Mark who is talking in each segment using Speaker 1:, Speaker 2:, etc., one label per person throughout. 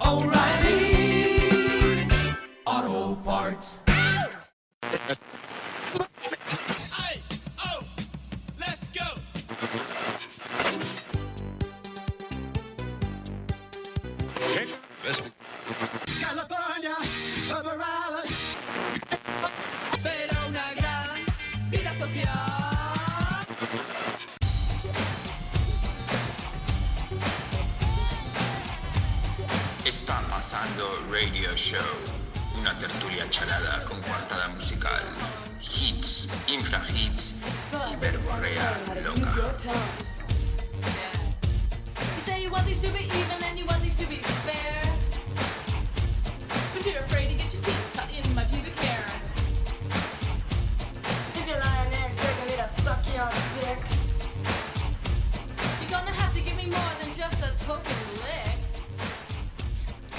Speaker 1: O'Reilly Auto Parts. Hey, oh, let's go. California, Barbaras. Pero una gran vida social.
Speaker 2: Está pasando Radio Show, una tertulia charada con cuartada musical, hits, infrahits y verborrea loca.
Speaker 3: You say you want things to be even and you want things to be fair. But you're afraid to get your teeth cut in my pubic hair.
Speaker 4: If you're lying there expecting me to suck your dick,
Speaker 3: You're gonna have to give me more than just a token lick.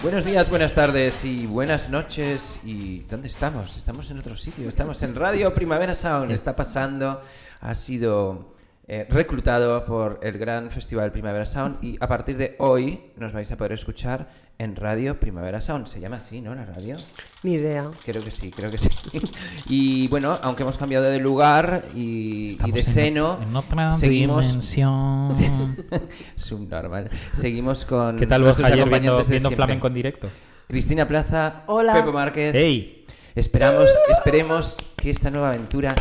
Speaker 5: Buenos días, buenas tardes y buenas noches. ¿Y dónde estamos? Estamos en otro sitio. Estamos en Radio Primavera Sound. Está pasando. Ha sido eh, reclutado por el gran festival Primavera Sound y a partir de hoy nos vais a poder escuchar en Radio Primavera Sound. Se llama así, ¿no? La radio.
Speaker 6: Ni idea.
Speaker 5: Creo que sí, creo que sí. Y bueno, aunque hemos cambiado de lugar y, y
Speaker 7: Estamos
Speaker 5: de
Speaker 7: en
Speaker 5: seno,
Speaker 7: ot- en otra
Speaker 5: seguimos
Speaker 7: dimensión.
Speaker 5: subnormal. Seguimos con
Speaker 7: ¿Qué tal vos
Speaker 5: nuestros
Speaker 7: ayer viendo,
Speaker 5: acompañantes de
Speaker 7: viendo
Speaker 5: siempre.
Speaker 7: flamenco en directo?
Speaker 5: Cristina Plaza,
Speaker 6: Hola.
Speaker 5: Pepo Márquez.
Speaker 7: ¡Ey!
Speaker 5: Esperamos, esperemos que esta nueva aventura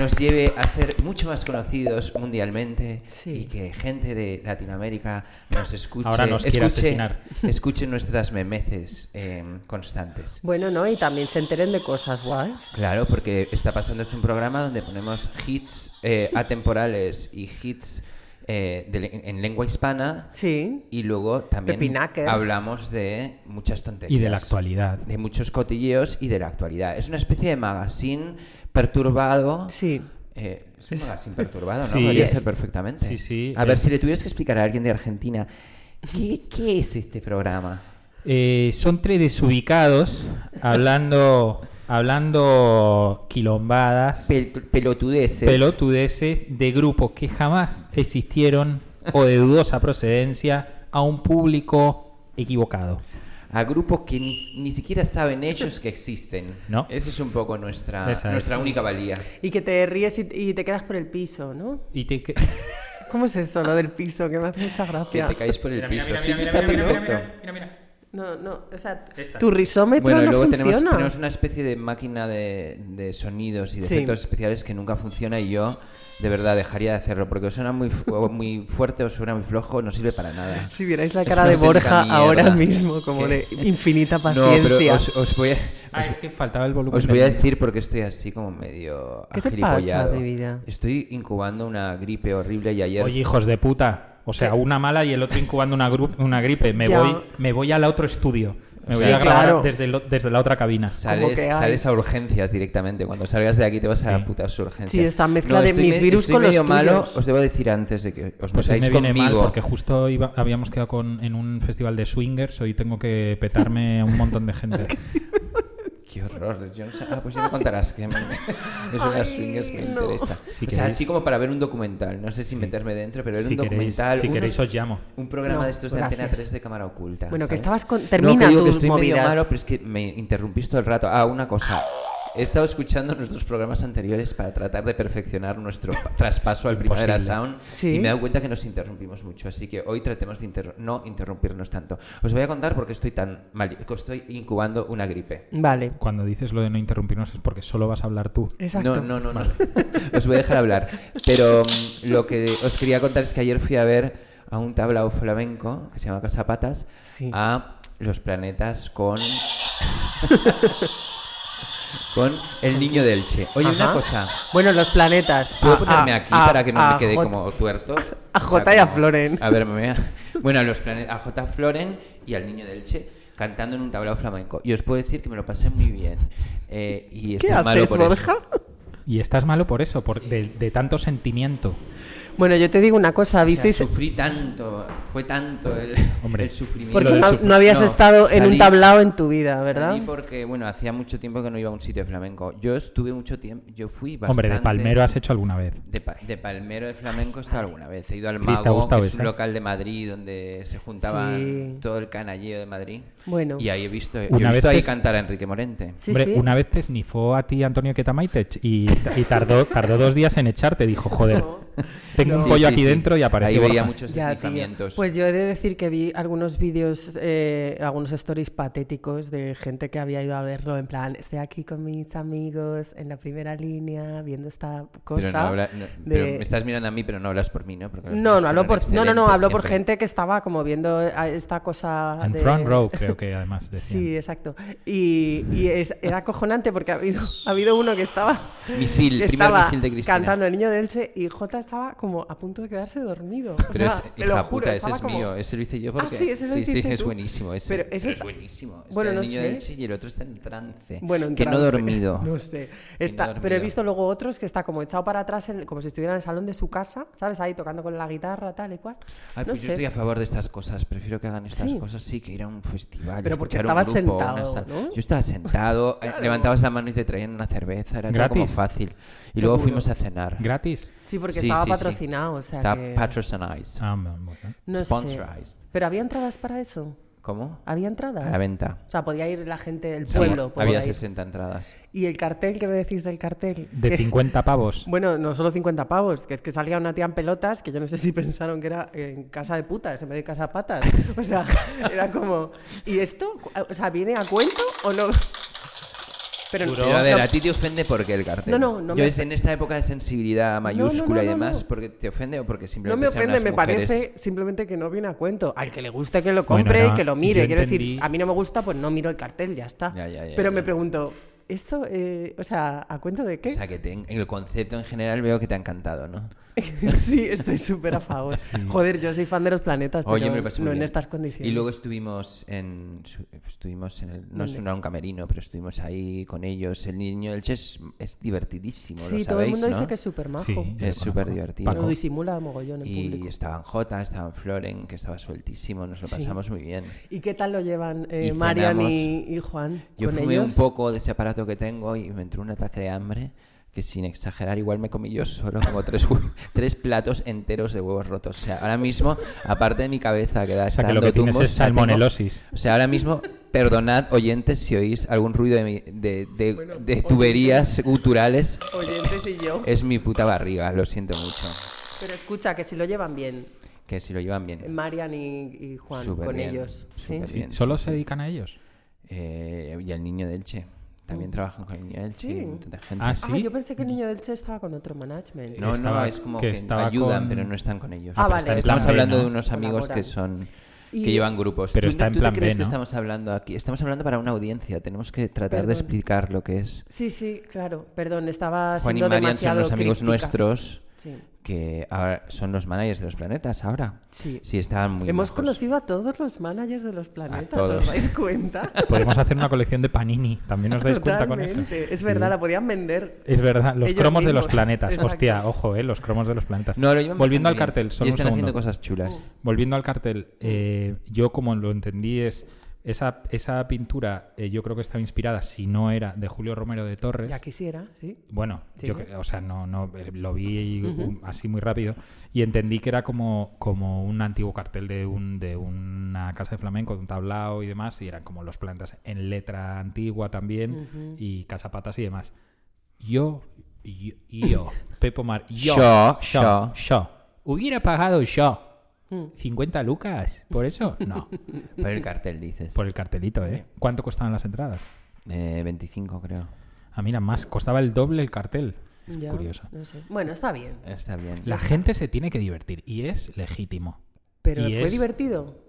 Speaker 5: nos lleve a ser mucho más conocidos mundialmente
Speaker 6: Sí.
Speaker 5: y que gente de Latinoamérica nos escuche,
Speaker 7: Ahora nos quiere
Speaker 5: escuche,
Speaker 7: asesinar.
Speaker 5: escuche nuestras memeces eh, constantes.
Speaker 6: Bueno, no, y también se enteren de cosas guays.
Speaker 5: Claro, porque está pasando es un programa donde ponemos hits eh, atemporales y hits eh, de le- en lengua hispana
Speaker 6: Sí.
Speaker 5: y luego también
Speaker 6: Pepinakers.
Speaker 5: hablamos de muchas tonterías
Speaker 7: Y de la actualidad.
Speaker 5: de muchos cotilleos y de la actualidad. Es una especie de magazine perturbado.
Speaker 6: Sí.
Speaker 5: Eh, es un magazine perturbado, ¿no?
Speaker 7: Sí.
Speaker 5: Podría
Speaker 7: Yes.
Speaker 5: ser perfectamente.
Speaker 7: Sí, sí, Eh.
Speaker 5: A ver,
Speaker 7: es-
Speaker 5: si le tuvieras que explicar a alguien de Argentina, ¿qué, qué es este programa?
Speaker 7: Eh, son tres desubicados hablando, hablando quilombadas,
Speaker 5: Pel- pelotudeces.
Speaker 7: pelotudeces de grupos que jamás existieron o de dudosa procedencia a un público equivocado.
Speaker 5: a grupos que ni, ni siquiera saben ellos que existen.
Speaker 7: No.
Speaker 5: Esa es un poco nuestra,
Speaker 7: Esa es.
Speaker 5: nuestra única valía.
Speaker 6: Y que te ríes y, y te quedas por el piso, ¿no?
Speaker 7: Y te... que-
Speaker 6: ¿Cómo es esto, lo del piso? Que me hace mucha
Speaker 5: Que
Speaker 6: gracia.
Speaker 5: te caes por el
Speaker 7: Mira, mira,
Speaker 5: piso.
Speaker 7: mira,
Speaker 5: sí, sí,
Speaker 7: mira,
Speaker 5: está
Speaker 7: mira, mira,
Speaker 5: perfecto.
Speaker 7: mira, mira, mira.
Speaker 6: No, no, o sea,
Speaker 7: Esta.
Speaker 6: tu risómetro
Speaker 5: Bueno, y
Speaker 6: no
Speaker 5: luego tenemos,
Speaker 6: funciona.
Speaker 5: tenemos una especie de máquina de, de sonidos y de
Speaker 6: Sí.
Speaker 5: efectos especiales que nunca funciona y yo de verdad dejaría de hacerlo porque o suena muy, fu- o muy fuerte o suena muy flojo, no sirve para nada.
Speaker 6: Si vierais la
Speaker 5: Es
Speaker 6: cara
Speaker 5: una
Speaker 6: de
Speaker 5: auténtica
Speaker 6: Borja
Speaker 5: mierda.
Speaker 6: ahora mismo, como
Speaker 5: ¿Qué?
Speaker 6: de infinita
Speaker 5: No,
Speaker 6: paciencia.
Speaker 5: pero os, os voy a,
Speaker 7: Ah,
Speaker 5: os-
Speaker 7: es que faltaba el volumen.
Speaker 5: os voy a
Speaker 7: del-
Speaker 5: decir porque estoy así como medio
Speaker 6: ¿Qué te
Speaker 5: agilipollado.
Speaker 6: pasa, mi vida?
Speaker 5: Estoy incubando una gripe horrible y ayer...
Speaker 7: Oye, hijos de puta. O sea, una mala y el otro incubando una, gru- una gripe. Me
Speaker 6: Ya.
Speaker 7: voy, me voy al otro estudio. Me voy
Speaker 6: Sí,
Speaker 7: a grabar
Speaker 6: claro.
Speaker 7: desde, lo- desde la otra cabina.
Speaker 5: Sales,
Speaker 6: que hay.
Speaker 5: sales a urgencias directamente. Cuando salgas de aquí te vas a
Speaker 7: Sí.
Speaker 5: la puta urgencias.
Speaker 6: Sí, esta mezcla de
Speaker 5: estoy
Speaker 6: mis
Speaker 5: me-
Speaker 6: virus
Speaker 5: estoy
Speaker 6: con los
Speaker 5: medio malo.
Speaker 6: tuyos.
Speaker 5: Os debo decir antes de que os
Speaker 7: Pues ahí
Speaker 5: metáis
Speaker 7: me viene
Speaker 5: conmigo.
Speaker 7: mal porque justo iba- habíamos quedado con, en un festival de swingers. Hoy tengo que petarme a un montón de gente.
Speaker 5: Qué horror. Yo no sé- Ah, pues ya me contarás que me- es una
Speaker 6: Ay,
Speaker 5: swingers me
Speaker 6: no.
Speaker 5: interesa.
Speaker 7: Si
Speaker 5: o sea,
Speaker 7: queréis-
Speaker 5: así como para ver un documental. No sé si meterme dentro, pero ver
Speaker 7: si
Speaker 5: un
Speaker 7: queréis,
Speaker 5: documental.
Speaker 7: si
Speaker 5: unos-
Speaker 7: queréis os llamo.
Speaker 5: Un programa
Speaker 6: No,
Speaker 5: de estos de Antena
Speaker 6: gracias.
Speaker 5: 3 de cámara oculta.
Speaker 6: Bueno, que
Speaker 5: ¿sabes?
Speaker 6: estabas con-
Speaker 5: No,
Speaker 6: termina
Speaker 5: que digo que
Speaker 6: tus
Speaker 5: estoy medio
Speaker 6: movidas.
Speaker 5: malo, pero es que me interrumpís todo el rato. Ah, una cosa. He estado escuchando nuestros programas anteriores para tratar de perfeccionar nuestro pa- traspaso al Primavera
Speaker 7: imposible.
Speaker 5: Sound
Speaker 6: Sí.
Speaker 5: y me he dado cuenta que nos interrumpimos mucho, así que hoy tratemos de interru- no interrumpirnos tanto. Os voy a contar porque estoy tan mal, estoy incubando una gripe.
Speaker 6: Vale.
Speaker 7: Cuando dices lo de no interrumpirnos es porque solo vas a hablar tú.
Speaker 6: Exacto.
Speaker 5: No, no, no, no. Os voy a dejar hablar. Pero mm, lo que os quería contar es que ayer fui a ver a un tablao flamenco que se llama Casapatas
Speaker 6: Sí.
Speaker 5: a los planetas con. con el niño del Che. Oye, una
Speaker 6: Ajá.
Speaker 5: cosa.
Speaker 6: Bueno, los planetas. Ah,
Speaker 5: ¿Puedo
Speaker 6: A-
Speaker 5: ponerme
Speaker 6: a-
Speaker 5: aquí
Speaker 6: a-
Speaker 5: para que no
Speaker 6: a
Speaker 5: me quede
Speaker 6: J-
Speaker 5: como tuerto?
Speaker 6: a J y a Floren.
Speaker 5: A ver, me voy a... Bueno, a, los planetas, a J. Floren y al niño del Che cantando en un tablao flamenco. Y os puedo decir que me lo pasé muy bien. Eh, y
Speaker 6: ¿Qué
Speaker 5: estoy malo
Speaker 6: haces,
Speaker 5: por eso.
Speaker 6: Borja?
Speaker 7: Y estás malo por eso, por, de, de tanto sentimiento.
Speaker 6: Bueno, yo te digo una cosa,
Speaker 5: O sea,
Speaker 6: ¿visteis?
Speaker 5: sufrí tanto, fue tanto el,
Speaker 7: Hombre,
Speaker 5: el sufrimiento.
Speaker 6: Porque
Speaker 7: del
Speaker 6: no,
Speaker 7: sufri-
Speaker 6: no habías
Speaker 5: No,
Speaker 6: estado en
Speaker 5: salí-
Speaker 6: un tablao en tu vida, ¿verdad?
Speaker 5: Salí porque, bueno, hacía mucho tiempo que no iba a un sitio de flamenco. Yo estuve mucho tiempo, yo fui bastante...
Speaker 7: Hombre, de palmero has hecho alguna vez.
Speaker 5: De, pa- de palmero de flamenco he estado alguna vez. He ido al
Speaker 7: Cris, ¿te ha
Speaker 5: Mago,
Speaker 7: gustado
Speaker 5: que es un
Speaker 7: esa?
Speaker 5: local de Madrid donde se juntaban
Speaker 6: Sí.
Speaker 5: todo el canalleo de Madrid.
Speaker 6: Bueno.
Speaker 5: Y ahí he visto, yo
Speaker 7: Una
Speaker 5: he visto
Speaker 7: vez
Speaker 5: ahí
Speaker 7: es-
Speaker 5: cantar a Enrique Morente.
Speaker 6: Sí,
Speaker 7: Hombre,
Speaker 6: sí.
Speaker 7: una vez te snifó a ti Antonio Ketamaitech y, y tardó, tardó dos días en echarte. Dijo, joder, tengo un
Speaker 5: Sí,
Speaker 7: pollo
Speaker 5: sí,
Speaker 7: aquí
Speaker 5: sí.
Speaker 7: dentro y apareció.
Speaker 5: Ahí veía
Speaker 7: Borja.
Speaker 5: muchos
Speaker 6: Ya, tío.
Speaker 5: deslizamientos.
Speaker 6: Pues yo he de decir que vi algunos vídeos, eh, algunos stories patéticos de gente que había ido a verlo, en plan, estoy aquí con mis amigos en la primera línea viendo esta cosa.
Speaker 5: Pero, no habla- no-
Speaker 6: de-
Speaker 5: pero me estás mirando a mí, pero no hablas por mí, ¿no? Porque las
Speaker 6: No,
Speaker 5: cosas
Speaker 6: no hablo
Speaker 5: fueron
Speaker 6: por, no, no, no,
Speaker 5: excelentes
Speaker 6: hablo por
Speaker 5: siempre.
Speaker 6: gente que estaba como viendo eh, a esta cosa.
Speaker 7: En
Speaker 6: de-
Speaker 7: front row, creo que además. decían.
Speaker 6: Sí, exacto. Y, y es- era acojonante porque ha habido, ha habido uno que estaba,
Speaker 5: Misil,
Speaker 6: que
Speaker 5: primer
Speaker 6: estaba
Speaker 5: misil de Cristina.
Speaker 6: cantando El Niño de Elche y Jota estaba como a punto de quedarse dormido. O
Speaker 5: Pero
Speaker 6: sea,
Speaker 5: es,
Speaker 6: te lo
Speaker 5: hija
Speaker 6: juro,
Speaker 5: puta, ese
Speaker 6: estaba
Speaker 5: es
Speaker 6: como-
Speaker 5: mío, ese lo hice yo
Speaker 6: Ah,
Speaker 5: porque...
Speaker 6: sí, ese lo
Speaker 5: sí,
Speaker 6: hiciste
Speaker 5: es
Speaker 6: tú.
Speaker 5: buenísimo ese.
Speaker 6: Pero ese
Speaker 5: es
Speaker 6: es-
Speaker 5: buenísimo. Está
Speaker 6: Bueno,
Speaker 5: el
Speaker 6: no
Speaker 5: niño
Speaker 6: sé.
Speaker 5: del Che y el otro está en trance.
Speaker 6: Bueno, en
Speaker 5: que no
Speaker 6: trance.
Speaker 5: dormido.
Speaker 6: No sé. Está-
Speaker 5: dormido.
Speaker 6: pero he visto luego otros que está como echado para atrás, en- como si estuviera en el salón de su casa, ¿sabes? Ahí tocando con la guitarra, tal y cual.
Speaker 5: Ay,
Speaker 6: no
Speaker 5: pues yo
Speaker 6: sé.
Speaker 5: estoy a favor de estas cosas. Prefiero que hagan estas
Speaker 6: Sí.
Speaker 5: cosas sí que ir a un festival.
Speaker 6: Pero porque
Speaker 5: escuchar a un
Speaker 6: estabas
Speaker 5: grupo, una
Speaker 6: sentado,
Speaker 5: sal-
Speaker 6: ¿no?
Speaker 5: Yo estaba sentado, eh, levantabas la mano y te traían una cerveza. Era todo como
Speaker 7: Gratis.
Speaker 5: fácil. Y luego
Speaker 6: Seguro.
Speaker 5: fuimos a cenar.
Speaker 7: Gratis.
Speaker 6: Sí, porque
Speaker 5: Sí,
Speaker 6: estaba
Speaker 5: sí, sí.
Speaker 6: patrocinado, o sea
Speaker 5: Está
Speaker 6: que-
Speaker 5: patrocinized.
Speaker 7: Ah, bueno.
Speaker 6: no sé.
Speaker 5: sponsorized.
Speaker 6: Pero había entradas para eso.
Speaker 5: ¿Cómo?
Speaker 6: Había entradas.
Speaker 5: A la venta.
Speaker 6: O sea, podía ir la gente del
Speaker 5: Sí,
Speaker 6: pueblo. podía
Speaker 5: había
Speaker 6: ir.
Speaker 5: 60 entradas.
Speaker 6: Y el cartel, ¿qué me decís del cartel?
Speaker 7: De
Speaker 6: Que-
Speaker 7: 50 pavos.
Speaker 6: Bueno, no solo 50 pavos, que es que salía una tía en pelotas, que yo no sé si pensaron que era en casa de putas en vez de casa de patas. O sea, era como, ¿y esto? O sea, ¿viene a cuento o no? Pero,
Speaker 5: Pero, a ver, a ti te ofende porque el cartel.
Speaker 6: No, no, no
Speaker 5: Yo
Speaker 6: me
Speaker 5: es en esta época de sensibilidad mayúscula y
Speaker 6: no, no,
Speaker 5: demás,
Speaker 6: no.
Speaker 5: porque te ofende o porque
Speaker 6: no
Speaker 5: simplemente
Speaker 6: me
Speaker 5: sean
Speaker 6: ofende,
Speaker 5: unas
Speaker 6: me
Speaker 5: mujeres-
Speaker 6: parece simplemente que no viene a cuento. Al que le guste que lo
Speaker 7: Bueno,
Speaker 6: compre
Speaker 7: no,
Speaker 6: y que lo mire.
Speaker 7: yo
Speaker 6: Quiero
Speaker 7: entendí-
Speaker 6: decir, a mí no me gusta, pues no miro el cartel, ya está.
Speaker 5: Ya, ya, ya,
Speaker 6: Pero
Speaker 5: ya.
Speaker 6: me pregunto, ¿esto, eh, o sea, a cuento de qué?
Speaker 5: O sea, que te- el concepto en general veo que te ha encantado, ¿no?
Speaker 6: sí, estoy súper a favor. Joder, yo soy fan de los planetas, pero
Speaker 5: Oye, me lo pasé muy
Speaker 6: no en
Speaker 5: bien.
Speaker 6: estas condiciones.
Speaker 5: Y luego estuvimos en. su- Estuvimos en el, no es un camerino, pero estuvimos ahí con ellos. El niño del Che es, es divertidísimo.
Speaker 6: Sí,
Speaker 5: lo
Speaker 6: todo el
Speaker 5: sabéis,
Speaker 6: mundo
Speaker 5: ¿no?
Speaker 6: dice que es súper majo.
Speaker 7: Sí, yo lo
Speaker 5: Es
Speaker 7: conozco.
Speaker 5: súper divertido.
Speaker 7: Paco.
Speaker 6: Lo disimula mogollón en
Speaker 5: Y
Speaker 6: público.
Speaker 5: estaban Jota, estaban Floren, que estaba sueltísimo, nos lo
Speaker 6: Sí.
Speaker 5: pasamos muy bien.
Speaker 6: ¿Y qué tal lo llevan eh,
Speaker 5: Y
Speaker 6: Marian
Speaker 5: cenamos.
Speaker 6: y, y Juan?
Speaker 5: Yo
Speaker 6: con
Speaker 5: fumé
Speaker 6: ellos?
Speaker 5: un poco de ese aparato que tengo y me entró un ataque de hambre que sin exagerar igual me comí yo solo como tres, hue- tres platos enteros de huevos rotos. O sea, ahora mismo, aparte de mi cabeza que da
Speaker 7: sea, que lo que tienes es salmonelosis.
Speaker 5: O sea, ahora mismo, perdonad oyentes si oís algún ruido de, mi- de, de- de tuberías guturales.
Speaker 6: Oyentes y yo.
Speaker 5: Es mi puta barriga, lo siento mucho.
Speaker 6: Pero escucha, que si lo llevan bien,
Speaker 5: Que si lo llevan bien.
Speaker 6: Marian y, y Juan,
Speaker 5: Eh. Súper
Speaker 6: con
Speaker 5: bien,
Speaker 6: ellos. ¿sí?
Speaker 5: súper
Speaker 7: Sí,
Speaker 5: bien,
Speaker 7: ¿Solo
Speaker 5: sí,
Speaker 7: se
Speaker 5: sí.
Speaker 7: dedican a ellos?
Speaker 5: Eh, y el niño del Che. También trabajan con el niño del Che.
Speaker 6: Sí.
Speaker 5: y un montón de gente.
Speaker 7: Ah, sí.
Speaker 6: Ah, yo pensé que el niño del Che estaba con otro management.
Speaker 5: No, no,
Speaker 7: estaba-
Speaker 5: es como
Speaker 7: que
Speaker 5: que,
Speaker 7: estaba
Speaker 5: ayudan,
Speaker 7: con-
Speaker 5: pero no están con ellos.
Speaker 6: Ah, vale.
Speaker 5: Estamos
Speaker 6: Está en plan
Speaker 5: hablando
Speaker 7: B,
Speaker 5: de
Speaker 7: ¿no?
Speaker 5: unos amigos que
Speaker 6: Colaboran.
Speaker 5: son que
Speaker 6: Y-
Speaker 5: llevan grupos.
Speaker 7: Pero
Speaker 5: ¿Tú,
Speaker 7: está en
Speaker 5: tú te
Speaker 7: plan B,
Speaker 5: crees que
Speaker 7: ¿no?
Speaker 5: estamos hablando aquí? Estamos hablando para una audiencia. Tenemos que tratar de
Speaker 6: Perdón.
Speaker 5: explicar lo que es.
Speaker 6: Sí, sí, claro. Perdón, estaba
Speaker 5: Juan y
Speaker 6: siendo
Speaker 5: Marian son
Speaker 6: demasiado
Speaker 5: los amigos
Speaker 6: críptica.
Speaker 5: nuestros
Speaker 6: Sí.
Speaker 5: que ahora son los managers de los planetas ahora.
Speaker 6: Sí.
Speaker 5: Sí, estaban muy
Speaker 6: Hemos
Speaker 5: majos.
Speaker 6: conocido a todos los managers de los planetas,
Speaker 5: todos.
Speaker 6: ¿os dais cuenta?
Speaker 7: Podemos hacer una colección de panini. También os dais cuenta con eso.
Speaker 6: Totalmente. Es verdad,
Speaker 7: Sí. Eh.
Speaker 6: la podían vender.
Speaker 7: Es verdad, los
Speaker 6: Ellos
Speaker 7: cromos de los
Speaker 6: mismos.
Speaker 7: planetas.
Speaker 6: Exacto.
Speaker 7: Hostia, ojo, eh, los cromos de los planetas.
Speaker 5: No, lo llevan
Speaker 7: Volviendo al
Speaker 5: bastante bien.
Speaker 7: cartel, solo
Speaker 5: Y
Speaker 7: un
Speaker 5: están haciendo
Speaker 7: segundo.
Speaker 5: cosas chulas.
Speaker 7: Volviendo al cartel, eh, yo como lo entendí es esa, esa pintura, eh, yo creo que estaba inspirada, si no era de Julio Romero de Torres.
Speaker 6: Ya quisiera, sí.
Speaker 7: Bueno,
Speaker 6: Sí.
Speaker 7: yo que- o sea, no, no eh, lo vi um, así muy rápido y entendí que era como, como un antiguo cartel de un de una casa de flamenco, de un tablao y demás, y eran como los plantas en letra antigua también y casapatas y demás. Yo yo, yo Pepo Mar, yo,
Speaker 5: Yo, yo.
Speaker 7: yo, yo. hubiera pagado yo
Speaker 6: Mm.
Speaker 7: 50 lucas, por eso no,
Speaker 6: Uh.
Speaker 5: Por el cartel, dices.
Speaker 7: por el cartelito, ¿eh? ¿Cuánto costaban las entradas?
Speaker 5: Eh, 25, creo.
Speaker 7: Ah, mira, más costaba el doble el cartel. Es
Speaker 6: Ya,
Speaker 7: curioso.
Speaker 6: no sé. Bueno, está bien.
Speaker 5: Está bien.
Speaker 7: La gente se tiene que divertir y es legítimo.
Speaker 6: Pero
Speaker 7: Y
Speaker 6: fue
Speaker 7: es-
Speaker 6: divertido.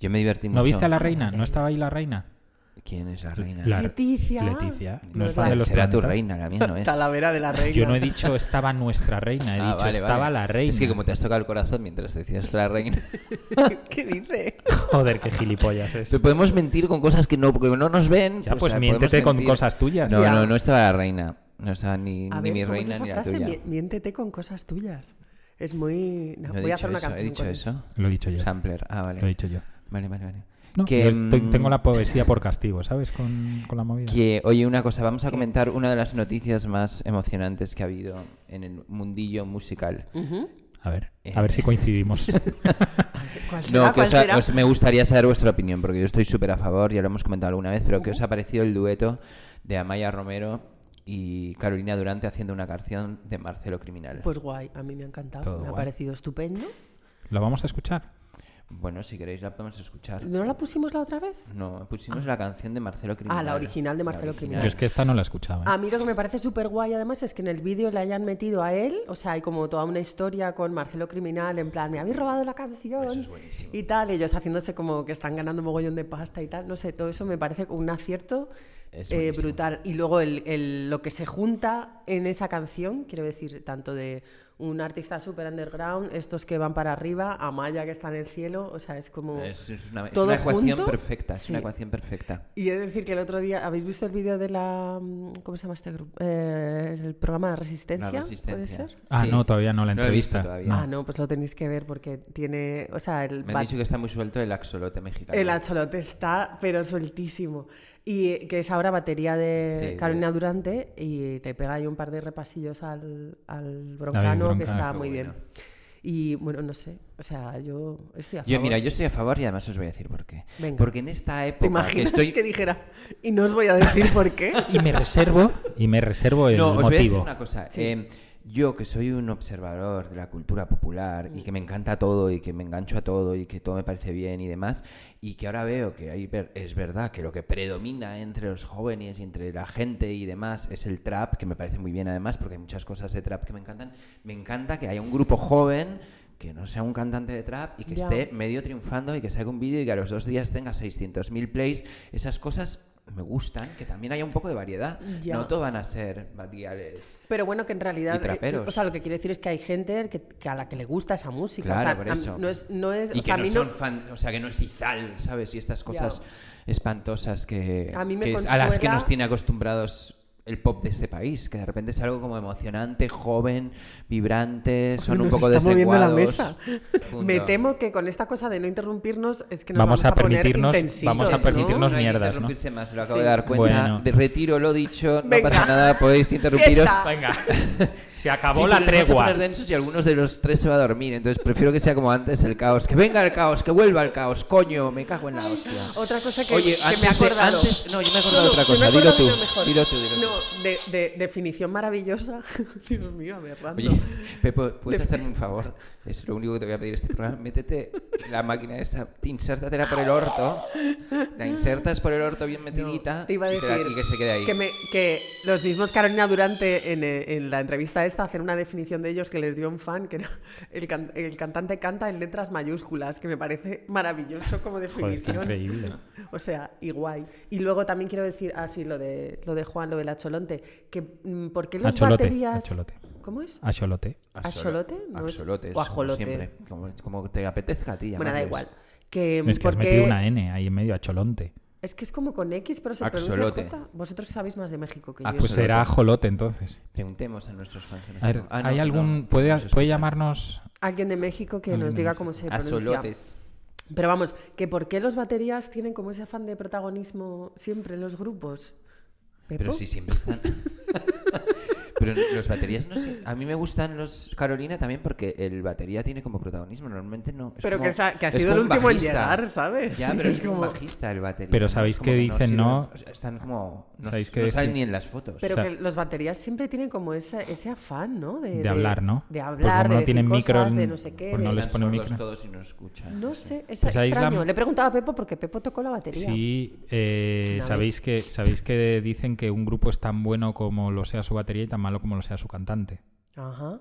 Speaker 5: Yo me divertí mucho.
Speaker 7: ¿No viste a la reina? ¿No estaba ahí la reina?
Speaker 5: ¿Quién es la reina?
Speaker 7: La-
Speaker 6: Leticia.
Speaker 7: Leticia. No
Speaker 6: No
Speaker 7: es
Speaker 6: es
Speaker 7: fan
Speaker 6: la-
Speaker 7: de los
Speaker 5: Será tu
Speaker 7: planetas.
Speaker 5: reina, la mía no es.
Speaker 6: Talavera de la reina.
Speaker 7: Yo no he dicho estaba nuestra reina, he
Speaker 5: Ah,
Speaker 7: dicho
Speaker 5: vale, vale.
Speaker 7: estaba la reina.
Speaker 5: Es que como te has tocado el corazón mientras decías la reina.
Speaker 6: ¿Qué dice?
Speaker 7: Joder, qué gilipollas es.
Speaker 5: Pero podemos mentir con cosas que no, porque no nos ven.
Speaker 7: Ya, pues
Speaker 5: ah,
Speaker 7: miéntete
Speaker 5: podemos
Speaker 7: con
Speaker 5: mentir.
Speaker 7: cosas tuyas.
Speaker 5: No,
Speaker 6: Ya.
Speaker 5: no, no estaba la reina. No está ni,
Speaker 6: A
Speaker 5: ni
Speaker 6: ver,
Speaker 5: mi
Speaker 6: ¿cómo es
Speaker 5: reina
Speaker 6: esa
Speaker 5: ni la
Speaker 6: frase?
Speaker 5: tuya.
Speaker 6: Mi- Miéntete con cosas tuyas. Es muy. no,
Speaker 5: No he
Speaker 6: voy a
Speaker 5: dicho
Speaker 6: hacer una
Speaker 5: eso,
Speaker 6: canción.
Speaker 5: he dicho
Speaker 6: con
Speaker 5: eso.
Speaker 7: Lo he dicho yo.
Speaker 5: Sampler. Ah, vale.
Speaker 7: Lo he dicho yo.
Speaker 5: Vale, vale, vale.
Speaker 7: No,
Speaker 5: que,
Speaker 7: yo estoy-
Speaker 5: mm,
Speaker 7: tengo la poesía por castigo, ¿sabes? Con, con la movida.
Speaker 5: Que, oye, una cosa, vamos a comentar una de las noticias más emocionantes que ha habido en el mundillo musical.
Speaker 7: A ver, a ver si coincidimos.
Speaker 6: ¿Cuál será?
Speaker 5: No, que
Speaker 6: ¿Cuál
Speaker 5: os ha-
Speaker 6: será?
Speaker 5: os- me gustaría saber vuestra opinión, porque yo estoy súper a favor, ya lo hemos comentado alguna vez, pero ¿qué os ha parecido el dueto de Amaya Romero y Carolina Durante haciendo una canción de Marcelo Criminal?
Speaker 6: Pues guay, a mí me ha encantado.
Speaker 7: Todo
Speaker 6: me ha
Speaker 7: guay.
Speaker 6: parecido estupendo.
Speaker 7: ¿Lo vamos a escuchar?
Speaker 5: Bueno, si queréis la podemos escuchar.
Speaker 6: ¿No la pusimos la otra vez?
Speaker 5: No, pusimos la canción de Marcelo Criminal.
Speaker 6: original de Marcelo Criminal.
Speaker 7: Yo es que esta no la escuchaba. ¿eh?
Speaker 6: A mí lo que me parece súper guay además es que en el vídeo le hayan metido a él, o sea, hay como toda una historia con Marcelo Criminal, en plan, me habéis robado la canción y tal, ellos haciéndose como que están ganando mogollón de pasta y tal, no sé, todo eso me parece un acierto
Speaker 5: Es
Speaker 6: eh,
Speaker 5: buenísimo.
Speaker 6: brutal. Y luego el- el- lo que se junta en esa canción, quiero decir, tanto de un artista súper underground, estos que van para arriba, Amaya que está en el cielo, o sea, es como...
Speaker 5: Es, es una, es
Speaker 6: todo
Speaker 5: una ecuación
Speaker 6: junto,
Speaker 5: perfecta, es una
Speaker 6: sí.
Speaker 5: ecuación perfecta.
Speaker 6: Y he de decir que el otro día, ¿habéis visto el vídeo de la. mm, ¿Cómo se llama este grupo? Eh, el programa La Resistencia.
Speaker 5: La resistencia.
Speaker 6: ¿Puede ser?
Speaker 7: Ah,
Speaker 5: Sí.
Speaker 7: no, todavía no la
Speaker 5: No lo he visto
Speaker 7: entrevista.
Speaker 5: todavía.
Speaker 6: Ah, no, pues lo tenéis que ver porque tiene. O sea, el.
Speaker 5: Me
Speaker 6: bat-
Speaker 5: han dicho que está muy suelto el axolote mexicano.
Speaker 6: el acholote está, pero sueltísimo. Y eh, que es ahora batería de
Speaker 5: Sí,
Speaker 6: Carolina
Speaker 5: de-
Speaker 6: Durante y te pega ahí un par de repasillos al, al broncano,
Speaker 7: Bronca,
Speaker 6: que está
Speaker 5: qué
Speaker 6: muy
Speaker 5: bueno.
Speaker 6: bien. Y bueno, no sé. O sea, yo estoy a favor.
Speaker 5: Yo, mira, yo estoy a favor y además os voy a decir por qué.
Speaker 6: Venga.
Speaker 5: Porque en esta época
Speaker 6: ¿Te imaginas
Speaker 5: que estoy...
Speaker 6: dijera? Y no os voy a decir por qué.
Speaker 7: Y me reservo, y me reservo el
Speaker 5: no, os voy a decir
Speaker 7: motivo.
Speaker 5: una cosa. Eh, yo que soy un observador de la cultura popular y que me encanta todo y que me engancho a todo y que todo me parece bien y demás, y que ahora veo que hay ver- es verdad que lo que predomina entre los jóvenes y entre la gente y demás es el trap, que me parece muy bien además, porque hay muchas cosas de trap que me encantan. Me encanta que haya un grupo joven que no sea un cantante de trap y que
Speaker 6: Ya.
Speaker 5: esté medio triunfando y que saque un vídeo y que a los dos días tenga 600.000 plays. Esas cosas me gustan, que también haya un poco de variedad.
Speaker 6: Ya.
Speaker 5: No todo van a ser batiales.
Speaker 6: Pero bueno, que en realidad.
Speaker 5: Y traperos.
Speaker 6: eh, O sea, lo que quiero decir es que hay gente que, que a la que le gusta esa música.
Speaker 5: Claro,
Speaker 6: o sea,
Speaker 5: por
Speaker 6: a mí-
Speaker 5: eso.
Speaker 6: no es. No es
Speaker 5: Y
Speaker 6: o sea,
Speaker 5: que
Speaker 6: a
Speaker 5: no
Speaker 6: mí no-
Speaker 5: son fan, o sea, que no es Izal, ¿sabes? Y estas cosas espantosas que,
Speaker 6: A mí me
Speaker 5: que es- a las que
Speaker 6: consuela-
Speaker 5: nos tiene acostumbrados el pop de este país, que de repente es algo como emocionante, joven, vibrante, son
Speaker 6: Nos
Speaker 5: un poco
Speaker 6: está moviendo la mesa.
Speaker 5: deslenguados.
Speaker 6: Me
Speaker 5: Punto.
Speaker 6: temo que con esta cosa de no interrumpirnos es que nos
Speaker 7: Vamos
Speaker 6: vamos,
Speaker 7: a
Speaker 6: poner
Speaker 7: permitirnos-
Speaker 6: intensitos,
Speaker 7: vamos a
Speaker 6: ¿no?
Speaker 7: permitirnos-
Speaker 5: hay que
Speaker 7: mierdas, ¿no?
Speaker 5: interrumpirse más, lo acabo
Speaker 6: Sí.
Speaker 5: de dar cuenta.
Speaker 7: Bueno.
Speaker 5: De retiro lo dicho,
Speaker 6: Venga.
Speaker 5: no pasa nada, podéis interrumpiros.
Speaker 6: Fiesta.
Speaker 7: Venga, se
Speaker 5: Sí,
Speaker 7: acabó
Speaker 5: pero
Speaker 7: la
Speaker 5: nos vamos a
Speaker 7: tregua.
Speaker 5: poner densos y algunos de los tres se va a dormir, entonces prefiero que sea como antes el caos. Que venga el caos, que vuelva el caos, coño, me cago en la hostia.
Speaker 6: Otra cosa que,
Speaker 5: Oye,
Speaker 6: que
Speaker 5: antes
Speaker 6: me he
Speaker 5: de-
Speaker 6: acordado.
Speaker 5: antes- no, yo me he acordado de otra
Speaker 6: yo me he
Speaker 5: cosa. Dilo
Speaker 6: acordado de
Speaker 5: tú,
Speaker 6: una mejor.
Speaker 5: dilo tú, dilo tú.
Speaker 6: No, de, de- definición maravillosa. Dios mío, aberrando.
Speaker 5: Oye, Pepo, ¿puedes hacerme un favor? Es lo único que te voy a pedir este programa. Métete la máquina esa, insértatela por el orto, la insertas por el orto bien metidita
Speaker 6: Te iba a
Speaker 5: y, la-
Speaker 6: decir
Speaker 5: y que se quede ahí.
Speaker 6: Que, me- que los mismos Carolina Durante en, eh, en la entrevista esta hacen una definición de ellos que les dio un fan, que era el, can- el cantante canta en letras mayúsculas, que me parece maravilloso como
Speaker 7: Joder, qué
Speaker 6: definición.
Speaker 7: increíble.
Speaker 6: O sea, y guay. Y luego también quiero decir, así lo de lo de Juan, lo del acholonte, que mm, ¿por qué los
Speaker 7: Acholote,
Speaker 6: baterías?
Speaker 7: acholote. Ah,
Speaker 6: ¿Cómo es?
Speaker 7: Axolote.
Speaker 6: ¿Axolote? No es-
Speaker 5: Axolote,
Speaker 6: o
Speaker 5: es como
Speaker 6: ajolote.
Speaker 5: siempre, como, como te apetezca a ti.
Speaker 6: bueno, da
Speaker 5: llamarles.
Speaker 6: igual. Que,
Speaker 5: Em,
Speaker 7: Es que has
Speaker 6: porque
Speaker 7: metido una ¿eh? N ahí en medio, acholonte.
Speaker 6: es que es como con X, pero se
Speaker 5: Axolote.
Speaker 6: pronuncia J. Vosotros sabéis más de México que
Speaker 5: Ah,
Speaker 6: yo.
Speaker 7: Pues será ajolote entonces.
Speaker 5: Preguntemos a nuestros fans.
Speaker 7: A ver,
Speaker 5: Ah, no,
Speaker 7: ¿hay
Speaker 5: no,
Speaker 7: algún.
Speaker 5: no
Speaker 7: ¿Puede,
Speaker 5: se
Speaker 7: puede
Speaker 5: escucha.
Speaker 7: llamarnos
Speaker 6: Alguien de México que nos diga cómo se pronuncia.
Speaker 5: Axolotes.
Speaker 6: Pero vamos, que por qué los baterías tienen como ese afán de protagonismo siempre en los grupos. ¿Pepo?
Speaker 5: Pero si siempre están. Pero los baterías no sé. A mí me gustan los Carolina también porque el batería tiene como protagonismo. Normalmente no. Es
Speaker 6: Pero
Speaker 5: como-
Speaker 6: que sa- que ha
Speaker 5: es
Speaker 6: sido
Speaker 5: como
Speaker 6: el
Speaker 5: un
Speaker 6: último en
Speaker 5: bajista.
Speaker 6: llegar, ¿sabes?
Speaker 5: Ya, pero
Speaker 6: Es
Speaker 5: es, como un
Speaker 6: como-
Speaker 5: bajista el batería.
Speaker 7: Pero
Speaker 5: ¿no? Es
Speaker 7: ¿sabéis
Speaker 5: como
Speaker 7: qué
Speaker 5: que
Speaker 7: dicen,
Speaker 5: sirven-
Speaker 7: no?
Speaker 5: o sea, están como. No,
Speaker 7: ¿Sabéis
Speaker 5: no
Speaker 7: qué
Speaker 5: salen
Speaker 7: dicen?
Speaker 5: ni en las fotos.
Speaker 6: Pero
Speaker 7: O sea-
Speaker 6: que los baterías siempre tienen como ese, ese afán, ¿no? De,
Speaker 7: de, hablar, no?
Speaker 6: De
Speaker 7: Porque
Speaker 6: hablar,
Speaker 7: como
Speaker 6: de
Speaker 7: no tienen
Speaker 6: decir
Speaker 7: micro,
Speaker 6: cosas, de no sé qué.
Speaker 7: pues no
Speaker 6: de-
Speaker 7: les
Speaker 5: Están
Speaker 7: ponen
Speaker 5: sordos
Speaker 7: micro.
Speaker 5: todos y no escuchan.
Speaker 6: No sé, es
Speaker 7: Pues ahí es la-
Speaker 6: extraño. Le he preguntado a Pepo porque Pepo tocó la batería.
Speaker 7: Sí, eh,
Speaker 6: Una
Speaker 7: sabéis que sabéis que dicen que un grupo es tan bueno como lo sea su batería y tan malo como lo sea su cantante.
Speaker 6: Ajá.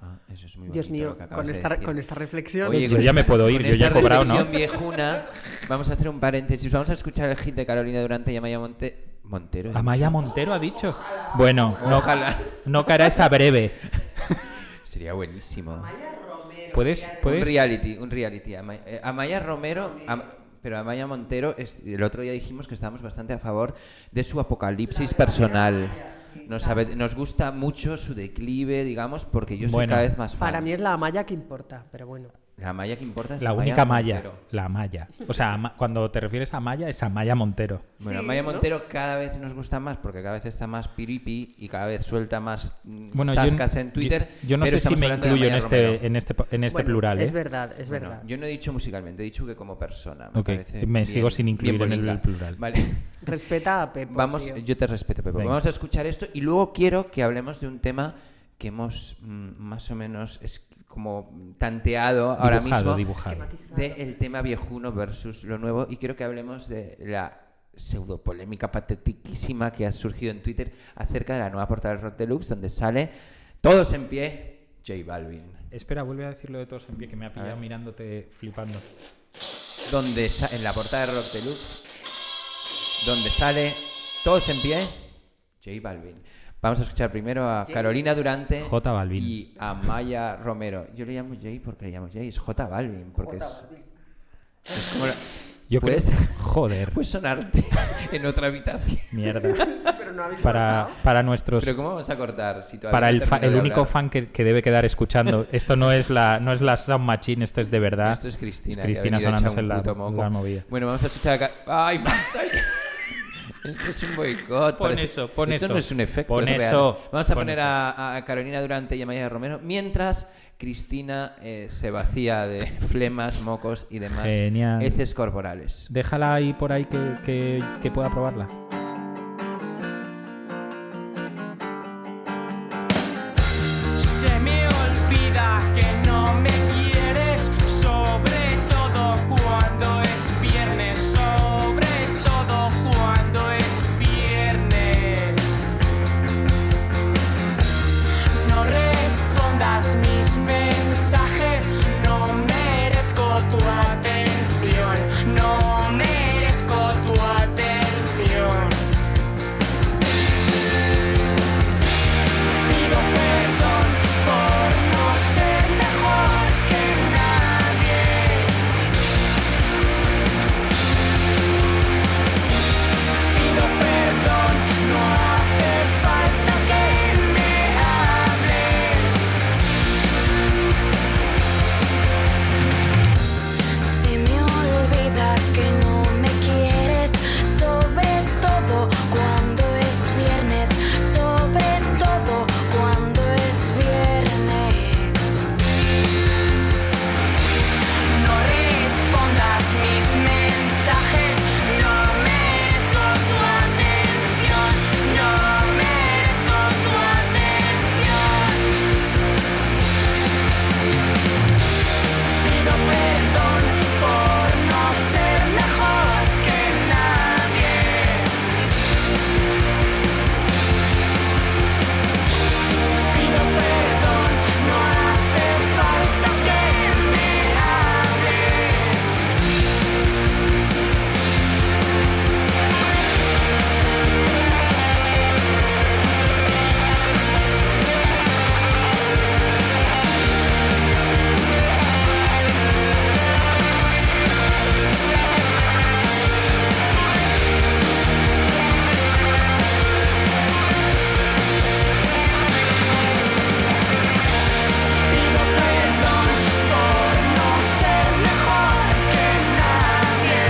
Speaker 5: Ah, eso es muy
Speaker 6: Dios
Speaker 5: bonito
Speaker 6: mío,
Speaker 5: lo que acabas
Speaker 6: con
Speaker 5: de
Speaker 6: esta,
Speaker 5: decir.
Speaker 6: con esta reflexión.
Speaker 7: Oye, Yo ya me puedo ir,
Speaker 5: con
Speaker 7: yo ya he
Speaker 5: esta
Speaker 7: cobrado, ¿no?
Speaker 5: reflexión viejuna, vamos a hacer un paréntesis. Vamos a escuchar el hit de Carolina Durante y Amaya Monte... Montero. ¿eh?
Speaker 7: Amaya Montero ha dicho. Bueno, no,
Speaker 5: Ojalá.
Speaker 7: no caerá esa breve.
Speaker 5: Sería buenísimo.
Speaker 7: Puedes,
Speaker 5: Un
Speaker 7: puedes.
Speaker 5: reality, un reality. Ama- eh, Amaya Romero, Am- pero Amaya Montero, es- el otro día dijimos que estábamos bastante a favor de su apocalipsis personal. nos, abe- nos gusta mucho su declive, digamos, porque yo soy
Speaker 7: Bueno.
Speaker 5: cada vez más fan.
Speaker 6: Para mí es la malla que importa, pero bueno.
Speaker 5: La malla que importa es
Speaker 7: La única malla.
Speaker 5: Montero.
Speaker 7: La malla. O sea, ama- cuando te refieres a malla, es a malla Montero.
Speaker 5: Bueno,
Speaker 6: Sí,
Speaker 5: Maya
Speaker 6: ¿no?
Speaker 5: Montero cada vez nos gusta más porque cada vez está más piripi y cada vez suelta más mm,
Speaker 7: Bueno, yo,
Speaker 5: zascas en
Speaker 7: yo-
Speaker 5: Twitter.
Speaker 7: Yo, no
Speaker 5: pero
Speaker 7: sé si
Speaker 5: estamos
Speaker 7: me
Speaker 5: hablando de
Speaker 7: incluyo en
Speaker 5: Maya Romero.
Speaker 7: este, en este, en este
Speaker 6: Bueno,
Speaker 7: plural.
Speaker 6: Es
Speaker 7: ¿eh?
Speaker 6: verdad, es
Speaker 5: Bueno,
Speaker 6: verdad.
Speaker 5: yo no he dicho musicalmente, he dicho que como persona. Me,
Speaker 7: Ok,
Speaker 5: parece
Speaker 7: me
Speaker 5: bien-
Speaker 7: sigo sin
Speaker 5: bien
Speaker 7: incluir en el
Speaker 5: bonita.
Speaker 7: plural.
Speaker 5: Vale.
Speaker 6: Respeta a Pepo.
Speaker 5: Vamos,
Speaker 6: tío.
Speaker 5: yo te respeto, Pepo.
Speaker 7: Venga.
Speaker 5: Vamos a escuchar esto y luego quiero que hablemos de un tema que hemos mm, más o menos es como tanteado ahora
Speaker 7: Dibujado,
Speaker 5: mismo
Speaker 7: dibujado.
Speaker 5: del tema viejuno versus lo nuevo y quiero que hablemos de la pseudopolémica patetiquísima que ha surgido en Twitter acerca de la nueva portada del Rock Deluxe donde sale todos en pie J Balvin.
Speaker 7: Espera, vuelve a decirlo de todos en pie, que me ha pillado
Speaker 5: ver.
Speaker 7: mirándote flipando.
Speaker 5: Donde sa- en la portada de Rock Deluxe donde sale todos en pie J Balvin. Vamos a escuchar primero a Carolina Durante
Speaker 7: J Balvin.
Speaker 5: y a Maya Romero. Yo le llamo J porque le llamo J, es J Balvin porque es es como la-
Speaker 7: Yo
Speaker 5: Pues-
Speaker 7: creo- Joder,
Speaker 5: Puedes sonarte en otra habitación.
Speaker 7: mierda.
Speaker 6: Pero no habéis
Speaker 7: Para,
Speaker 6: cortado.
Speaker 7: para nuestros...
Speaker 5: Pero ¿cómo vamos a cortar si todavía
Speaker 7: Pues Para
Speaker 5: no
Speaker 7: el, fa-
Speaker 5: termino
Speaker 7: el
Speaker 5: de
Speaker 7: único
Speaker 5: hablar?
Speaker 7: fan que, que debe quedar escuchando. Esto no es la no es la Sound Machine, esto es de verdad.
Speaker 5: Esto es Cristina. que ha
Speaker 7: Cristina
Speaker 5: venido hecha
Speaker 7: sonándose
Speaker 5: un
Speaker 7: la,
Speaker 5: puto moco.
Speaker 7: la movida.
Speaker 5: Bueno, vamos a escuchar acá. ¡Ay, basta! Esto es un boicot.
Speaker 7: Pon
Speaker 5: parece.
Speaker 7: eso, pon
Speaker 5: Esto
Speaker 7: eso.
Speaker 5: no es un efecto.
Speaker 7: Pon
Speaker 5: es real.
Speaker 7: eso,
Speaker 5: Vamos a
Speaker 7: pon
Speaker 5: poner a, a Carolina Durante y a Maya Romero mientras Cristina eh, se vacía de flemas, mocos y demás
Speaker 7: Genial.
Speaker 5: heces corporales.
Speaker 7: Déjala ahí por ahí que, que- que pueda probarla.
Speaker 1: Se me olvida que no me quieres, sobre todo cuando es viernes, sobre todo cuando es viernes. No respondas mis mensajes, no merezco tu atención, no merezco tu atención. Pido perdón por no ser mejor que nadie. Pido perdón, no hace falta que me hables.
Speaker 8: Se me olvida que no me quieres, sobre todo cuando es viernes, sobre todo cuando es viernes.
Speaker 1: No respondas mis mensajes, no merezco tu atención, no merezco tu atención. Pido perdón por no ser mejor que nadie. Pido perdón, no hace falta que me hables. Pido perdón por no ser mejor que nadie.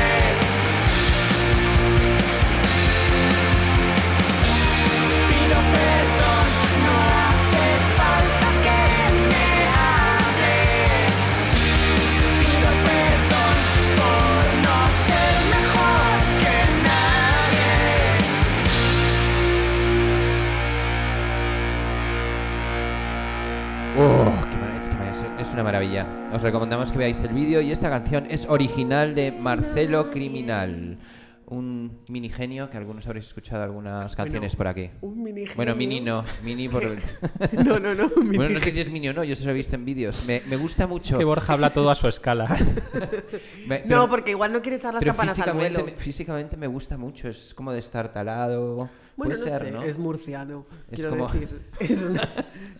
Speaker 1: Pido perdón, no hace falta que me hables. Pido perdón por no ser mejor que nadie.
Speaker 5: Oh, qué mara- es, que mara- es una maravilla. Os recomendamos que veáis el vídeo y esta canción es original de Marcelo Criminal, un mini genio que algunos habréis escuchado algunas canciones por aquí.
Speaker 6: Un mini
Speaker 5: Bueno,
Speaker 6: genio.
Speaker 5: mini no, mini por...
Speaker 6: No, no, no. mini-
Speaker 5: bueno, no sé si es mini o no, yo solo lo he visto en vídeos. Me, me gusta mucho.
Speaker 7: Que Borja habla todo a su escala.
Speaker 5: Me- pero-
Speaker 6: No, porque igual no quiere echar las
Speaker 5: pero
Speaker 6: campanas al
Speaker 5: físicamente, me-
Speaker 6: vuelo.
Speaker 5: físicamente me gusta mucho, es como destartalado,
Speaker 6: Bueno,
Speaker 5: Puede
Speaker 6: no
Speaker 5: ser,
Speaker 6: sé,
Speaker 5: ¿no?
Speaker 6: es murciano.
Speaker 5: Es
Speaker 6: quiero
Speaker 5: como-
Speaker 6: decir, es una-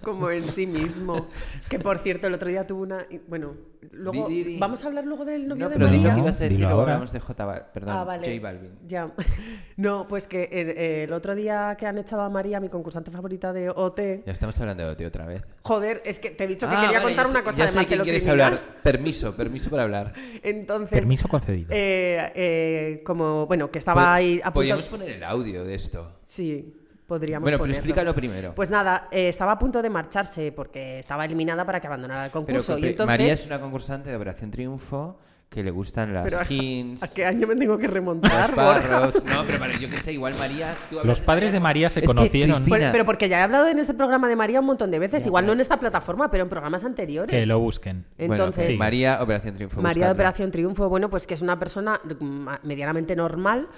Speaker 6: como en sí mismo. Que por cierto, el otro día tuvo una. Bueno, luego.
Speaker 5: Di, di, di.
Speaker 6: Vamos a hablar luego del novio
Speaker 5: No,
Speaker 6: de
Speaker 5: pero di lo
Speaker 6: María.
Speaker 5: que ibas a decir,
Speaker 7: Dilo
Speaker 5: luego
Speaker 7: ahora.
Speaker 5: hablamos de J Bal- perdón,
Speaker 6: Ah, vale.
Speaker 5: J Balvin.
Speaker 6: Ya. No, pues que el, el otro día que han echado a María, mi concursante favorita de OT.
Speaker 5: Ya estamos hablando de ti otra vez.
Speaker 6: Joder, es que te he dicho que
Speaker 5: Ah,
Speaker 6: quería
Speaker 5: vale,
Speaker 6: contar
Speaker 5: ya
Speaker 6: una
Speaker 5: sé-
Speaker 6: cosa
Speaker 5: ya
Speaker 6: de
Speaker 5: sé quién
Speaker 6: Marcelo
Speaker 5: quieres
Speaker 6: Criminal.
Speaker 5: hablar. Permiso, permiso para hablar.
Speaker 6: Entonces.
Speaker 7: Permiso concedido.
Speaker 6: eh, eh, como, bueno, que estaba ahí a punto-
Speaker 5: Podríamos poner el audio de esto.
Speaker 6: Sí, podríamos
Speaker 5: Bueno, pero
Speaker 6: ponerlo.
Speaker 5: explícalo primero.
Speaker 6: Pues nada, eh, estaba a punto de marcharse porque estaba eliminada para que abandonara el
Speaker 5: Pero
Speaker 6: concurso.
Speaker 5: que
Speaker 6: y
Speaker 5: pre-
Speaker 6: entonces...
Speaker 5: María es una concursante de Operación Triunfo que le gustan las
Speaker 6: Pero,
Speaker 5: skins,
Speaker 6: ¿A qué año me tengo que
Speaker 5: los
Speaker 6: remontar, Borja?
Speaker 5: parros. No, pero vale, yo qué sé, igual María. tú hablas
Speaker 7: Los padres de María se
Speaker 5: Es que
Speaker 7: conocieron.
Speaker 5: Cristina-
Speaker 6: Pero, pero porque ya he hablado en este programa de María un montón de veces, igual no en esta plataforma, pero en programas anteriores.
Speaker 7: Que lo busquen.
Speaker 6: Eh, entonces-
Speaker 5: Bueno,
Speaker 7: Sí.
Speaker 5: María, Operación Triunfo.
Speaker 6: María de
Speaker 5: buscadla.
Speaker 6: Operación Triunfo, bueno, pues que es una persona mm, medianamente normal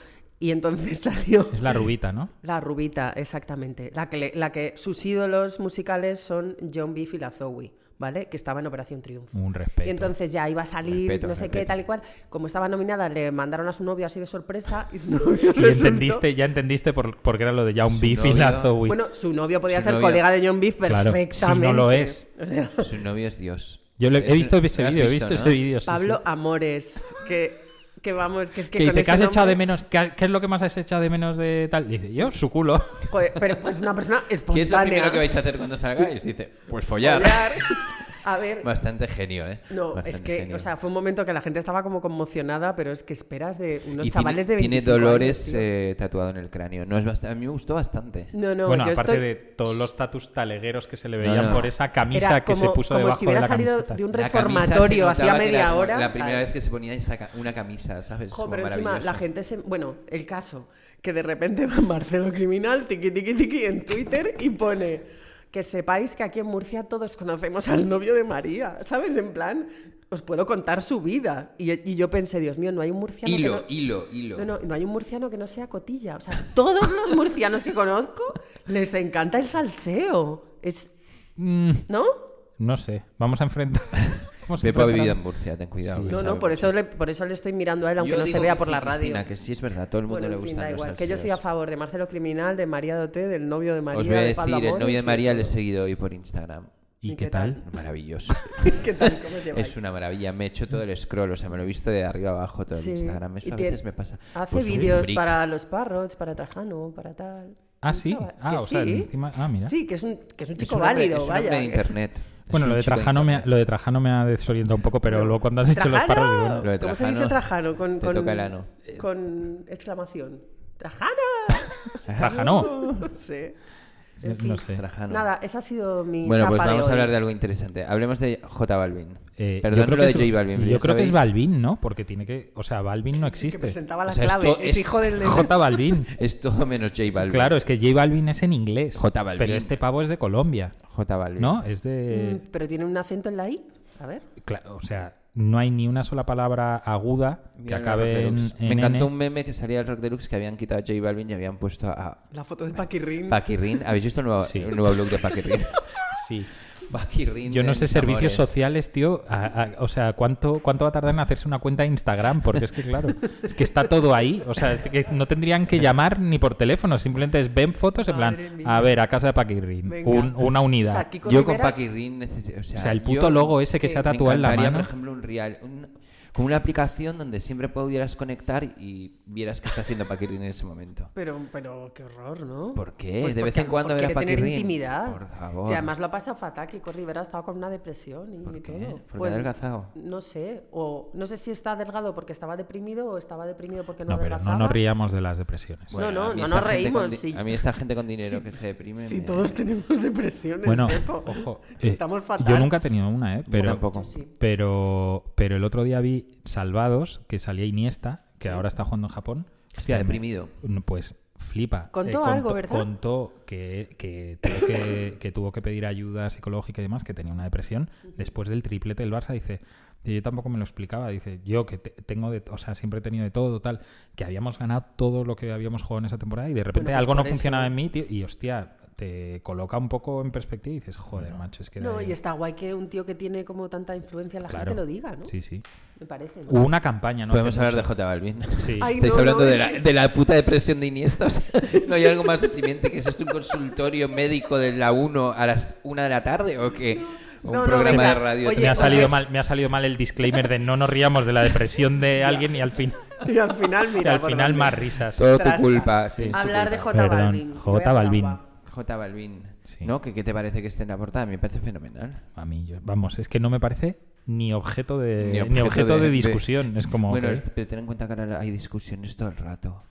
Speaker 6: y entonces salió...
Speaker 7: Es la rubita, ¿no?
Speaker 6: La rubita, exactamente. La que, le- la que sus ídolos musicales son John Beef y la Zoe, ¿vale? Que estaba en Operación Triunfo.
Speaker 7: Un respeto.
Speaker 6: Y entonces ya iba a salir,
Speaker 5: Respeto,
Speaker 6: no sé qué,
Speaker 5: respeto.
Speaker 6: tal y cual. Como estaba nominada, le mandaron a su novio así de sorpresa y su novio
Speaker 7: Y
Speaker 6: resultó-
Speaker 7: entendiste, ya entendiste por, porque era lo de ya un
Speaker 5: Su
Speaker 7: beef y la
Speaker 5: novio-
Speaker 7: Zoe.
Speaker 6: Bueno, su novio podía
Speaker 5: Su
Speaker 6: ser
Speaker 5: novio.
Speaker 6: colega de John Beef
Speaker 7: Claro,
Speaker 6: perfectamente.
Speaker 7: si no lo es.
Speaker 5: Su novio es Dios.
Speaker 7: Yo le-
Speaker 5: Eso-
Speaker 7: he visto ese
Speaker 5: ¿lo has
Speaker 7: vídeo, he
Speaker 5: visto,
Speaker 7: visto
Speaker 5: no?
Speaker 7: ese vídeo. sí,
Speaker 6: Pablo
Speaker 7: sí.
Speaker 6: Amores, que, que vamos, que es que,
Speaker 7: Que
Speaker 6: con
Speaker 7: dice, ¿qué has
Speaker 6: ese
Speaker 7: echado de
Speaker 6: nombre-
Speaker 7: menos? ¿Qué, ha- qué es lo que más has echado de menos de tal? Y dice, yo, su culo.
Speaker 6: Joder, pero pues una persona
Speaker 5: ¿Qué
Speaker 6: espontánea.
Speaker 5: es lo primero que vais a hacer cuando salgáis? Dice, pues follar.
Speaker 6: Follar. A ver,
Speaker 5: Bastante genio, ¿eh?
Speaker 6: No, es
Speaker 5: Bastante
Speaker 6: que,
Speaker 5: genio.
Speaker 6: o sea, fue un momento que la gente estaba como conmocionada, pero es que esperas de unos
Speaker 5: Y
Speaker 6: chavales
Speaker 5: tiene,
Speaker 6: de 25
Speaker 5: tiene dolores
Speaker 6: años, tío.
Speaker 5: eh, tatuado en el cráneo. No es bast- A mí me gustó bastante.
Speaker 6: No, no,
Speaker 7: bueno,
Speaker 6: yo
Speaker 7: aparte
Speaker 6: estoy...
Speaker 7: de todos los tatus talegueros que se le veían
Speaker 5: no.
Speaker 7: por esa
Speaker 6: Era
Speaker 7: camisa que se
Speaker 6: como-
Speaker 7: puso
Speaker 6: como
Speaker 7: debajo
Speaker 6: si
Speaker 7: de
Speaker 6: hubiera
Speaker 7: la
Speaker 6: salido
Speaker 7: camiseta.
Speaker 6: de un
Speaker 5: La camisa
Speaker 6: reformatorio
Speaker 5: se
Speaker 6: hacía
Speaker 5: notaba que era
Speaker 6: media
Speaker 5: como
Speaker 6: hora.
Speaker 5: La primera
Speaker 6: Ay.
Speaker 5: vez que se ponía esa ca- una camisa, ¿sabes?
Speaker 6: Jo,
Speaker 5: Como
Speaker 6: pero encima la
Speaker 5: maravilloso.
Speaker 6: gente se... Bueno, el caso, que de repente va Marcelo Criminal, tiqui, tiqui, tiqui, en Twitter y pone... Que sepáis que aquí en Murcia todos conocemos al novio de María, ¿sabes? En plan, os puedo contar su vida. Y, y yo pensé, Dios mío, no hay un murciano que
Speaker 5: Hilo,
Speaker 6: no-
Speaker 5: hilo, hilo.
Speaker 6: No, no, no hay un murciano que no sea cotilla. O sea, todos los murcianos que conozco les encanta el salseo. Es...
Speaker 7: Mm,
Speaker 6: ¿No?
Speaker 7: no sé, vamos a enfrentar. vamos a
Speaker 5: Pepo ha
Speaker 7: enfrentar-
Speaker 5: vivido en Murcia, ten cuidado.
Speaker 7: Sí.
Speaker 5: que
Speaker 6: No,
Speaker 5: sabe
Speaker 6: no, por
Speaker 5: mucho.
Speaker 6: eso, le, por eso le estoy mirando a él, aunque
Speaker 5: Pues Yo
Speaker 6: no se
Speaker 5: digo
Speaker 6: vea
Speaker 5: que
Speaker 6: por
Speaker 5: sí,
Speaker 6: la radio.
Speaker 5: Cristina, que sí es verdad, todo el mundo
Speaker 6: Bueno,
Speaker 5: le
Speaker 6: en fin,
Speaker 5: gustan
Speaker 6: da
Speaker 5: los
Speaker 6: igual. Que yo soy a
Speaker 5: salseos.
Speaker 6: favor de Marcelo Criminal, de María Doté, del novio de María,
Speaker 5: Os voy a
Speaker 6: de Pablo
Speaker 5: decir, el novio de
Speaker 6: Amores y
Speaker 5: María
Speaker 6: todo.
Speaker 5: le he seguido hoy por Instagram.
Speaker 7: ¿Y
Speaker 6: ¿Y
Speaker 7: qué
Speaker 6: qué
Speaker 7: tal?
Speaker 5: Maravilloso.
Speaker 6: ¿Qué tal? ¿Cómo os lleváis?
Speaker 5: Es una maravilla. Me he hecho todo el scroll, o sea, me lo he visto de arriba abajo todo
Speaker 6: Sí.
Speaker 5: el Instagram. Eso
Speaker 6: Y
Speaker 5: a
Speaker 6: tiene-
Speaker 5: veces me pasa.
Speaker 6: Hace
Speaker 5: Pues soy
Speaker 6: vídeos
Speaker 5: freak.
Speaker 6: para los Parrots, para Trajano, para tal.
Speaker 7: Ah,
Speaker 6: Un
Speaker 7: sí.
Speaker 6: chaval-
Speaker 7: Ah,
Speaker 6: que
Speaker 7: o sea,
Speaker 6: sí.
Speaker 7: encima- ah, mira.
Speaker 6: Sí, que es un, que es un
Speaker 5: Es
Speaker 6: chico
Speaker 5: un hombre-
Speaker 6: válido,
Speaker 5: es un
Speaker 6: vaya. ¿eh?
Speaker 5: hombre de internet. Es
Speaker 7: Bueno,
Speaker 5: un
Speaker 7: lo de,
Speaker 5: chico
Speaker 7: Trajano me ha,
Speaker 5: internet.
Speaker 7: lo de Trajano me ha desorientado un poco, pero luego cuando has dicho los
Speaker 6: ¡Trajano!
Speaker 7: paros digo, bueno,
Speaker 5: Lo de
Speaker 6: ¿Cómo se
Speaker 5: Trajano,
Speaker 6: dice Trajano? Con,
Speaker 5: te
Speaker 6: con,
Speaker 5: toca el ano.
Speaker 6: con exclamación. ¡Trajano!
Speaker 7: ¡Trajano!
Speaker 6: No sé.
Speaker 7: No, no sé.
Speaker 5: Trajano.
Speaker 6: Nada, esa ha sido mi
Speaker 5: Bueno, pues
Speaker 6: chapa
Speaker 5: vamos
Speaker 6: de
Speaker 5: a
Speaker 6: hoy.
Speaker 5: hablar de algo interesante. Hablemos de J Balvin.
Speaker 7: Eh, yo
Speaker 5: Perdón
Speaker 7: creo
Speaker 5: lo
Speaker 7: que
Speaker 5: de
Speaker 7: es-
Speaker 5: J Balvin. pero
Speaker 7: Yo
Speaker 5: ya
Speaker 7: creo que es
Speaker 5: sabéis-
Speaker 7: Balvin, ¿no? Porque tiene que. O sea, Balvin no
Speaker 6: Que
Speaker 7: existe.
Speaker 6: presentaba la
Speaker 5: O sea,
Speaker 6: clave.
Speaker 5: esto
Speaker 6: es,
Speaker 5: es-
Speaker 6: hijo del...
Speaker 7: J Balvin.
Speaker 5: Es todo menos J Balvin.
Speaker 7: Claro, es que J Balvin es en inglés.
Speaker 5: J Balvin.
Speaker 7: Pero este pavo es de Colombia,
Speaker 5: J Balvin.
Speaker 7: ¿no? Es de.
Speaker 6: Mm, Pero tiene un acento en la I. A ver.
Speaker 7: Cla- o sea, no hay ni una sola palabra aguda que
Speaker 5: Mira el Rock
Speaker 7: acabe en,
Speaker 5: Deluxe.
Speaker 7: en
Speaker 5: Me encantó
Speaker 7: N.
Speaker 5: un meme que salía del Rock Deluxe que habían quitado a J Balvin y habían puesto a
Speaker 6: La foto de Paquirrin.
Speaker 5: Paquirrin. ¿Habéis visto el nuevo,
Speaker 7: Sí.
Speaker 5: el nuevo look de Paquirrin?
Speaker 7: Sí.
Speaker 5: Paquirrin.
Speaker 7: Yo no
Speaker 5: en
Speaker 7: sé servicios
Speaker 5: Amores.
Speaker 7: sociales, tío. a- a- o sea, ¿cuánto, ¿cuánto va a tardar en hacerse una cuenta de Instagram? Porque es que, claro, es que está todo ahí. O sea, es que no tendrían que llamar ni por teléfono. Simplemente es ven fotos en plan,
Speaker 6: Madre mía.
Speaker 7: a ver, a casa de Paquirrin.
Speaker 6: Venga.
Speaker 7: un- una
Speaker 6: O
Speaker 7: unidad.
Speaker 6: sea, Kiko
Speaker 5: Yo con
Speaker 6: Rivera-
Speaker 5: Paquirrin necesito. O sea,
Speaker 7: O sea, el
Speaker 5: yo-
Speaker 7: puto logo ese que
Speaker 6: Sí.
Speaker 7: se ha
Speaker 5: Me
Speaker 7: tatuado en la
Speaker 5: encantaría,
Speaker 7: mano.
Speaker 5: por ejemplo, un real. un- como una aplicación donde siempre pudieras conectar y vieras qué está haciendo Paquirrin en ese momento.
Speaker 6: Pero, pero qué horror, ¿no?
Speaker 5: ¿Por qué?
Speaker 6: Pues
Speaker 5: De vez
Speaker 6: porque
Speaker 5: en
Speaker 6: a lo
Speaker 5: cuando
Speaker 6: mejor
Speaker 5: ver a
Speaker 6: quiere tener
Speaker 5: Paquirrín.
Speaker 6: intimidad.
Speaker 5: Por favor.
Speaker 6: Y además lo ha pasado fatal, Kiko Rivera ha estado con una depresión y
Speaker 5: ¿Por qué?
Speaker 6: todo. Pues,
Speaker 5: ¿Por qué ha adelgazado?
Speaker 6: No sé, o no sé si está delgado porque estaba deprimido o estaba deprimido porque no,
Speaker 7: No, pero
Speaker 6: adelgazaba.
Speaker 7: no nos ríamos de las depresiones.
Speaker 6: Bueno, no,
Speaker 5: a mí
Speaker 6: no
Speaker 5: esta
Speaker 6: nos
Speaker 5: gente con
Speaker 6: reímos,
Speaker 5: di-
Speaker 6: sí.
Speaker 5: A mí esta gente con dinero que se deprime.
Speaker 6: Si
Speaker 5: me-
Speaker 6: todos tenemos depresiones,
Speaker 7: Bueno,
Speaker 6: Pepo.
Speaker 7: ojo,
Speaker 6: Si
Speaker 7: eh,
Speaker 6: estamos fatal.
Speaker 7: yo nunca he tenido una, ¿eh? Pero,
Speaker 5: tampoco.
Speaker 6: Yo sí.
Speaker 7: Pero, pero el otro día vi Salvados, que salía Iniesta, que ahora está jugando en Japón.
Speaker 5: Está deprimido.
Speaker 7: no, Pues flipa.
Speaker 6: Contó algo, ¿verdad?
Speaker 7: Contó que, que tuvo que, que tuvo que pedir ayuda psicológica y demás, que tenía una depresión. Después del triplete del Barça, dice, "Tío, yo tampoco me lo explicaba. Dice, yo que te- tengo de, o sea, siempre he tenido de todo, tal, que habíamos ganado todo lo que habíamos jugado en esa temporada y de repente
Speaker 6: Bueno, pues
Speaker 7: algo no
Speaker 6: por eso-
Speaker 7: funcionaba en mí, tío, y hostia, te coloca un poco en perspectiva y dices, joder, macho, es que...
Speaker 6: No,
Speaker 7: de-
Speaker 6: y está guay que un tío que tiene como tanta influencia la
Speaker 7: Claro.
Speaker 6: gente lo diga, ¿no?
Speaker 7: Sí, sí.
Speaker 6: Me parece. ¿no?
Speaker 7: Hubo una campaña, ¿no?
Speaker 5: Podemos
Speaker 7: Hace
Speaker 5: hablar de
Speaker 7: mucho.
Speaker 5: J Balvin.
Speaker 7: Sí.
Speaker 6: Ay,
Speaker 5: Estáis
Speaker 6: no,
Speaker 5: hablando
Speaker 6: no,
Speaker 5: de,
Speaker 6: es
Speaker 5: la,
Speaker 6: que-
Speaker 5: de la puta depresión de Iniesta. o sea, ¿No hay algo más deprimente que es esto un consultorio médico de la 1 a las 1 de la tarde o qué? O un
Speaker 6: No, no,
Speaker 5: programa
Speaker 6: venga,
Speaker 5: de radio.
Speaker 6: oye,
Speaker 7: me, ha
Speaker 6: oye.
Speaker 7: salido mal, me ha salido mal el disclaimer de no nos riamos de la depresión de alguien y al final,
Speaker 6: Y al final,
Speaker 7: y
Speaker 6: mira.
Speaker 7: al
Speaker 6: por
Speaker 7: final
Speaker 6: dónde.
Speaker 7: más risas.
Speaker 5: Todo tu
Speaker 6: Trasca.
Speaker 5: culpa.
Speaker 6: Sí.
Speaker 5: tienes tu
Speaker 6: Hablar de
Speaker 5: culpa.
Speaker 6: J
Speaker 7: Perdón,
Speaker 6: Balvin. que
Speaker 7: J
Speaker 6: voy a
Speaker 7: Balvin.
Speaker 6: Jamba.
Speaker 5: J Balvin.
Speaker 7: Sí.
Speaker 5: ¿No? ¿Qué, qué te parece que esté en la portada? Me parece fenomenal.
Speaker 7: A mí, yo- vamos, es que no me parece ni objeto de, ni objeto de,
Speaker 5: de-
Speaker 7: discusión. Es como...
Speaker 5: Bueno,
Speaker 7: ok.
Speaker 5: pero ten en cuenta que ahora hay discusiones todo el rato.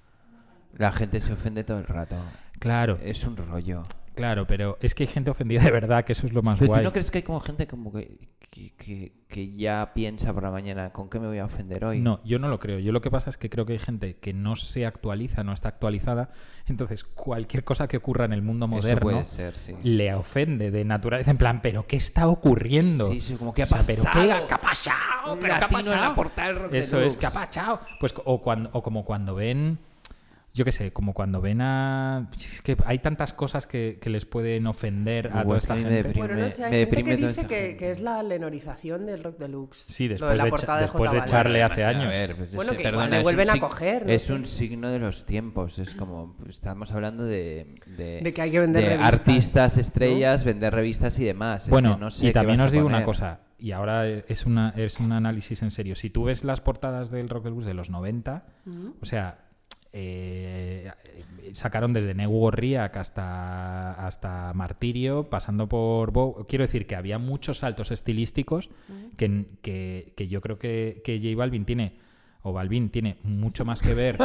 Speaker 5: La gente se ofende todo el rato.
Speaker 7: Claro,
Speaker 5: Es un rollo.
Speaker 7: claro, pero es que hay gente ofendida de verdad, que eso es lo más
Speaker 5: Pero
Speaker 7: guay.
Speaker 5: tú no crees que hay como gente como que, que, que- que ya piensa por la mañana con qué me voy a ofender hoy.
Speaker 7: No, yo no lo creo. Yo lo que pasa es que creo que hay gente que no se actualiza, no está actualizada. Entonces, cualquier cosa que ocurra en el mundo
Speaker 5: Eso
Speaker 7: moderno
Speaker 5: puede ser, sí.
Speaker 7: le ofende de naturaleza. En plan, ¿pero qué está ocurriendo?
Speaker 5: Sí, sí, como que ha
Speaker 7: O sea, ¿pero
Speaker 5: pasado?
Speaker 7: qué? ¿Qué ha pasado?
Speaker 5: Un
Speaker 7: ¿Pero qué ha
Speaker 5: latino en la
Speaker 7: pasado?
Speaker 5: portada del Rock
Speaker 7: Eso es,
Speaker 5: Deluxe.
Speaker 7: ¿qué ha pasado? Pues, o, cuando, o como cuando ven... Yo qué sé, como cuando ven a... Es que hay tantas cosas que, que les pueden ofender
Speaker 5: Buah,
Speaker 7: a toda
Speaker 5: es que
Speaker 7: esta
Speaker 5: a mí me
Speaker 7: gente.
Speaker 5: deprime.
Speaker 6: Bueno, no sé, hay
Speaker 5: me
Speaker 6: gente que
Speaker 5: deprime toda
Speaker 6: dice
Speaker 5: esa
Speaker 6: que,
Speaker 5: gente.
Speaker 6: que es la lenorización del rock deluxe. Lo
Speaker 7: Sí,
Speaker 6: de
Speaker 7: después
Speaker 6: la
Speaker 7: de,
Speaker 6: portada
Speaker 7: Cha-
Speaker 6: de,
Speaker 7: después
Speaker 6: J
Speaker 7: de
Speaker 6: Balvin.
Speaker 7: Charlie hace
Speaker 5: Demasiado,
Speaker 7: años.
Speaker 5: a ver, pues,
Speaker 6: Bueno,
Speaker 5: sí,
Speaker 6: que igual
Speaker 5: perdona,
Speaker 6: le
Speaker 5: es un
Speaker 6: vuelven a
Speaker 5: sig-
Speaker 6: coger, no
Speaker 5: Es
Speaker 6: sé.
Speaker 5: un signo de los tiempos. Es como. Estamos hablando de. De,
Speaker 6: De que hay que vender
Speaker 5: de
Speaker 6: revistas,
Speaker 5: artistas, estrellas, vender revistas y demás. Es
Speaker 7: Bueno,
Speaker 5: que no sé
Speaker 7: y
Speaker 5: qué
Speaker 7: también
Speaker 5: vas
Speaker 7: os
Speaker 5: a
Speaker 7: digo una
Speaker 5: poner.
Speaker 7: cosa, y ahora es, una, es un análisis en serio. Si tú ves las portadas del Rock del Blues de los 90, o sea, eh, sacaron desde Neu Gorriak hasta, hasta Martirio, pasando por Bow. Quiero decir que había muchos saltos estilísticos que, que, que yo creo que, que J Balvin tiene. O Balvin tiene mucho más que ver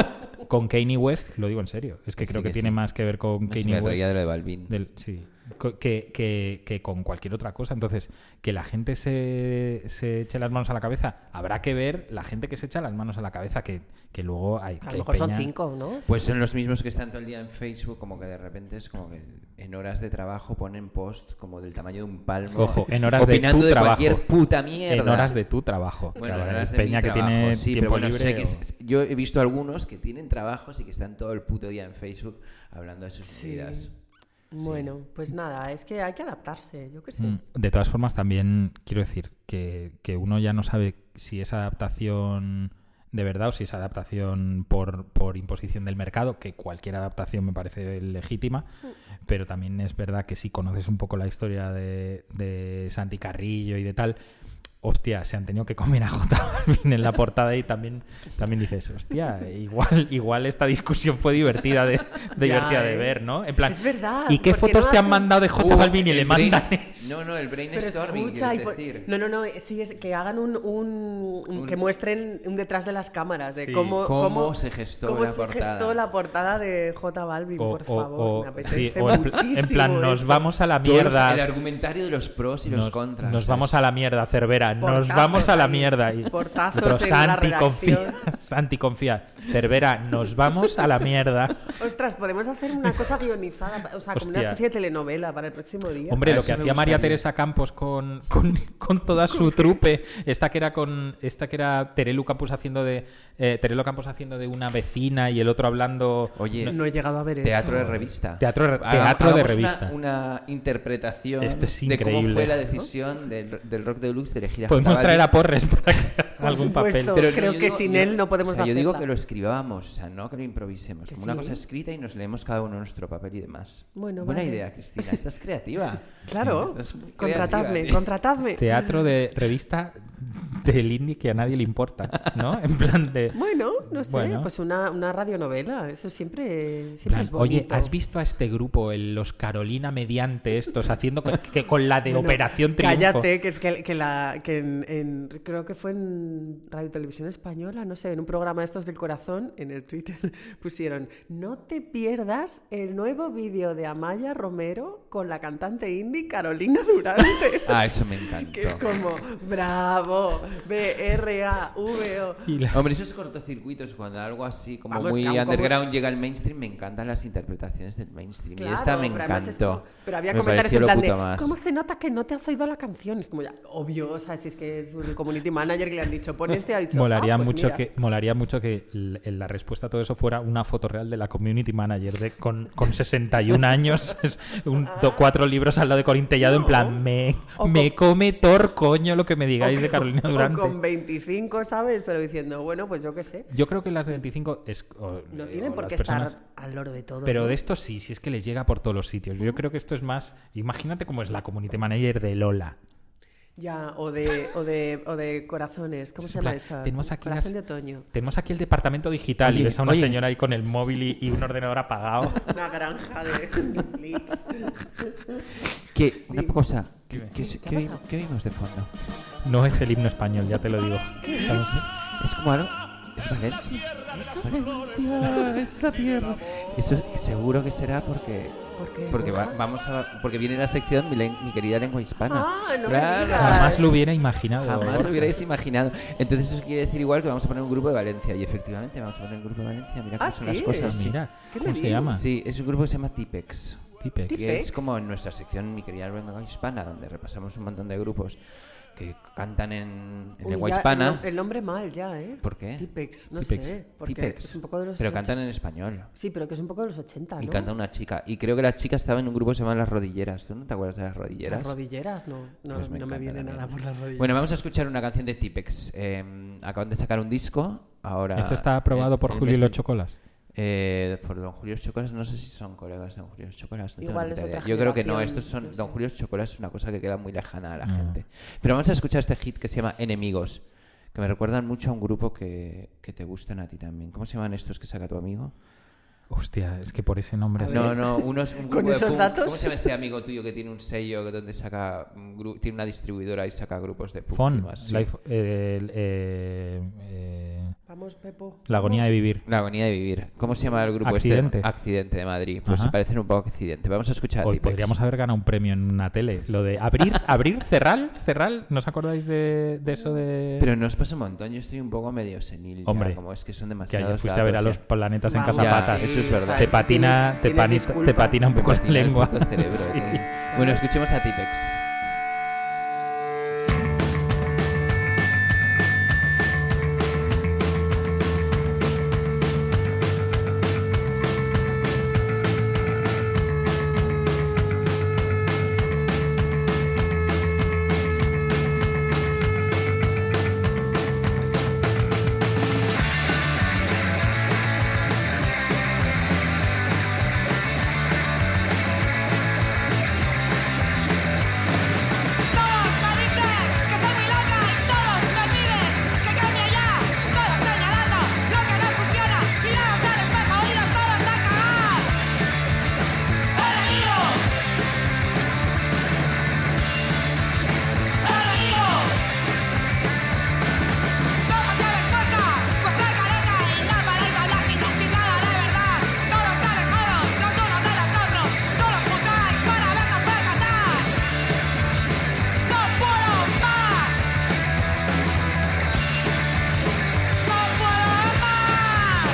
Speaker 7: con Kanye West, lo digo en serio, es que
Speaker 5: Sí,
Speaker 7: creo que,
Speaker 5: que
Speaker 7: tiene
Speaker 5: sí.
Speaker 7: más que ver con
Speaker 5: No sé,
Speaker 7: Kanye
Speaker 5: me
Speaker 7: West
Speaker 5: reía de lo de Balvin.
Speaker 7: del- sí. Co- Que, que- que con cualquier otra cosa. Entonces, que la gente se, se eche las manos a la cabeza. Habrá que ver la gente que se echa las manos a la cabeza, que, que luego hay.
Speaker 6: A
Speaker 7: que
Speaker 6: lo mejor son
Speaker 7: peña-
Speaker 6: cinco, ¿no?
Speaker 5: Pues son los mismos que están todo el día en Facebook, como que de repente es como que en horas de trabajo ponen post como del tamaño de un palmo.
Speaker 7: Ojo, en horas de
Speaker 5: opinando
Speaker 7: tu trabajo.
Speaker 5: cualquier puta mierda.
Speaker 7: En horas de tu trabajo.
Speaker 5: Bueno,
Speaker 7: Claro,
Speaker 5: en horas de
Speaker 7: peña
Speaker 5: mi
Speaker 7: que
Speaker 5: trabajo,
Speaker 7: tiene
Speaker 5: sí, pero
Speaker 7: tiempo
Speaker 5: bueno,
Speaker 7: libre.
Speaker 5: sé que
Speaker 7: o-
Speaker 5: s- yo he visto algunos que tienen trabajos y que están todo el puto día en Facebook hablando de sus vidas.
Speaker 6: Bueno, pues nada, es que hay que adaptarse, yo qué sé.
Speaker 7: Mm, De todas formas, también quiero decir que, que uno ya no sabe si es adaptación de verdad o si es adaptación por, por imposición del mercado, que cualquier adaptación me parece legítima,
Speaker 6: Mm.
Speaker 7: pero también es verdad que si conoces un poco la historia de, de Santi Carrillo y de tal, hostia, se han tenido que comer a J Balvin en la portada y también, también dices, hostia, igual, igual esta discusión fue divertida de, divertida de
Speaker 6: eh.
Speaker 7: ver, ¿no? En plan,
Speaker 6: Es verdad,
Speaker 7: ¿y qué
Speaker 6: porque
Speaker 7: fotos
Speaker 6: no
Speaker 7: te han
Speaker 6: hacen-
Speaker 7: mandado de J
Speaker 5: Uh,
Speaker 7: Balvin y
Speaker 5: el
Speaker 7: le
Speaker 5: brain-
Speaker 7: mandan eso?
Speaker 5: No, no, el
Speaker 6: Pero
Speaker 5: brainstorming,
Speaker 6: escucha, y
Speaker 5: quieres
Speaker 6: por-
Speaker 5: decir.
Speaker 6: no, no, no, eh, sí, es que hagan un, un- un-
Speaker 5: Un-
Speaker 6: que muestren un detrás de las cámaras de
Speaker 7: Sí.
Speaker 6: cómo,
Speaker 5: Cómo se gestó
Speaker 6: cómo
Speaker 5: la
Speaker 6: se
Speaker 5: portada.
Speaker 6: gestó la portada de J Balvin,
Speaker 7: O-
Speaker 6: por
Speaker 7: o-
Speaker 6: favor,
Speaker 7: o-
Speaker 6: me
Speaker 7: sí,
Speaker 6: apetece
Speaker 7: o en, pl- en
Speaker 6: muchísimo
Speaker 7: plan, nos
Speaker 6: eso.
Speaker 7: vamos a la
Speaker 5: Todos los- el
Speaker 7: mierda.
Speaker 5: argumentario de los pros y los
Speaker 7: Nos,
Speaker 5: contras.
Speaker 7: nos
Speaker 5: ¿sabes?
Speaker 7: vamos a la mierda, Cervera. Nos
Speaker 6: Portazos
Speaker 7: vamos a la
Speaker 6: ahí,
Speaker 7: mierda. Y-
Speaker 6: portazos
Speaker 7: pero
Speaker 6: en la
Speaker 7: Santi,
Speaker 6: redacción.
Speaker 7: confía. Santi, confía. Cervera, nos vamos a la mierda.
Speaker 6: Ostras, podemos hacer una cosa guionizada, o sea, como una
Speaker 7: Hostia.
Speaker 6: especie de telenovela para el próximo día.
Speaker 7: Hombre,
Speaker 5: Ah,
Speaker 7: lo
Speaker 5: eso
Speaker 7: que
Speaker 5: me
Speaker 7: hacía María
Speaker 5: gustaría.
Speaker 7: Teresa Campos con, con, con toda su trupe, esta que era con esta que era Terelu Campos haciendo de eh, Terelu Campos haciendo de una vecina y el otro hablando
Speaker 5: Oye,
Speaker 6: no he llegado a ver eso.
Speaker 5: Teatro de revista.
Speaker 7: Teatro de-
Speaker 5: Haga-
Speaker 7: teatro de
Speaker 5: hagamos una-
Speaker 7: revista.
Speaker 5: Una, interpretación
Speaker 7: Esto es
Speaker 5: de cómo
Speaker 7: increíble.
Speaker 5: fue la decisión del, del rock deluxe de elegir a
Speaker 7: podemos
Speaker 5: J
Speaker 7: traer a
Speaker 5: Balvin.
Speaker 7: Porres para que haga
Speaker 6: Por
Speaker 7: algún papel.
Speaker 6: supuesto.
Speaker 5: Pues no,
Speaker 6: Creo
Speaker 5: yo
Speaker 6: que sin él no podemos
Speaker 5: o sea, Yo digo
Speaker 6: hacerla.
Speaker 5: que lo escribábamos, o sea, no que lo improvisemos.
Speaker 6: Que
Speaker 5: como una
Speaker 6: sí.
Speaker 5: cosa escrita y nos leemos cada uno nuestro papel y demás.
Speaker 6: Bueno,
Speaker 5: Buena
Speaker 6: vale.
Speaker 5: idea, Cristina. Estás creativa.
Speaker 6: Claro,
Speaker 5: Estás muy eh. creativa,
Speaker 6: contratadme,
Speaker 5: tío.
Speaker 6: contratadme.
Speaker 7: Teatro de revista del indie que a nadie le importa, ¿no? En plan de.
Speaker 6: Bueno, no sé,
Speaker 7: Bueno.
Speaker 6: pues una, una radionovela, eso siempre, siempre
Speaker 7: plan,
Speaker 6: es bonito.
Speaker 7: Oye, ¿has visto a este grupo, el- los Carolina Mediante, estos, haciendo co- que con la de
Speaker 6: Bueno,
Speaker 7: Operación Triunfo?
Speaker 6: Cállate, que es que, que la, que en, en- creo que fue en Radio Televisión Española, no sé, en un programa de estos del corazón, en el Twitter, pusieron, no te pierdas el nuevo vídeo de Amaya Romero con la cantante indie Carolina Durante.
Speaker 5: Ah, eso me encantó.
Speaker 6: que es como, bravo, B-R-A-V-O.
Speaker 7: Y la-
Speaker 5: Hombre, esos cortocircuitos, cuando algo así como
Speaker 6: Vamos,
Speaker 5: muy
Speaker 6: que aún como-
Speaker 5: underground llega al mainstream, me encantan las interpretaciones del mainstream. y esta
Speaker 6: Claro,
Speaker 5: me
Speaker 6: pero además es
Speaker 5: encantó.
Speaker 6: como- pero había
Speaker 5: me
Speaker 6: comentarios
Speaker 5: pareció
Speaker 6: en
Speaker 5: lo
Speaker 6: plan
Speaker 5: puto
Speaker 6: de,
Speaker 5: más.
Speaker 6: ¿cómo se nota que no te has oído la canción? Es como ya, obvio, o sea, si es que es un community manager que le han dicho, pon este, ha dicho,
Speaker 7: Molaría,
Speaker 6: "Ah, pues
Speaker 7: mucho
Speaker 6: mira".
Speaker 7: que, molaría mucho que l- la respuesta a todo eso fuera una foto real de la community manager de, con, con 61 años, es un- do- cuatro libros al lado de Corintellado, en plan, me,
Speaker 6: Ah. O
Speaker 7: me come Thor, coño, lo que me digáis de Carolina
Speaker 6: O
Speaker 7: Durante.
Speaker 6: con 25, ¿sabes? Pero diciendo, bueno, pues yo qué sé.
Speaker 7: Yo creo que las de 25 es, o-
Speaker 6: No
Speaker 7: eh,
Speaker 6: tienen
Speaker 7: o
Speaker 6: por
Speaker 7: las
Speaker 6: qué
Speaker 7: personas-
Speaker 6: estar al loro de todo.
Speaker 7: Pero
Speaker 6: ¿no?
Speaker 7: de esto sí, si es que les llega por todos los sitios. Yo creo que esto es más. Imagínate cómo es la community manager de Lola.
Speaker 6: Ya, o de, o de, o de corazones. ¿Cómo
Speaker 7: Es
Speaker 6: se
Speaker 7: en
Speaker 6: llama
Speaker 7: plan,
Speaker 6: esta?
Speaker 7: tenemos aquí
Speaker 6: Corazón
Speaker 7: las-
Speaker 6: de otoño.
Speaker 7: Tenemos aquí el departamento digital y
Speaker 5: Oye,
Speaker 7: ves a una
Speaker 5: oye.
Speaker 7: señora ahí con el móvil y, y un ordenador apagado.
Speaker 6: Una granja de clips.
Speaker 5: Que, una cosa, ¿qué, qué-
Speaker 6: ¿Qué ha
Speaker 5: qué-
Speaker 6: pasado?
Speaker 5: qué vimos de fondo?
Speaker 7: No es el himno español, ya te lo digo. ¿Sabes?
Speaker 5: Es como algo. Es Valencia. Valencia es la tierra. Eso seguro que será porque.
Speaker 6: ¿Por qué?
Speaker 5: Porque va- vamos a, porque viene la sección mi, len- mi querida lengua hispana.
Speaker 6: Ah, no me
Speaker 5: Claro.
Speaker 6: digas.
Speaker 7: Jamás lo hubiera imaginado.
Speaker 5: Jamás
Speaker 7: Gorka.
Speaker 5: lo hubierais imaginado. Entonces eso quiere decir igual que vamos a poner un grupo de Valencia. Y efectivamente vamos a poner un grupo de Valencia. Mira cómo
Speaker 6: Ah,
Speaker 5: son
Speaker 6: ¿sí?
Speaker 5: las
Speaker 7: Ah,
Speaker 5: cosas.
Speaker 7: Mira,
Speaker 6: ¿Qué me
Speaker 7: ¿cómo se
Speaker 6: dices?
Speaker 7: llama?
Speaker 5: Sí, es un grupo que se llama Tipex.
Speaker 7: Tipex.
Speaker 5: Que
Speaker 6: Tipex.
Speaker 5: es como en nuestra sección Mi querida lengua hispana, donde repasamos un montón de grupos que cantan en, en
Speaker 6: Uy,
Speaker 5: lengua
Speaker 6: ya,
Speaker 5: hispana.
Speaker 6: El, nom- el nombre mal ya, ¿eh?
Speaker 5: ¿Por qué?
Speaker 6: Tipex, no
Speaker 5: Tipex.
Speaker 6: sé. ¿eh? Porque
Speaker 5: Tipex.
Speaker 6: es un poco de los
Speaker 5: Pero
Speaker 6: och-
Speaker 5: cantan en español.
Speaker 6: Sí, pero que es un poco de los 80, ¿no?
Speaker 5: Y canta una chica. Y creo que la chica estaba en un grupo que se llama Las Rodilleras. ¿Tú no te acuerdas de Las Rodilleras?
Speaker 6: Las rodilleras, no. No,
Speaker 5: Pues
Speaker 6: no me,
Speaker 5: encanta
Speaker 6: viene
Speaker 5: también.
Speaker 6: nada por las rodilleras.
Speaker 5: Bueno, vamos a escuchar una canción de Tipex. Eh, acaban de sacar un disco. Ahora. este
Speaker 7: Eso está aprobado
Speaker 5: el-
Speaker 7: por
Speaker 5: el
Speaker 7: Julio y
Speaker 5: mes
Speaker 7: los
Speaker 5: de-
Speaker 7: Chocolas.
Speaker 5: Eh, por Don Julio Chocolas, no sé si son colegas de Don Julio Chocolas. No tengo
Speaker 6: Igual
Speaker 5: ni
Speaker 6: es
Speaker 5: idea.
Speaker 6: otra
Speaker 5: Yo creo que no,
Speaker 6: generación,
Speaker 5: estos son.
Speaker 6: no sé.
Speaker 5: Don Julio Chocolas es una cosa que queda muy lejana a
Speaker 7: Mm.
Speaker 5: la gente. Pero vamos a escuchar este hit que se llama Enemigos, que me recuerdan mucho a un grupo que, que te gustan a ti también. ¿Cómo se llaman estos que saca tu amigo?
Speaker 7: Hostia, es que por ese nombre. así-
Speaker 5: No, no, unos, un
Speaker 6: ¿Con
Speaker 5: grupo de
Speaker 6: esos
Speaker 5: punk-
Speaker 6: datos?
Speaker 5: ¿Cómo se llama este amigo tuyo que tiene un sello donde saca un gru- tiene una distribuidora y saca grupos de punk? y
Speaker 7: Fon.
Speaker 5: más? Sí.
Speaker 7: Life- eh, el- eh, eh,
Speaker 6: Vamos, Pepo.
Speaker 7: la agonía de vivir.
Speaker 5: La agonía de vivir. ¿Cómo se llama el grupo
Speaker 7: Accidente.
Speaker 5: este? Accidente de Madrid. Pues
Speaker 7: Ajá.
Speaker 5: se parecen un poco a accidente. Vamos a escuchar a
Speaker 7: Hoy
Speaker 5: Tipex.
Speaker 7: podríamos haber ganado un premio en una tele. Lo de abrir, abrir, cerrar, cerrar. ¿No os acordáis de, de eso de.?
Speaker 5: Pero no os pasa un montón, yo estoy un poco medio senil. ya,
Speaker 7: Hombre,
Speaker 5: como es que son
Speaker 7: que
Speaker 5: demasiados
Speaker 7: ayer fuiste a ver a
Speaker 5: datos,
Speaker 7: los
Speaker 5: ya.
Speaker 7: planetas en
Speaker 6: Vamos,
Speaker 7: Casapatas.
Speaker 5: sí, eso es verdad.
Speaker 7: Te
Speaker 5: ¿sabes?
Speaker 7: patina,
Speaker 6: Tienes-
Speaker 7: te,
Speaker 6: tienes
Speaker 7: pani-
Speaker 6: disculpa.
Speaker 7: te patina un
Speaker 5: Me
Speaker 7: poco la
Speaker 5: patina el
Speaker 7: lengua.
Speaker 5: puto cerebro,
Speaker 7: Sí.
Speaker 5: tío. Bueno, escuchemos a Tipex.
Speaker 9: Todos me dicen que estoy muy loca y todos me piden que cambie ya. Todos señalando lo que no funciona. Mirados al espejo y los todos a cagar. ¡Enemigos! ¡Enemigos! Todo se respuesta, pues la careta y la pared hablar sin decir nada de verdad. Todos alejados los unos de los otros. Solo os juntáis para vernos fracasar. ¡No puedo más! ¡No puedo más!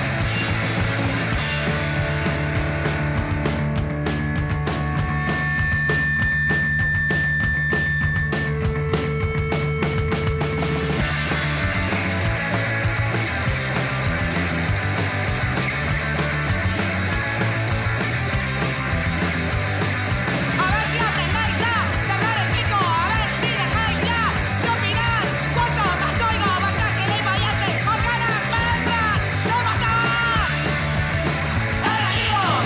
Speaker 9: A ver si aprendéis a cerrar el pico, a ver si dejáis ya de opinar. Cuanto más oigo, más ágil y valiente, con ganas me entran de matar. ¡Enemigos!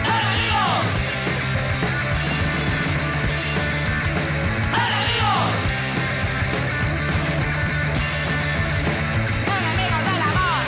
Speaker 9: ¡Enemigos! ¡Enemigos! Enemigos del amor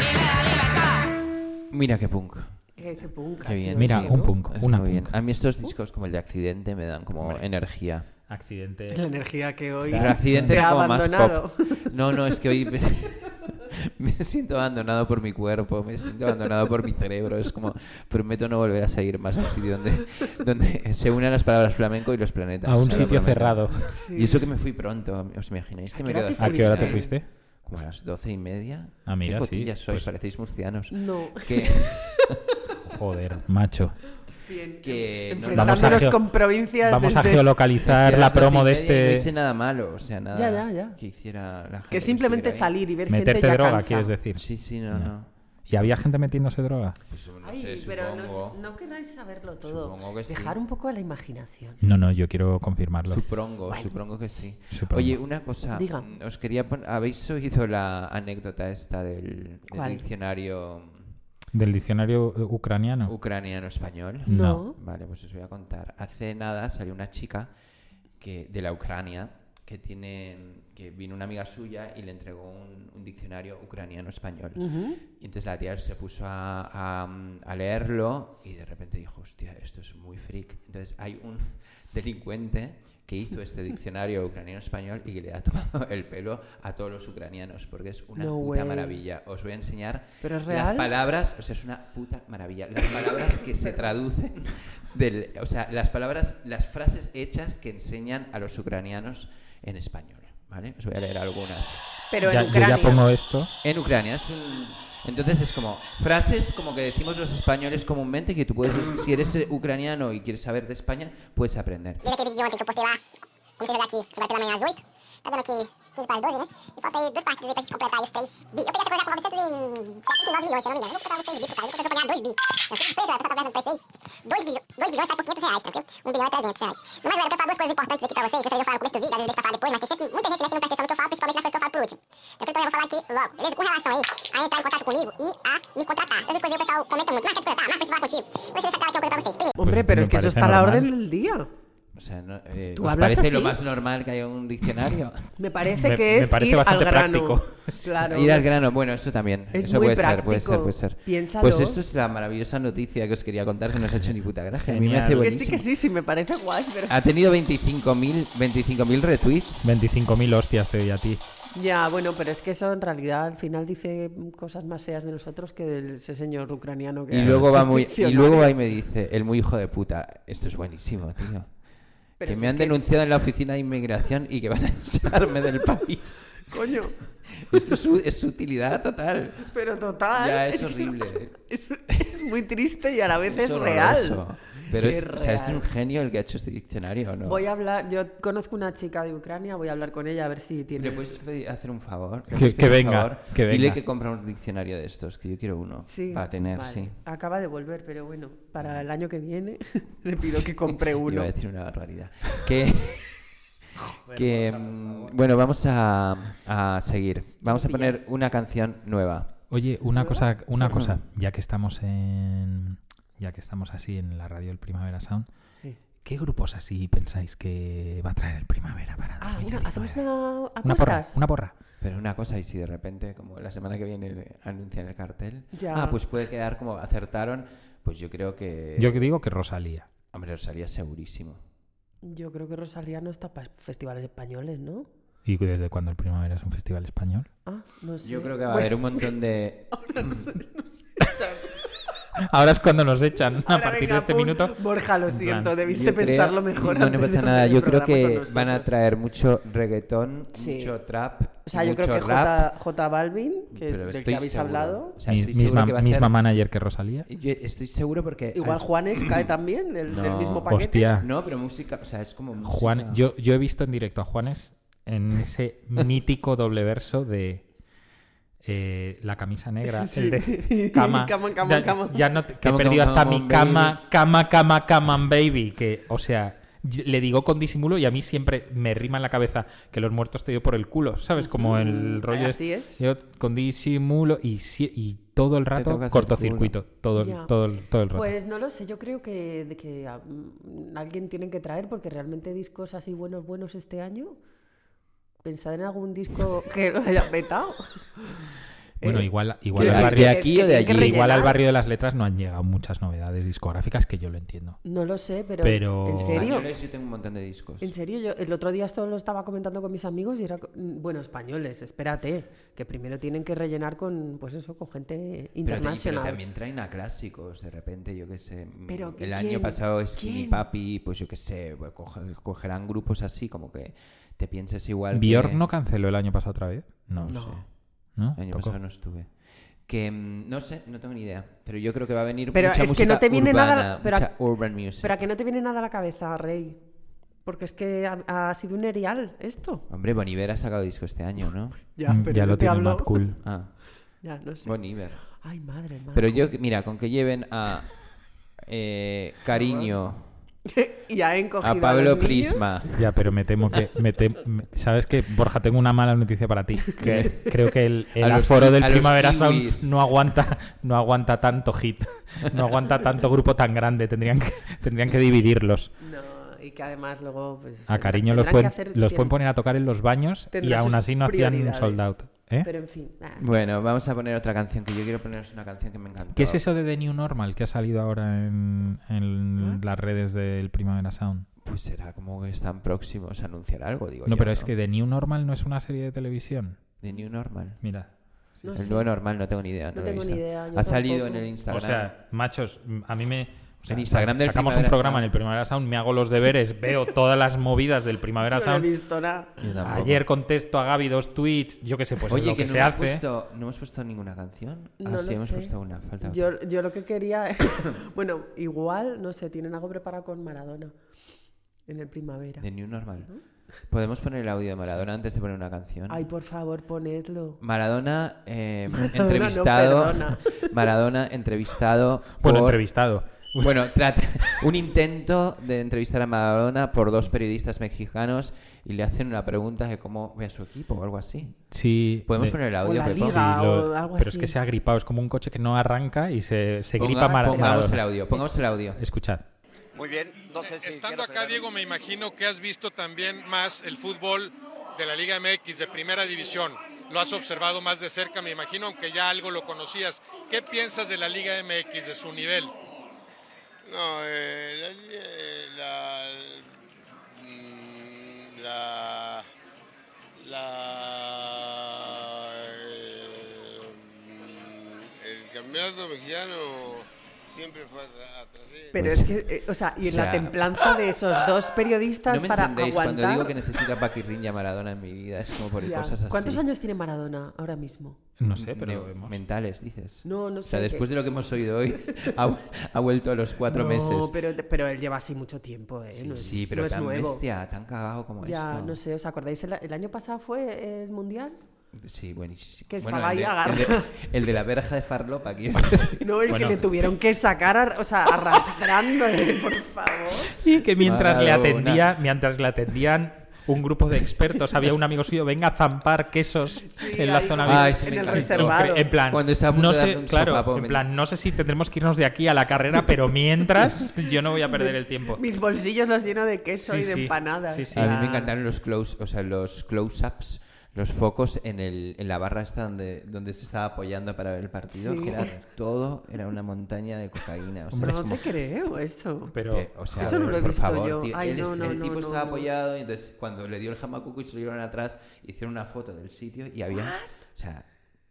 Speaker 9: y de la libertad.
Speaker 5: Mira qué punk.
Speaker 6: Qué, qué punca,
Speaker 5: Qué
Speaker 6: sí,
Speaker 5: bien.
Speaker 6: ¿no?
Speaker 7: Mira,
Speaker 6: Sí,
Speaker 7: un
Speaker 6: ¿no?
Speaker 7: punk,
Speaker 5: Está
Speaker 7: una
Speaker 5: muy bien.
Speaker 7: punk.
Speaker 5: A mí estos discos como el de Accidente me dan como
Speaker 7: Hombre.
Speaker 5: energía.
Speaker 7: Accidente.
Speaker 6: La energía que hoy
Speaker 5: Pero Accidente
Speaker 6: te
Speaker 5: es
Speaker 6: ha
Speaker 5: como más
Speaker 6: abandonado.
Speaker 5: pop. No, no, es que hoy me siento abandonado por mi cuerpo, me siento abandonado por mi cerebro. Es como, prometo no volver a salir más a un sitio donde, donde se unan las palabras flamenco y los planetas.
Speaker 7: A
Speaker 5: Se
Speaker 7: un
Speaker 5: lo
Speaker 7: sitio
Speaker 5: prometo.
Speaker 7: cerrado.
Speaker 5: Y eso que me fui pronto, ¿os imagináis? Que
Speaker 6: ¿A
Speaker 5: me
Speaker 6: qué hora
Speaker 5: quedo
Speaker 6: te
Speaker 7: ¿A qué hora te
Speaker 6: Fuiste.
Speaker 7: fuiste?
Speaker 5: como a las doce y media.
Speaker 7: Ah, mira,
Speaker 5: Qué
Speaker 7: sí,
Speaker 5: cotillas sois,
Speaker 7: pues-
Speaker 5: parecéis murcianos.
Speaker 6: No.
Speaker 5: Que,
Speaker 7: Joder, macho.
Speaker 6: Bien.
Speaker 5: que no-
Speaker 6: Enfrentándonos
Speaker 7: Vamos a geo-
Speaker 6: con provincias
Speaker 7: Vamos a
Speaker 6: desde-
Speaker 7: geolocalizar
Speaker 5: Decía
Speaker 7: la
Speaker 5: las
Speaker 7: promo de
Speaker 5: doce y media y No hice
Speaker 7: este.
Speaker 5: nada malo, o sea, nada
Speaker 6: Ya, ya, ya.
Speaker 5: que hiciera la gente
Speaker 6: Que simplemente
Speaker 5: estuviera ahí.
Speaker 6: salir y ver gente
Speaker 7: Meterte
Speaker 6: ya
Speaker 7: droga,
Speaker 6: cansa.
Speaker 7: quieres decir.
Speaker 5: Sí, sí, no, no.
Speaker 7: ¿Y había gente metiéndose droga?
Speaker 5: Pues no
Speaker 6: Ay,
Speaker 5: sé,
Speaker 6: pero no,
Speaker 5: supongo.
Speaker 6: no querráis saberlo todo.
Speaker 5: Supongo que sí.
Speaker 6: Dejar un poco a la imaginación.
Speaker 7: No, no, yo quiero confirmarlo.
Speaker 5: Supongo, supongo que sí.
Speaker 7: Supongo.
Speaker 5: Oye, una cosa.
Speaker 6: Diga.
Speaker 5: mm, Os quería pon- ¿Habéis oído la anécdota esta del, del
Speaker 6: ¿Cuál?
Speaker 5: diccionario
Speaker 7: ¿Del diccionario eh, ucraniano?
Speaker 5: ucraniano-español?
Speaker 7: No.
Speaker 5: Vale, pues os voy a contar. Hace nada salió una chica que, de la Ucrania que tiene que vino una amiga suya y le entregó un, un diccionario ucraniano-español. Y entonces la tía se puso a, a- a leerlo y de repente dijo, hostia, esto es muy freak. Entonces hay un delincuente que hizo este diccionario ucraniano-español y que le ha tomado el pelo a todos los ucranianos porque es una
Speaker 6: No
Speaker 5: puta
Speaker 6: way.
Speaker 5: maravilla. Os voy a enseñar
Speaker 6: ¿Pero es
Speaker 5: las
Speaker 6: real?
Speaker 5: palabras, o sea, es una puta maravilla. Las palabras que se traducen, del, o sea, las palabras, las frases hechas que enseñan a los ucranianos en español. ¿Vale? Os voy a leer algunas.
Speaker 7: Ya-
Speaker 6: Pero en
Speaker 7: yo ya
Speaker 6: Ucrania.
Speaker 7: pongo esto.
Speaker 5: En Ucrania es un... Entonces es como frases como que decimos los españoles comúnmente que tú puedes, si eres eh, ucraniano y quieres saber de España, puedes aprender.
Speaker 9: né?
Speaker 6: Hombre,
Speaker 9: um né? tá Um é né, Então,
Speaker 7: Pues
Speaker 6: pero
Speaker 7: me
Speaker 6: es que eso
Speaker 7: parece
Speaker 6: está a la
Speaker 7: normal.
Speaker 6: orden del día.
Speaker 5: O sea, no, eh,
Speaker 6: ¿Tú
Speaker 5: ¿os
Speaker 6: hablas
Speaker 5: parece
Speaker 6: así?
Speaker 5: lo más normal que haya un diccionario?
Speaker 6: Me parece
Speaker 7: Me-
Speaker 6: que
Speaker 7: me
Speaker 6: es
Speaker 7: parece
Speaker 6: ir al
Speaker 7: bastante
Speaker 6: grano.
Speaker 7: práctico.
Speaker 6: Claro.
Speaker 5: Ir al grano, bueno, eso también.
Speaker 6: Es
Speaker 5: eso
Speaker 6: muy
Speaker 5: puede ser, puede ser,
Speaker 6: práctico.
Speaker 5: puede ser.
Speaker 6: Piénsalo.
Speaker 5: Pues esto es la maravillosa noticia que os quería contar que no os ha hecho ni puta gracia. A mí me
Speaker 7: Genial.
Speaker 5: hace
Speaker 6: Que
Speaker 5: buenísimo.
Speaker 6: sí, que sí, sí, me parece guay, pero...
Speaker 7: Ah.
Speaker 5: Ha tenido 25.000 25.000 retweets.
Speaker 7: 25.000 hostias te doy a ti.
Speaker 6: Ya, bueno, pero es que eso en realidad al final dice cosas más feas de nosotros que de ese señor ucraniano que
Speaker 5: Y
Speaker 6: ha
Speaker 5: luego
Speaker 6: hecho
Speaker 5: va
Speaker 6: su
Speaker 5: muy y
Speaker 6: diccionario.
Speaker 5: luego va y me dice, el muy hijo de puta, esto es buenísimo, tío.
Speaker 6: Pero
Speaker 5: que
Speaker 6: si
Speaker 5: me
Speaker 6: es
Speaker 5: han denunciado en la oficina de inmigración y que van a echarme del país.
Speaker 6: Coño,
Speaker 5: Esto es, u- es utilidad total.
Speaker 6: pero total.
Speaker 5: Ya, es
Speaker 6: que
Speaker 5: horrible.
Speaker 6: Es, es muy triste y a la vez es,
Speaker 5: Es horroroso.
Speaker 6: real.
Speaker 5: Pero
Speaker 6: Qué
Speaker 5: es, o sea, es
Speaker 6: real.
Speaker 5: un genio el que ha hecho este diccionario, ¿no?
Speaker 6: Voy a hablar, yo conozco una chica de Ucrania, voy a hablar con ella a ver si tiene...
Speaker 5: ¿Le puedes pedir- hacer un favor? ¿Le
Speaker 7: Que-
Speaker 5: puedes
Speaker 7: que
Speaker 5: pedir un
Speaker 7: venga, que
Speaker 5: Dile
Speaker 7: venga.
Speaker 5: que compra un diccionario de estos, que yo quiero uno.
Speaker 6: Sí,
Speaker 5: Para tener,
Speaker 6: vale.
Speaker 5: sí.
Speaker 6: Acaba de volver, pero bueno, para el año que viene le pido que compre uno.
Speaker 5: Iba a decir una barbaridad. Que. que mm, bueno, vamos a, a seguir. Vamos a poner una canción nueva.
Speaker 7: Oye, una cosa, una cosa, ya que estamos en ya que estamos así en la radio del Primavera Sound, ¿qué grupos así pensáis que va a traer el Primavera para
Speaker 6: Ah, una-
Speaker 7: 2019?
Speaker 6: hacemos una
Speaker 7: Una porra,
Speaker 6: apuestas.
Speaker 7: una porra.
Speaker 5: Pero una cosa, y si de repente, como la semana que viene eh, anuncian el cartel,
Speaker 6: Ya.
Speaker 5: ah, pues puede quedar como acertaron. Pues yo creo
Speaker 6: Eh.
Speaker 5: que.
Speaker 7: Yo que digo que Rosalía.
Speaker 5: Hombre, os salía segurísimo.
Speaker 6: Yo creo que Rosalía no está para festivales españoles, ¿no?
Speaker 7: ¿Y desde cuándo el Primavera es un festival español?
Speaker 6: Ah, no sé.
Speaker 5: Yo creo que va a
Speaker 6: Bueno,
Speaker 5: haber un montón de.
Speaker 7: Ahora es cuando nos echan a
Speaker 6: ahora
Speaker 7: partir
Speaker 6: venga,
Speaker 7: de este
Speaker 6: pum.
Speaker 7: minuto.
Speaker 6: Borja, lo
Speaker 7: en
Speaker 6: siento,
Speaker 7: plan,
Speaker 6: debiste
Speaker 5: Yo creo-
Speaker 6: pensarlo mejor.
Speaker 5: No, no
Speaker 6: antes de
Speaker 5: pasa
Speaker 6: hacer
Speaker 5: nada.
Speaker 6: el
Speaker 5: Yo creo
Speaker 6: programa con
Speaker 5: que
Speaker 6: nosotros.
Speaker 5: van a traer mucho reggaetón,
Speaker 6: Sí.
Speaker 5: mucho trap.
Speaker 6: O sea, yo creo que J, J Balvin, que,
Speaker 5: Pero
Speaker 6: del
Speaker 5: estoy
Speaker 6: que habéis
Speaker 5: seguro.
Speaker 6: hablado.
Speaker 5: O sea,
Speaker 7: Mi-
Speaker 5: estoy
Speaker 7: misma,
Speaker 5: seguro que va a
Speaker 7: misma
Speaker 5: ser-
Speaker 7: manager que Rosalía.
Speaker 5: Yo estoy seguro porque.
Speaker 6: Igual
Speaker 5: al-
Speaker 6: Juanes cae también del, del
Speaker 5: Ah. No.
Speaker 6: mismo paquete.
Speaker 7: Hostia.
Speaker 5: No, pero música. O sea, es como. música-
Speaker 7: Juan, yo, yo he visto en directo a Juanes en ese mítico doble verso de eh, la camisa negra, el de cama.
Speaker 6: Come on, come on,
Speaker 7: ya,
Speaker 6: come on.
Speaker 7: ya no te- que
Speaker 5: Come on,
Speaker 7: he perdido
Speaker 5: come
Speaker 7: hasta
Speaker 5: on,
Speaker 7: mi
Speaker 5: baby.
Speaker 7: cama, cama, cama, cama, baby. Que, o sea, y- le digo con disimulo y a mí siempre me rima en la cabeza que los muertos te dio por el culo, ¿sabes? Como el rollo.
Speaker 6: Mm, eh, así
Speaker 7: este.
Speaker 6: es.
Speaker 7: Yo con disimulo y, si- y todo el rato
Speaker 5: tocas el
Speaker 7: cortocircuito. Todo, el-
Speaker 6: Ya.
Speaker 7: todo, el- todo el rato.
Speaker 6: Pues no lo sé, yo creo que, de que a- mm, alguien tiene que traer, porque realmente discos así buenos, buenos este año. Pensad en algún disco que lo haya petado.
Speaker 7: Bueno,
Speaker 5: Eh,
Speaker 7: igual, igual,
Speaker 5: de-
Speaker 7: al
Speaker 5: de
Speaker 7: barrio,
Speaker 5: aquí o de
Speaker 6: que- que
Speaker 5: allí.
Speaker 6: rellenar.
Speaker 7: igual al barrio de las letras no han llegado muchas novedades discográficas que yo lo entiendo.
Speaker 6: No lo sé, pero,
Speaker 7: Pero-
Speaker 6: ¿en serio?
Speaker 5: Españoles, yo tengo un montón de discos.
Speaker 6: En serio, yo el otro día esto lo estaba comentando con mis amigos y era, co- mm, bueno, españoles, espérate, que primero tienen que rellenar con, pues eso, con gente
Speaker 5: Pero te-
Speaker 6: internacional.
Speaker 5: Pero, también traen a clásicos, de repente, yo qué sé. mm,
Speaker 6: Pero,
Speaker 5: el
Speaker 6: ¿quién?
Speaker 5: año pasado Skinny
Speaker 6: ¿Quién?
Speaker 5: Papi, pues yo qué sé, pues, coge- cogerán grupos así, como que te pienses igual.
Speaker 7: ¿Björk
Speaker 5: que-
Speaker 7: no canceló el año pasado otra vez? No,
Speaker 5: No.
Speaker 7: sé. ¿No?
Speaker 5: El año
Speaker 7: Tocó.
Speaker 5: pasado no estuve. Que mm, no sé, no tengo ni idea. Pero yo creo que va a venir
Speaker 6: Pero
Speaker 5: mucha
Speaker 6: es que no
Speaker 5: música
Speaker 6: te viene nada a la-
Speaker 5: urbana,
Speaker 6: pero a-
Speaker 5: mucha urban music.
Speaker 6: Pero a que no te viene nada a la cabeza, Rey. Porque es que ha, ha sido un erial esto.
Speaker 5: Hombre, Bon Iver ha sacado disco este año, ¿no?
Speaker 7: Mm, ya lo tiene Mad Cool.
Speaker 5: Ah,
Speaker 6: Ya, no sé.
Speaker 5: Bon Iver.
Speaker 6: Ay, madre, madre.
Speaker 5: Pero yo, mira, con que lleven a eh, Cariño,
Speaker 6: y ha encogido
Speaker 5: a
Speaker 6: los
Speaker 5: Pablo
Speaker 6: niños.
Speaker 5: Prisma.
Speaker 7: Ya, pero me temo que... me tem- me- ¿Sabes qué? Borja, tengo una mala noticia para ti.
Speaker 5: ¿Qué?
Speaker 7: Creo que el, el
Speaker 5: A los
Speaker 7: aforo
Speaker 5: ki-
Speaker 7: del
Speaker 5: a los
Speaker 7: Primavera
Speaker 5: kiwis.
Speaker 7: Sound no aguanta, no aguanta tanto hit. No aguanta tanto grupo tan grande. Tendrían que, tendrían que dividirlos.
Speaker 6: No, y que además luego. Pues,
Speaker 7: A
Speaker 6: tendrá-
Speaker 7: cariño
Speaker 6: tendrán
Speaker 7: los
Speaker 6: que
Speaker 7: pueden,
Speaker 6: hacer-
Speaker 7: los
Speaker 6: tienen-
Speaker 7: pueden poner a tocar en los baños y
Speaker 6: tendrá
Speaker 7: aún
Speaker 6: sus
Speaker 7: así no hacían un
Speaker 6: prioridades.
Speaker 7: sold out. ¿Eh?
Speaker 6: Pero en fin. ah.
Speaker 5: Bueno, vamos a poner otra canción que yo quiero poneros una canción que me encantó.
Speaker 7: ¿Qué es eso de The New Normal que ha salido ahora en, en las redes del Primavera Sound?
Speaker 5: Pues será como que están próximos a anunciar algo, digo
Speaker 7: No,
Speaker 5: yo,
Speaker 7: pero es que The New Normal no es una serie de televisión.
Speaker 5: The New Normal.
Speaker 7: Mira.
Speaker 6: No
Speaker 5: el
Speaker 6: sé.
Speaker 5: nuevo normal, no tengo ni idea. No,
Speaker 6: No
Speaker 5: lo he
Speaker 6: tengo ni
Speaker 5: visto.
Speaker 6: idea, yo
Speaker 5: Ha salido en
Speaker 6: tampoco.
Speaker 5: el
Speaker 7: O
Speaker 5: Instagram.
Speaker 7: sea, machos, m- a mí me... o sea,
Speaker 5: En Instagram del
Speaker 7: sacamos un
Speaker 5: Primavera
Speaker 7: programa
Speaker 5: Sound.
Speaker 7: en el Primavera Sound, me hago los deberes, veo todas las movidas del Primavera
Speaker 6: No lo he
Speaker 7: Sound.
Speaker 6: visto nada.
Speaker 5: Yo tampoco.
Speaker 7: Ayer contesto a Gaby dos tweets, yo qué sé, pues
Speaker 5: Oye,
Speaker 7: lo
Speaker 5: que,
Speaker 7: que,
Speaker 5: no,
Speaker 7: se
Speaker 5: hemos
Speaker 7: hace.
Speaker 5: puesto, no hemos puesto ninguna canción.
Speaker 6: No
Speaker 5: ah,
Speaker 6: lo
Speaker 5: sí, hemos
Speaker 6: sé.
Speaker 5: puesto una. Falta otra.
Speaker 6: Yo, yo lo que quería. bueno, igual, no sé, tienen algo preparado con Maradona. En el primavera.
Speaker 5: The New Normal. ¿Podemos poner el audio de Maradona antes de poner una canción?
Speaker 6: Ay, por favor, ponedlo.
Speaker 5: Pues Maradona, eh,
Speaker 6: no
Speaker 5: entrevistado.
Speaker 6: perdona.
Speaker 5: Maradona entrevistado.
Speaker 7: Bueno,
Speaker 5: por-
Speaker 7: entrevistado.
Speaker 5: Bueno, trata- un intento de entrevistar a Maradona por dos periodistas mexicanos y le hacen una pregunta de cómo ve a su equipo o algo así.
Speaker 7: Sí,
Speaker 5: ¿Podemos
Speaker 7: de-
Speaker 5: poner el
Speaker 6: O
Speaker 5: audio?
Speaker 6: la
Speaker 5: Pepo?
Speaker 6: liga.
Speaker 7: Sí, lo-
Speaker 6: o algo
Speaker 7: pero
Speaker 6: así.
Speaker 7: es que se ha gripado, es como un coche que no arranca y se, se
Speaker 5: Ponga-
Speaker 7: gripa Mara-
Speaker 5: pongamos
Speaker 7: Maradona.
Speaker 5: el audio, pongamos el audio.
Speaker 7: Escuchad.
Speaker 10: Muy bien, no sé si.
Speaker 11: Estando acá, Diego, me imagino que has visto también más el fútbol de la Liga MX, de primera división. Lo has observado más de cerca, me imagino, aunque ya algo lo conocías. ¿Qué piensas de la Liga MX, de su nivel?
Speaker 10: No, eh, la, eh, la, mm, la. La. eh, mm, el campeonato mexicano siempre fue atra- atrasado.
Speaker 6: Pero es que, eh, o sea, y en
Speaker 5: o
Speaker 6: la
Speaker 5: sea,
Speaker 6: templanza de esos dos periodistas
Speaker 5: No me
Speaker 6: para
Speaker 5: entendéis
Speaker 6: aguantar.
Speaker 5: cuando digo que necesito a Paquirrin y a Maradona en mi vida. Es como por
Speaker 6: Ya.
Speaker 5: cosas así.
Speaker 6: ¿Cuántos años tiene Maradona ahora mismo?
Speaker 7: No sé, pero
Speaker 5: Neo-
Speaker 7: hemos-
Speaker 5: mentales, dices.
Speaker 6: No, no
Speaker 5: O sea,
Speaker 6: sé,
Speaker 5: después
Speaker 6: que-
Speaker 5: de lo que hemos oído hoy, ha, ha vuelto a los cuatro
Speaker 6: no,
Speaker 5: meses.
Speaker 6: Pero, pero él lleva así mucho tiempo, ¿eh?
Speaker 5: Sí,
Speaker 6: no es,
Speaker 5: sí, pero
Speaker 6: no es
Speaker 5: tan
Speaker 6: nuevo.
Speaker 5: bestia, pues, tan cagado como
Speaker 6: Ya,
Speaker 5: esto.
Speaker 6: no sé, ¿os acordáis? El, el año pasado fue el Mundial.
Speaker 5: Sí, buenísimo.
Speaker 6: Que
Speaker 5: Bueno,
Speaker 6: estaba
Speaker 5: el
Speaker 6: ahí
Speaker 5: de-
Speaker 6: agarrado.
Speaker 5: El de, el de la verja de Farlopa, aquí es.
Speaker 6: No, el
Speaker 7: Bueno.
Speaker 6: que le tuvieron que sacar, ar- o sea, arrastrándole, por favor.
Speaker 7: Y que mientras le
Speaker 5: Maradona.
Speaker 7: atendía, mientras le atendían un grupo de expertos, había un amigo suyo, venga a zampar quesos
Speaker 6: Sí,
Speaker 7: en la
Speaker 6: ahí
Speaker 7: zona
Speaker 6: como
Speaker 5: Ah,
Speaker 7: VIP".
Speaker 5: ese me
Speaker 6: en el
Speaker 5: encanta.
Speaker 6: reservado.
Speaker 7: En plan,
Speaker 5: Cuando está a punto
Speaker 7: no
Speaker 5: de
Speaker 7: sé,
Speaker 5: darle un
Speaker 7: claro,
Speaker 5: sopapo,
Speaker 7: en
Speaker 5: me-
Speaker 7: plan, no sé si tendremos que irnos de aquí a la carrera, pero mientras yo no voy a perder el tiempo.
Speaker 6: Mis bolsillos los lleno de queso
Speaker 7: Sí,
Speaker 6: y de
Speaker 7: sí.
Speaker 6: empanadas.
Speaker 7: Sí, sí.
Speaker 5: A mí
Speaker 6: Ah.
Speaker 5: me encantaron los close, o sea, los close-ups, los focos en, el, en la barra esta donde, donde se estaba apoyando para ver el partido,
Speaker 6: Sí.
Speaker 5: que era todo, era una montaña de cocaína. O sea,
Speaker 6: No
Speaker 5: es como-
Speaker 6: te creo eso.
Speaker 7: Pero,
Speaker 5: que, o sea,
Speaker 6: Eso no lo he
Speaker 5: por
Speaker 6: visto
Speaker 5: favor,
Speaker 6: yo.
Speaker 5: tío,
Speaker 6: Ay,
Speaker 5: él es-
Speaker 6: no, no,
Speaker 5: el
Speaker 6: no,
Speaker 5: tipo
Speaker 6: no,
Speaker 5: estaba
Speaker 6: no.
Speaker 5: apoyado y entonces cuando le dio el hamacuco y se lo llevaron atrás, hicieron una foto del sitio y había, o sea,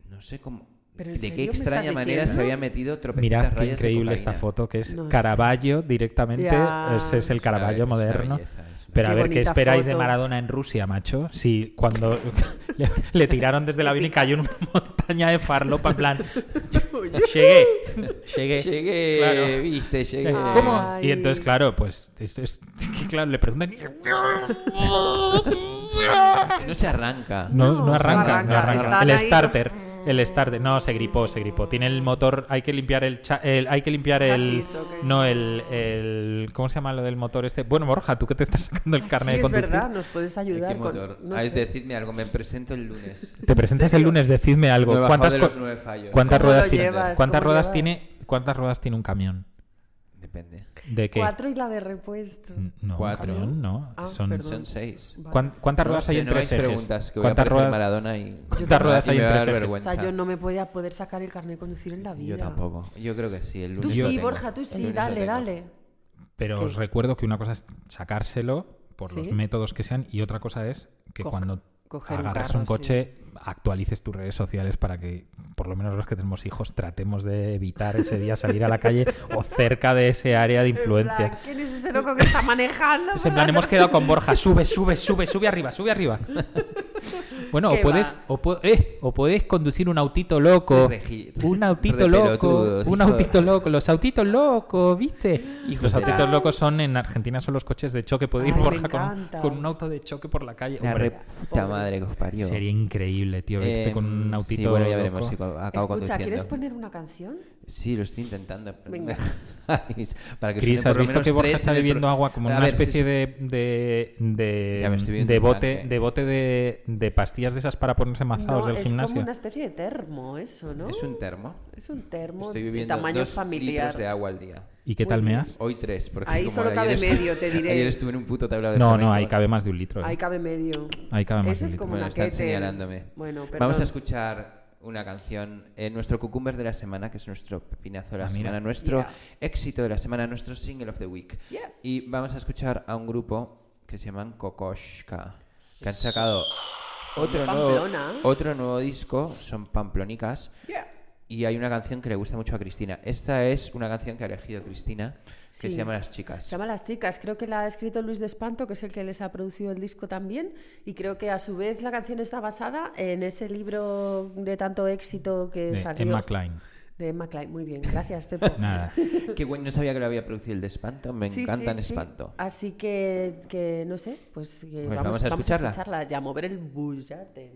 Speaker 5: no sé cómo,
Speaker 6: ¿Pero en
Speaker 5: de qué
Speaker 6: serio me
Speaker 5: extraña
Speaker 6: estás
Speaker 5: manera
Speaker 6: diciendo?
Speaker 5: se había metido tropecitas
Speaker 7: mirad qué
Speaker 5: rayas de
Speaker 7: increíble esta
Speaker 5: cocaína.
Speaker 7: foto, que es
Speaker 6: No sé.
Speaker 7: Caravaggio directamente,
Speaker 6: Ya.
Speaker 7: ese es el
Speaker 5: Es una
Speaker 7: Caravaggio
Speaker 5: be- es una
Speaker 7: moderno.
Speaker 5: belleza, es una
Speaker 7: Pero a
Speaker 6: Qué
Speaker 7: ver, ¿qué
Speaker 6: bonita
Speaker 7: esperáis de
Speaker 6: foto.
Speaker 7: Maradona en Rusia, macho? Si cuando le, le tiraron desde el avión y cayó en una montaña de farlopa, en plan, llegué, llegué.
Speaker 5: Llegué,
Speaker 7: Claro.
Speaker 5: viste, llegué.
Speaker 7: Eh,
Speaker 6: Ah.
Speaker 7: ¿Cómo?
Speaker 6: Ay.
Speaker 7: Y entonces, claro, pues esto es, que, claro, le preguntan.
Speaker 5: No se arranca.
Speaker 7: No, no
Speaker 6: no
Speaker 7: arranca, no
Speaker 6: arranca,
Speaker 7: arranca.
Speaker 6: están
Speaker 7: El
Speaker 6: ahí. Mm.
Speaker 7: starter. El starter. No, se gripó, se gripó. Tiene el motor. Hay que limpiar el. cha- el- hay que limpiar el.
Speaker 6: Chasis, ok.
Speaker 7: No, el, el- ¿Cómo se llama lo del motor este? Bueno, Borja, tú que te estás sacando el carnet
Speaker 6: Ah, sí,
Speaker 7: de
Speaker 6: es
Speaker 7: conducir.
Speaker 6: verdad, nos puedes ayudar
Speaker 5: ¿Qué
Speaker 6: con...
Speaker 5: motor?
Speaker 6: no
Speaker 5: Ah, es
Speaker 6: sé.
Speaker 5: decidme algo, me presento el lunes.
Speaker 7: Te presentas el lunes, decidme algo.
Speaker 5: No he bajado
Speaker 7: ¿Cuántas,
Speaker 5: de
Speaker 7: co-
Speaker 5: los nueve fallos.
Speaker 7: ¿cuántas
Speaker 6: ¿Cómo lo
Speaker 7: ruedas, tiene?
Speaker 6: llevas?
Speaker 7: ¿cuántas
Speaker 6: ¿Cómo
Speaker 7: ruedas
Speaker 6: llevas?
Speaker 7: tiene? ¿Cuántas ruedas tiene un camión?
Speaker 5: Depende.
Speaker 7: ¿De qué? Mm,
Speaker 6: Cuatro y la de repuesto.
Speaker 5: Mm.
Speaker 7: No,
Speaker 5: Cuatro.
Speaker 7: camión, no.
Speaker 6: Ah,
Speaker 7: son,
Speaker 6: perdón.
Speaker 5: Son seis.
Speaker 7: ¿Cuán- ¿Cuántas
Speaker 5: No
Speaker 7: ruedas hay
Speaker 5: sé,
Speaker 7: en
Speaker 5: no
Speaker 7: tres
Speaker 5: hagáis
Speaker 7: ejes?
Speaker 5: preguntas, que voy a
Speaker 7: ¿Cuántas
Speaker 5: aparecer
Speaker 7: ruedas,
Speaker 5: Maradona y-
Speaker 7: ¿Cuántas ruedas
Speaker 5: y
Speaker 7: hay
Speaker 5: me
Speaker 7: en
Speaker 5: va a
Speaker 7: tres
Speaker 5: dar
Speaker 7: ejes?
Speaker 6: O sea,
Speaker 5: vergüenza.
Speaker 6: yo no me podía poder sacar el carnet de conducir en la
Speaker 5: Yo
Speaker 6: vida.
Speaker 5: tampoco. Yo creo que sí. El
Speaker 6: Tú
Speaker 5: lunes lo
Speaker 6: sí,
Speaker 5: tengo.
Speaker 6: Borja, tú
Speaker 5: El
Speaker 6: sí,
Speaker 5: lunes lo
Speaker 6: dale,
Speaker 5: tengo.
Speaker 6: dale.
Speaker 7: Pero os recuerdo que una cosa es sacárselo por los
Speaker 6: Sí.
Speaker 7: métodos que sean y otra cosa es que
Speaker 6: Coge-
Speaker 7: cuando
Speaker 6: coger un
Speaker 7: agarras
Speaker 6: carro,
Speaker 7: un coche actualices tus redes sociales para que por lo menos los que tenemos hijos tratemos de evitar ese día salir a la calle o cerca de ese área de
Speaker 6: En
Speaker 7: influencia.
Speaker 6: plan, ¿Quién es ese loco que está manejando?
Speaker 7: Es en plan, hemos quedado con Borja, sube, sube, sube, sube arriba, sube arriba. Bueno, o
Speaker 6: ¿Qué
Speaker 7: puedes,
Speaker 6: va?
Speaker 7: o, pu- eh, o puedes conducir un autito loco.
Speaker 5: Sí, regi-
Speaker 7: un autito
Speaker 5: re
Speaker 7: loco.
Speaker 5: pelotudos,
Speaker 7: Un
Speaker 5: hijo.
Speaker 7: autito loco. Los autitos locos, ¿viste?
Speaker 5: Hijos
Speaker 7: los
Speaker 5: de la-
Speaker 7: autitos locos son en Argentina son los coches de choque. Puede ir
Speaker 6: Ay, me
Speaker 7: Borja con,
Speaker 6: encanta.
Speaker 7: con un auto de choque por la calle.
Speaker 5: La
Speaker 7: Hombre,
Speaker 5: re puta madre que os parió.
Speaker 7: sería increíble, tío, irte
Speaker 5: Em,
Speaker 7: con un autito.
Speaker 5: Sí, bueno, ya
Speaker 7: loco.
Speaker 5: veremos si co- acabo
Speaker 6: Escucha,
Speaker 5: conduciendo.
Speaker 6: ¿quieres poner una canción?
Speaker 5: Sí, lo estoy intentando. pero
Speaker 6: Venga.
Speaker 5: no dejáis. Para que
Speaker 7: Cris,
Speaker 5: suene por
Speaker 7: ¿has
Speaker 5: lo
Speaker 7: visto
Speaker 5: menos
Speaker 7: que Borja
Speaker 5: tres
Speaker 7: está
Speaker 5: en el
Speaker 7: bebiendo
Speaker 5: pro-
Speaker 7: agua como
Speaker 5: A
Speaker 7: en una
Speaker 5: ver, sí,
Speaker 7: especie
Speaker 5: sí.
Speaker 7: de, de,
Speaker 5: Ya me estoy
Speaker 7: de,
Speaker 5: viendo
Speaker 7: de
Speaker 5: un
Speaker 7: bote,
Speaker 5: tanque.
Speaker 7: de bote de, de pastillas de esas para ponerse mazados
Speaker 6: No,
Speaker 7: del
Speaker 6: es
Speaker 7: gimnasio?
Speaker 6: como una especie de termo eso, ¿no?
Speaker 5: Es un termo.
Speaker 6: Es un termo
Speaker 5: Estoy
Speaker 6: de
Speaker 5: viviendo
Speaker 6: tamaño
Speaker 5: dos
Speaker 6: familiar.
Speaker 5: litros de agua al día.
Speaker 7: ¿Y qué tal
Speaker 6: Muy bien.
Speaker 7: meas?
Speaker 5: Hoy tres, porque
Speaker 6: Ahí
Speaker 5: como
Speaker 6: solo
Speaker 5: ayer
Speaker 6: cabe
Speaker 5: estuve-
Speaker 6: medio, te diré.
Speaker 5: Ayer estuve en un puto tablado de
Speaker 7: No, no,
Speaker 5: flamenco.
Speaker 7: ahí cabe más de un litro. eh.
Speaker 6: Ahí cabe medio.
Speaker 7: Ahí cabe más
Speaker 6: Ese
Speaker 7: el
Speaker 6: es
Speaker 7: litro.
Speaker 6: como
Speaker 5: Bueno,
Speaker 6: una
Speaker 5: están
Speaker 6: que
Speaker 5: señalándome.
Speaker 6: Bueno, perdón.
Speaker 5: Vamos a escuchar una canción, eh, nuestro cucumber de la semana, que es nuestro pepinazo de la
Speaker 7: Ah, mira.
Speaker 5: semana, nuestro
Speaker 6: Yeah.
Speaker 5: éxito de la semana, nuestro single of the week.
Speaker 6: Yes.
Speaker 5: Y vamos a escuchar a un grupo que se llaman Kokoshka, que han sacado
Speaker 6: Son de
Speaker 5: otro nuevo,
Speaker 6: Pamplona.
Speaker 5: otro nuevo disco, son pamplonicas.
Speaker 6: Yeah.
Speaker 5: Y hay una canción que le gusta mucho a Cristina. Esta es una canción que ha elegido Cristina, que
Speaker 6: Sí.
Speaker 5: se llama Las Chicas.
Speaker 6: Se llama Las Chicas, creo que la ha escrito Luis de Espanto, que es el que les ha producido el disco también, y creo que a su vez la canción está basada en ese libro de tanto éxito que
Speaker 7: De
Speaker 6: salió.
Speaker 7: Emma Klein.
Speaker 6: De Emma Klein, muy bien, gracias Pepo.
Speaker 7: Nada.
Speaker 5: Que bueno, no sabía que lo había producido el de Espanto. Me
Speaker 6: Sí,
Speaker 5: encantan
Speaker 6: sí, sí.
Speaker 5: Espanto.
Speaker 6: Así que, que, no sé, pues, que
Speaker 5: vamos a escucharla.
Speaker 6: escucharla y a mover el bullate.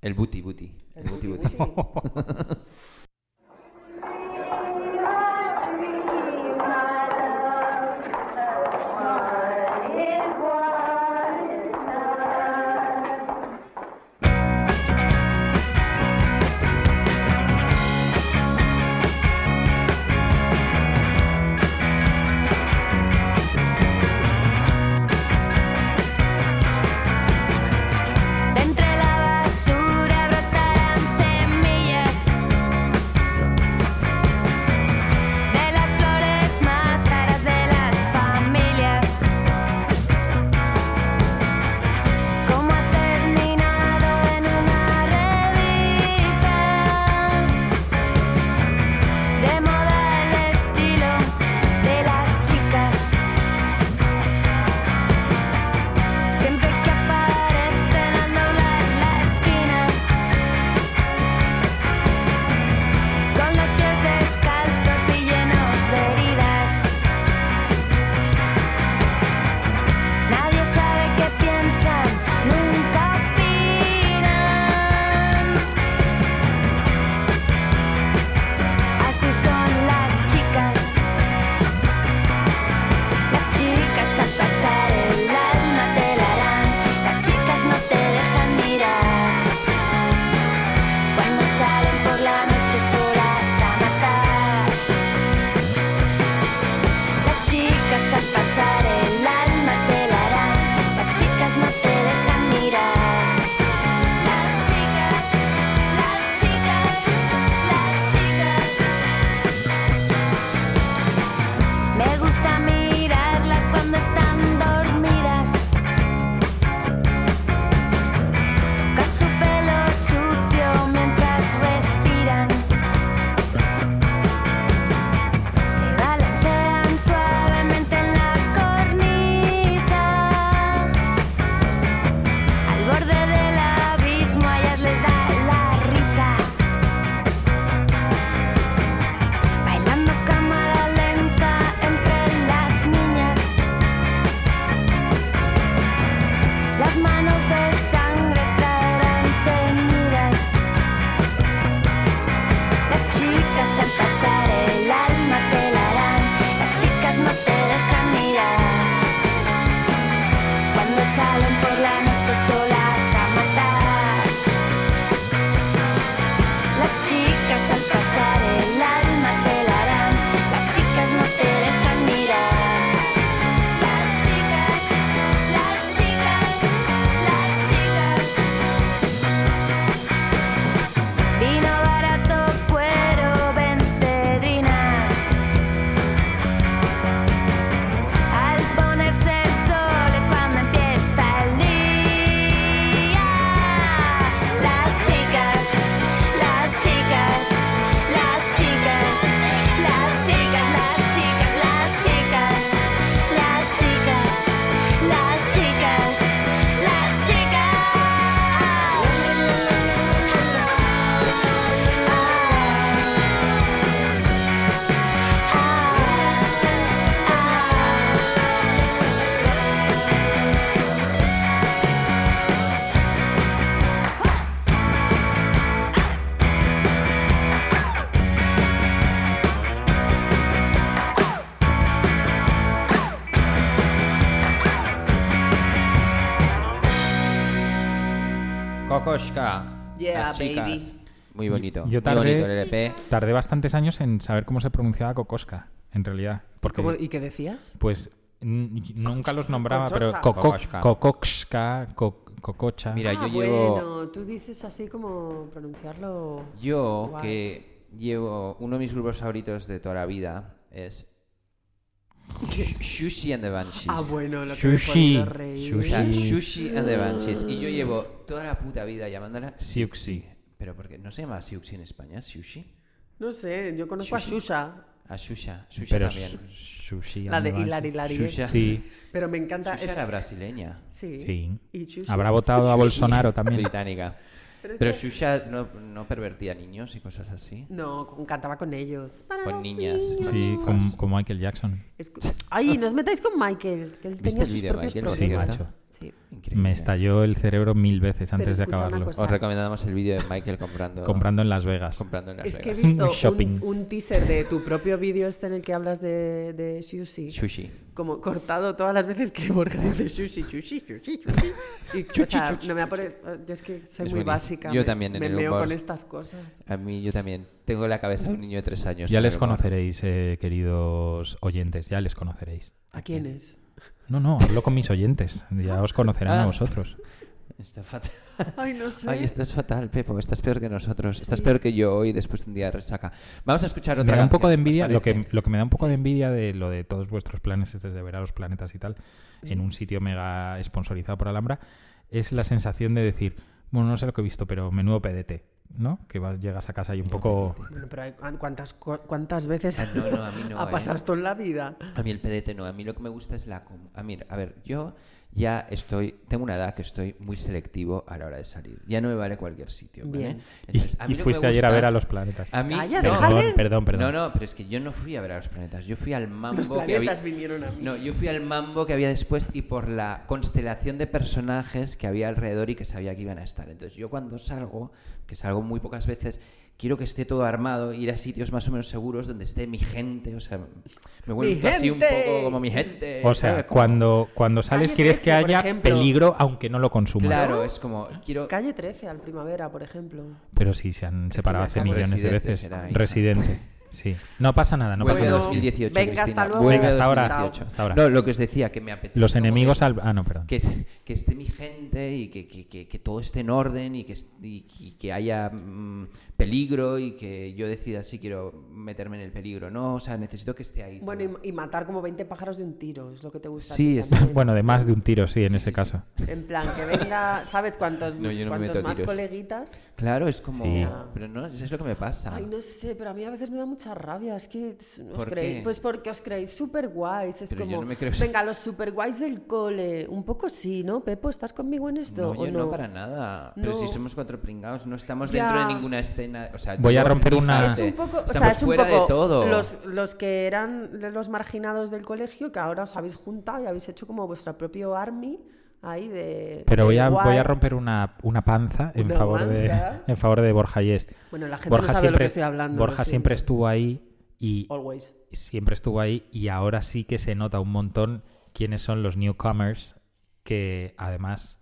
Speaker 5: El Buti Buti. El Buti Buti.
Speaker 8: De entre la basura brotarán semillas
Speaker 5: Kokoschka.
Speaker 6: Yeah,
Speaker 5: Las chicas.
Speaker 6: baby.
Speaker 5: Muy bonito.
Speaker 7: Yo
Speaker 5: muy bonito el
Speaker 7: tardé,
Speaker 5: LP.
Speaker 7: tardé bastantes años en saber cómo se pronunciaba Kokoschka, en realidad. Porque,
Speaker 6: ¿Cómo- ¿Y qué decías?
Speaker 7: Pues n- nunca los nombraba, pero
Speaker 6: Kokoschka.
Speaker 7: Kokok- Kokoschka, co- Kokocha.
Speaker 5: Mira, yo
Speaker 6: Ah,
Speaker 5: llevo-
Speaker 6: bueno, tú dices así como pronunciarlo...
Speaker 5: Yo,
Speaker 6: Guau.
Speaker 5: que llevo uno de mis grupos favoritos de toda la vida, es Sh- Shushi and the Banshees.
Speaker 6: Ah, bueno, lo que me he Shushi. podido reír.
Speaker 5: O sea,
Speaker 6: Shushi.
Speaker 5: Shushi and the Banshees. Y yo llevo toda la puta vida llamándola
Speaker 7: Siuxi.
Speaker 5: Pero porque no se llama Siuxi en España, Shushi.
Speaker 6: No sé, yo conozco a Xuxa,
Speaker 5: A Shusha, Shusha
Speaker 7: Pero
Speaker 5: también.
Speaker 7: Sh- Shushi
Speaker 6: la de
Speaker 7: Andavas.
Speaker 6: Hilari Hilari.
Speaker 5: Xuxa.
Speaker 7: Sí.
Speaker 6: Pero me encanta...
Speaker 5: Xuxa era brasileña.
Speaker 6: Sí.
Speaker 7: Sí.
Speaker 6: Y Xuxa.
Speaker 7: Habrá votado a
Speaker 5: Xuxa.
Speaker 7: Bolsonaro también.
Speaker 5: Británica.
Speaker 6: Pero es
Speaker 5: Pero
Speaker 6: que-
Speaker 5: Shusha no, no pervertía niños y cosas así.
Speaker 6: No, con- cantaba con ellos. Para
Speaker 5: Con
Speaker 6: los
Speaker 5: niñas.
Speaker 6: niños.
Speaker 7: Sí, como, como Michael Jackson.
Speaker 6: Escu- Ay, no os metáis con Michael, que él
Speaker 5: ¿Viste
Speaker 6: tenía
Speaker 5: el
Speaker 6: sus
Speaker 5: vídeo de
Speaker 6: propios
Speaker 5: Michael, por
Speaker 6: problemas.
Speaker 5: cierto?
Speaker 6: Sí.
Speaker 5: Increíble.
Speaker 7: Me estalló el cerebro mil veces antes de
Speaker 6: escucha una
Speaker 7: acabarlo.
Speaker 6: cosa.
Speaker 5: Os recomendamos el vídeo de Michael comprando,
Speaker 7: Comprando en Las Vegas.
Speaker 5: comprando en Las
Speaker 6: Es que he
Speaker 5: Vegas.
Speaker 6: visto
Speaker 7: Shopping.
Speaker 6: un, un teaser de tu propio vídeo este en el que hablas de, de sushi.
Speaker 5: Shushi.
Speaker 6: Como cortado todas las veces que Borja dice sushi, sushi, sushi, sushi. Y, o sea, no me apare- Yo es que soy
Speaker 5: Es buenísimo.
Speaker 6: muy básica.
Speaker 5: Yo
Speaker 6: me-
Speaker 5: también en
Speaker 6: Me
Speaker 5: el
Speaker 6: meo
Speaker 5: humor.
Speaker 6: con estas cosas.
Speaker 5: A mí yo también. Tengo la cabeza de un niño de tres años.
Speaker 7: Ya
Speaker 5: pero
Speaker 7: les
Speaker 5: no.
Speaker 7: conoceréis, eh, queridos oyentes, ya les conoceréis.
Speaker 6: ¿A quiénes?
Speaker 7: No, no, hablo con mis oyentes, ya os conocerán
Speaker 5: Ah.
Speaker 7: a vosotros.
Speaker 5: Está fatal.
Speaker 6: Ay, no sé.
Speaker 5: Ay, este- estás fatal, Pepo. Estás peor que nosotros. Estás peor que yo hoy después de un día de resaca. Vamos a escuchar
Speaker 7: me
Speaker 5: otra
Speaker 7: da un poco de
Speaker 5: canción, ¿os
Speaker 7: envidia, lo que,
Speaker 5: parece?
Speaker 7: lo que me da un poco de envidia de lo de todos vuestros planes estos de ver a los planetas y tal, en un sitio mega esponsorizado por Alhambra, es la sensación de decir, bueno, no sé lo que he visto, pero menudo pedete, ¿no? Que vas, llegas a casa y un poco...
Speaker 6: Bueno, pero hay- ¿cuántas, co- cuántas veces
Speaker 5: Ah, no, no, a mí no,
Speaker 6: ha
Speaker 5: eh.
Speaker 6: pasado esto en la vida?
Speaker 5: A mí el pedete no. A mí lo que me gusta es la... com- A mí, a ver, yo ya estoy... Tengo una edad que estoy muy selectivo a la hora de salir. Ya no me vale cualquier sitio, ¿vale?
Speaker 6: Bien.
Speaker 5: Entonces,
Speaker 7: y
Speaker 5: lo que me
Speaker 7: fuiste ayer a
Speaker 5: gusta-
Speaker 7: ver a los planetas.
Speaker 5: A mí...
Speaker 6: Calla,
Speaker 5: no,
Speaker 6: déjale.
Speaker 7: Perdón, perdón, perdón.
Speaker 5: No, no, pero es que yo no fui a ver a los planetas. Yo fui al mambo
Speaker 6: Los
Speaker 5: que había...
Speaker 6: planetas vinieron a mí.
Speaker 5: No, yo fui al mambo que había después y por la constelación de personajes que había alrededor y que sabía que iban a estar. Entonces yo cuando salgo, que salgo muy pocas veces, quiero que esté todo armado, ir a sitios más o menos seguros donde esté mi gente, o sea, me vuelvo así un
Speaker 6: gente!
Speaker 5: poco como mi
Speaker 6: Eh,
Speaker 5: gente.
Speaker 7: O
Speaker 5: ¿sabes?
Speaker 7: sea,
Speaker 5: Como-
Speaker 7: cuando, cuando sales
Speaker 6: Calle
Speaker 7: quieres que
Speaker 6: 13, por
Speaker 7: haya
Speaker 6: ejemplo.
Speaker 7: peligro aunque no lo consumas.
Speaker 5: Claro, es como, quiero...
Speaker 6: Calle 13 al primavera, por ejemplo.
Speaker 7: Pero sí, se han separado hace
Speaker 5: Cristina Cano.
Speaker 7: millones de
Speaker 5: Residente
Speaker 7: veces.
Speaker 5: será, hija.
Speaker 7: Residente, sí. No pasa nada, no
Speaker 5: Vuelve
Speaker 7: pasa
Speaker 5: a
Speaker 7: nada.
Speaker 6: Bueno,
Speaker 5: 2018,
Speaker 6: Venga,
Speaker 5: Cristina,
Speaker 6: hasta luego.
Speaker 5: vuelve a
Speaker 7: Venga, hasta ahora.
Speaker 5: 2018.
Speaker 7: Hasta ahora.
Speaker 5: No, lo que os decía, que me apetece...
Speaker 7: Los
Speaker 5: como que-
Speaker 7: enemigos al... Ah, no, perdón.
Speaker 5: que, es- que esté mi gente y que, que- que- que todo esté en orden y que, est- y- y que haya mm, peligro y que yo decida si quiero meterme en el peligro. No, o sea, necesito que esté ahí.
Speaker 6: Bueno,
Speaker 5: todo.
Speaker 6: y, y matar como 20 pájaros de un tiro, es lo que te gusta. a
Speaker 5: Sí,
Speaker 6: ti
Speaker 5: es-
Speaker 6: también.
Speaker 7: Bueno, de más de un tiro, sí, en ese caso.
Speaker 6: En plan, que venga, ¿sabes? Cuantos,
Speaker 5: No, yo no me
Speaker 6: cuantos
Speaker 5: meto
Speaker 6: más
Speaker 5: tiros.
Speaker 6: coleguitas.
Speaker 5: Claro, es como...
Speaker 7: Sí.
Speaker 5: Pero no, eso es lo que me pasa.
Speaker 6: Ay, no sé, pero a mí a veces me da mucha rabia. Es que os
Speaker 5: Ah. ¿Por
Speaker 6: creéis,
Speaker 5: qué?
Speaker 6: pues porque os creéis súper guays. Es
Speaker 5: Pero yo
Speaker 6: como,
Speaker 5: no me creo-
Speaker 6: venga, los súper guays del cole. Un poco sí, ¿no, Pepo? ¿Estás conmigo en esto?
Speaker 5: No,
Speaker 6: o
Speaker 5: yo
Speaker 6: no?
Speaker 5: no para nada. Pero
Speaker 6: No.
Speaker 5: si somos cuatro pringados, no estamos
Speaker 6: Ya.
Speaker 5: dentro de ninguna escena. O sea,
Speaker 7: Voy a
Speaker 5: yo-
Speaker 7: romper una-
Speaker 6: Es un poco, o sea,
Speaker 5: Estamos
Speaker 6: es un
Speaker 5: fuera
Speaker 6: poco
Speaker 5: de todo.
Speaker 6: Los, los que eran los marginados del colegio que ahora os habéis juntado y habéis hecho como vuestro propio army ahí de.
Speaker 7: Pero voy
Speaker 6: de
Speaker 7: a,
Speaker 6: guay.
Speaker 7: voy a romper una, una panza en
Speaker 6: Una
Speaker 7: favor
Speaker 6: panza.
Speaker 7: de en favor de Borja Yes.
Speaker 6: Bueno, la gente no sabe de lo que estoy hablando, lo
Speaker 7: Borja siempre
Speaker 6: siento.
Speaker 7: estuvo ahí y
Speaker 6: Always.
Speaker 7: siempre estuvo ahí y ahora sí que se nota un montón quiénes son los newcomers que además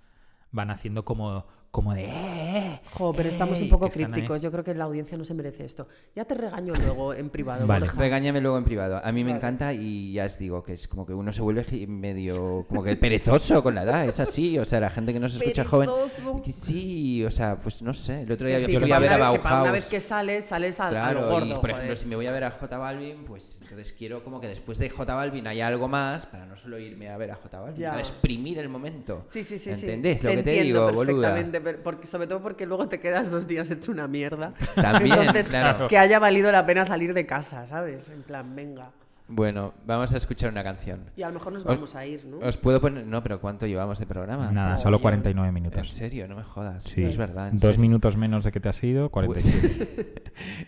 Speaker 7: van haciendo como como de "Eh, eh,
Speaker 6: Jo, pero estamos
Speaker 7: eh",
Speaker 6: un poco
Speaker 7: que están ahí.
Speaker 6: crípticos. Yo creo que la audiencia no se merece esto. Ya te regaño luego en privado.
Speaker 7: Vale.
Speaker 6: Borja.
Speaker 5: Regáñame luego en privado. A mí me encanta y ya os digo que es como que uno se vuelve gi- medio como que perezoso con la edad, es así, o sea, la gente que no se escucha joven.
Speaker 6: Perezoso.
Speaker 5: que Sí, o sea, pues no sé, el otro día
Speaker 6: Que
Speaker 5: yo
Speaker 6: sí,
Speaker 5: fui
Speaker 6: que
Speaker 5: a
Speaker 6: para
Speaker 5: ver a
Speaker 6: una vez- que para Una
Speaker 5: Bauhaus.
Speaker 6: vez que sales, sales al
Speaker 5: Claro, y por ejemplo,
Speaker 6: joder.
Speaker 5: si me voy a ver a J Balvin, pues entonces quiero como que después de J Balvin haya algo más para no solo irme a ver a J Balvin,
Speaker 6: Ya.
Speaker 5: para exprimir el momento.
Speaker 6: Sí, sí, sí. sí.
Speaker 5: ¿Entendés lo que te
Speaker 6: entiendo
Speaker 5: digo, boluda?
Speaker 6: perfectamente, pero- porque, sobre todo porque luego te quedas dos días hecho una mierda.
Speaker 5: También,
Speaker 6: Entonces,
Speaker 5: claro.
Speaker 6: que haya valido la pena salir de casa, ¿sabes? En plan, venga.
Speaker 5: Bueno, vamos a escuchar una canción.
Speaker 6: Y a lo mejor nos
Speaker 5: Os-
Speaker 6: vamos a ir, ¿no?
Speaker 5: Os puedo poner, no, pero ¿cuánto llevamos de programa?
Speaker 7: Nada,
Speaker 6: Madre
Speaker 7: solo
Speaker 6: mía.
Speaker 7: 49
Speaker 5: Ah, En
Speaker 7: minutos.
Speaker 5: serio, no me jodas.
Speaker 7: Sí.
Speaker 5: No es verdad. en
Speaker 7: Dos
Speaker 5: serio. Pues
Speaker 7: minutos menos de que te has ido, 47.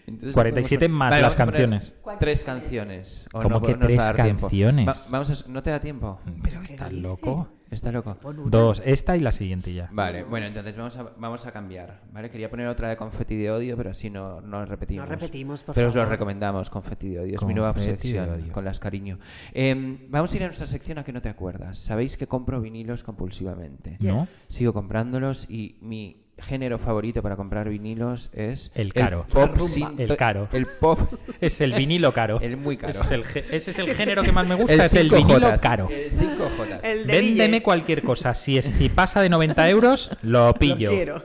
Speaker 5: Entonces,
Speaker 7: 47
Speaker 5: podemos-
Speaker 7: más
Speaker 5: Vale,
Speaker 7: las
Speaker 5: vamos a poner
Speaker 7: canciones.
Speaker 5: Tres canciones. O
Speaker 7: ¿Cómo
Speaker 5: no,
Speaker 7: que
Speaker 5: no nos va a
Speaker 7: tres
Speaker 5: dar tiempo.
Speaker 7: canciones?
Speaker 5: Va- vamos a- ¿No te da tiempo?
Speaker 7: Pero está loco.
Speaker 5: Está loco.
Speaker 7: Dos, esta y la siguiente ya.
Speaker 5: Vale, bueno, entonces vamos a, vamos a cambiar. ¿vale? Quería poner otra de Confeti de Odio, pero así no, no repetimos.
Speaker 6: No repetimos, por
Speaker 5: Pero os lo
Speaker 6: favor.
Speaker 5: recomendamos, Confeti de Odio. Es mi nueva
Speaker 7: Confeti de
Speaker 5: obsesión,
Speaker 7: Odio.
Speaker 5: con las cariño. Eh, vamos a ir a nuestra sección a que no te acuerdas. Sabéis que compro vinilos compulsivamente.
Speaker 7: ¿No?
Speaker 5: Sigo comprándolos y mi género favorito para comprar vinilos es
Speaker 7: El caro.
Speaker 5: pop
Speaker 7: La rumba.
Speaker 5: sin-
Speaker 7: El caro.
Speaker 5: El pop
Speaker 7: Es el vinilo caro.
Speaker 5: El muy caro.
Speaker 7: Ese es el gé- ese es el género que más me gusta, es el vinilo caro.
Speaker 5: El 5J.
Speaker 6: El de
Speaker 7: Véndeme
Speaker 6: Villes.
Speaker 7: cualquier cosa. Si, es- si pasa de 90 euros, lo pillo.
Speaker 6: Lo quiero.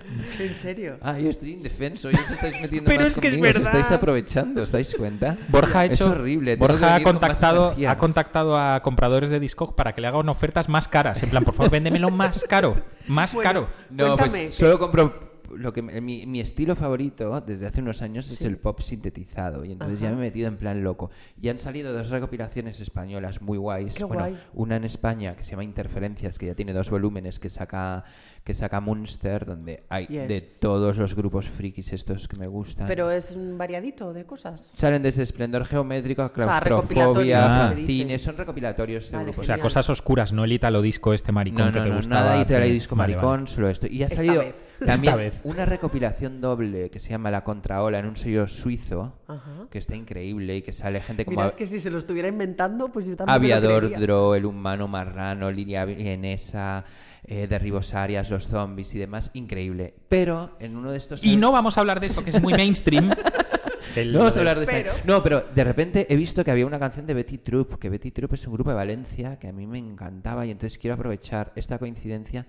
Speaker 6: en serio.
Speaker 5: Ah, yo estoy indefenso y os estáis metiendo
Speaker 6: Pero
Speaker 5: más
Speaker 6: es que es
Speaker 5: conmigo, os
Speaker 6: verdad.
Speaker 5: estáis aprovechando, ¿os dais cuenta?
Speaker 7: Borja ha hecho,
Speaker 5: Es horrible. tengo que
Speaker 7: Borja ha
Speaker 5: venir con más
Speaker 7: contactado,
Speaker 5: energía.
Speaker 7: ha contactado a compradores de Discog para que le hagan ofertas más caras. En plan, por favor, véndemelo más caro. Más
Speaker 5: Bueno,
Speaker 7: caro.
Speaker 5: No, pues solo compro lo que mi, mi estilo favorito desde hace unos años es el pop sintetizado y entonces ya
Speaker 7: Ajá.
Speaker 5: me he metido en plan loco. Y han salido dos recopilaciones españolas muy guays.
Speaker 7: Qué
Speaker 5: Bueno,
Speaker 7: guay.
Speaker 5: una en España que se llama Interferencias que ya tiene dos volúmenes que saca que saca Munster donde hay
Speaker 6: Yes.
Speaker 5: de todos los grupos frikis estos que me gustan.
Speaker 6: Pero es un variadito de cosas.
Speaker 5: Salen desde esplendor geométrico a
Speaker 6: sea,
Speaker 5: claustrofobia,
Speaker 7: recopilatorios,
Speaker 5: a
Speaker 7: me dices.
Speaker 5: cine, son recopilatorios de
Speaker 6: Vale,
Speaker 5: grupos.
Speaker 7: O sea, cosas oscuras, no el italo disco este maricón
Speaker 5: No,
Speaker 7: que
Speaker 5: no,
Speaker 7: te
Speaker 5: no,
Speaker 7: gusta.
Speaker 5: nada italo disco maricón, solo esto. Y ha
Speaker 6: Esta
Speaker 5: salido
Speaker 6: vez.
Speaker 5: también
Speaker 7: Esta vez.
Speaker 5: una recopilación doble que se llama La Contraola en un sello suizo,
Speaker 6: Ajá.
Speaker 5: que está increíble y que sale gente como
Speaker 6: Mira, es que si se lo estuviera inventando, pues yo también.
Speaker 5: Aviador, Dro, El Humano Marrano, Liria Vienesa, eh, Derribos Arias, Los Zombies y demás. Increíble. Pero en uno de estos...
Speaker 7: Y no vamos a hablar de eso, que es muy mainstream. Del-
Speaker 5: No vamos a hablar de esta-
Speaker 7: Pero-
Speaker 5: No, pero de repente he visto que había una canción de Betty Troop, que Betty Troop es un grupo de Valencia que a mí me encantaba y entonces quiero aprovechar esta coincidencia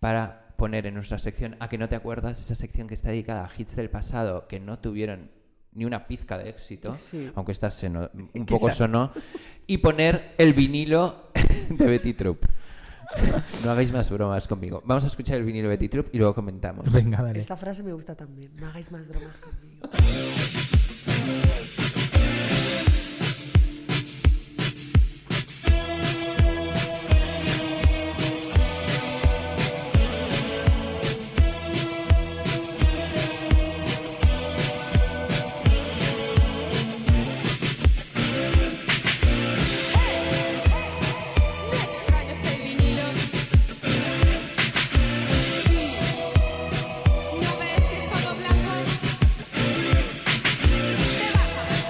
Speaker 5: para poner en nuestra sección a que no te acuerdas, esa sección que está dedicada a hits del pasado que no tuvieron ni una pizca de éxito,
Speaker 6: Sí.
Speaker 5: aunque esta se no- un poco
Speaker 6: Quizá.
Speaker 5: sonó, y poner el vinilo de Betty Troop. No hagáis más bromas conmigo. Vamos a escuchar el vinilo de Betty Troop y luego comentamos.
Speaker 7: Venga,
Speaker 6: Esta frase me gusta también. No hagáis más bromas conmigo.
Speaker 9: Rayos del vinilo. Sí, no ves que es todo blanco. Te vas a ¿eh?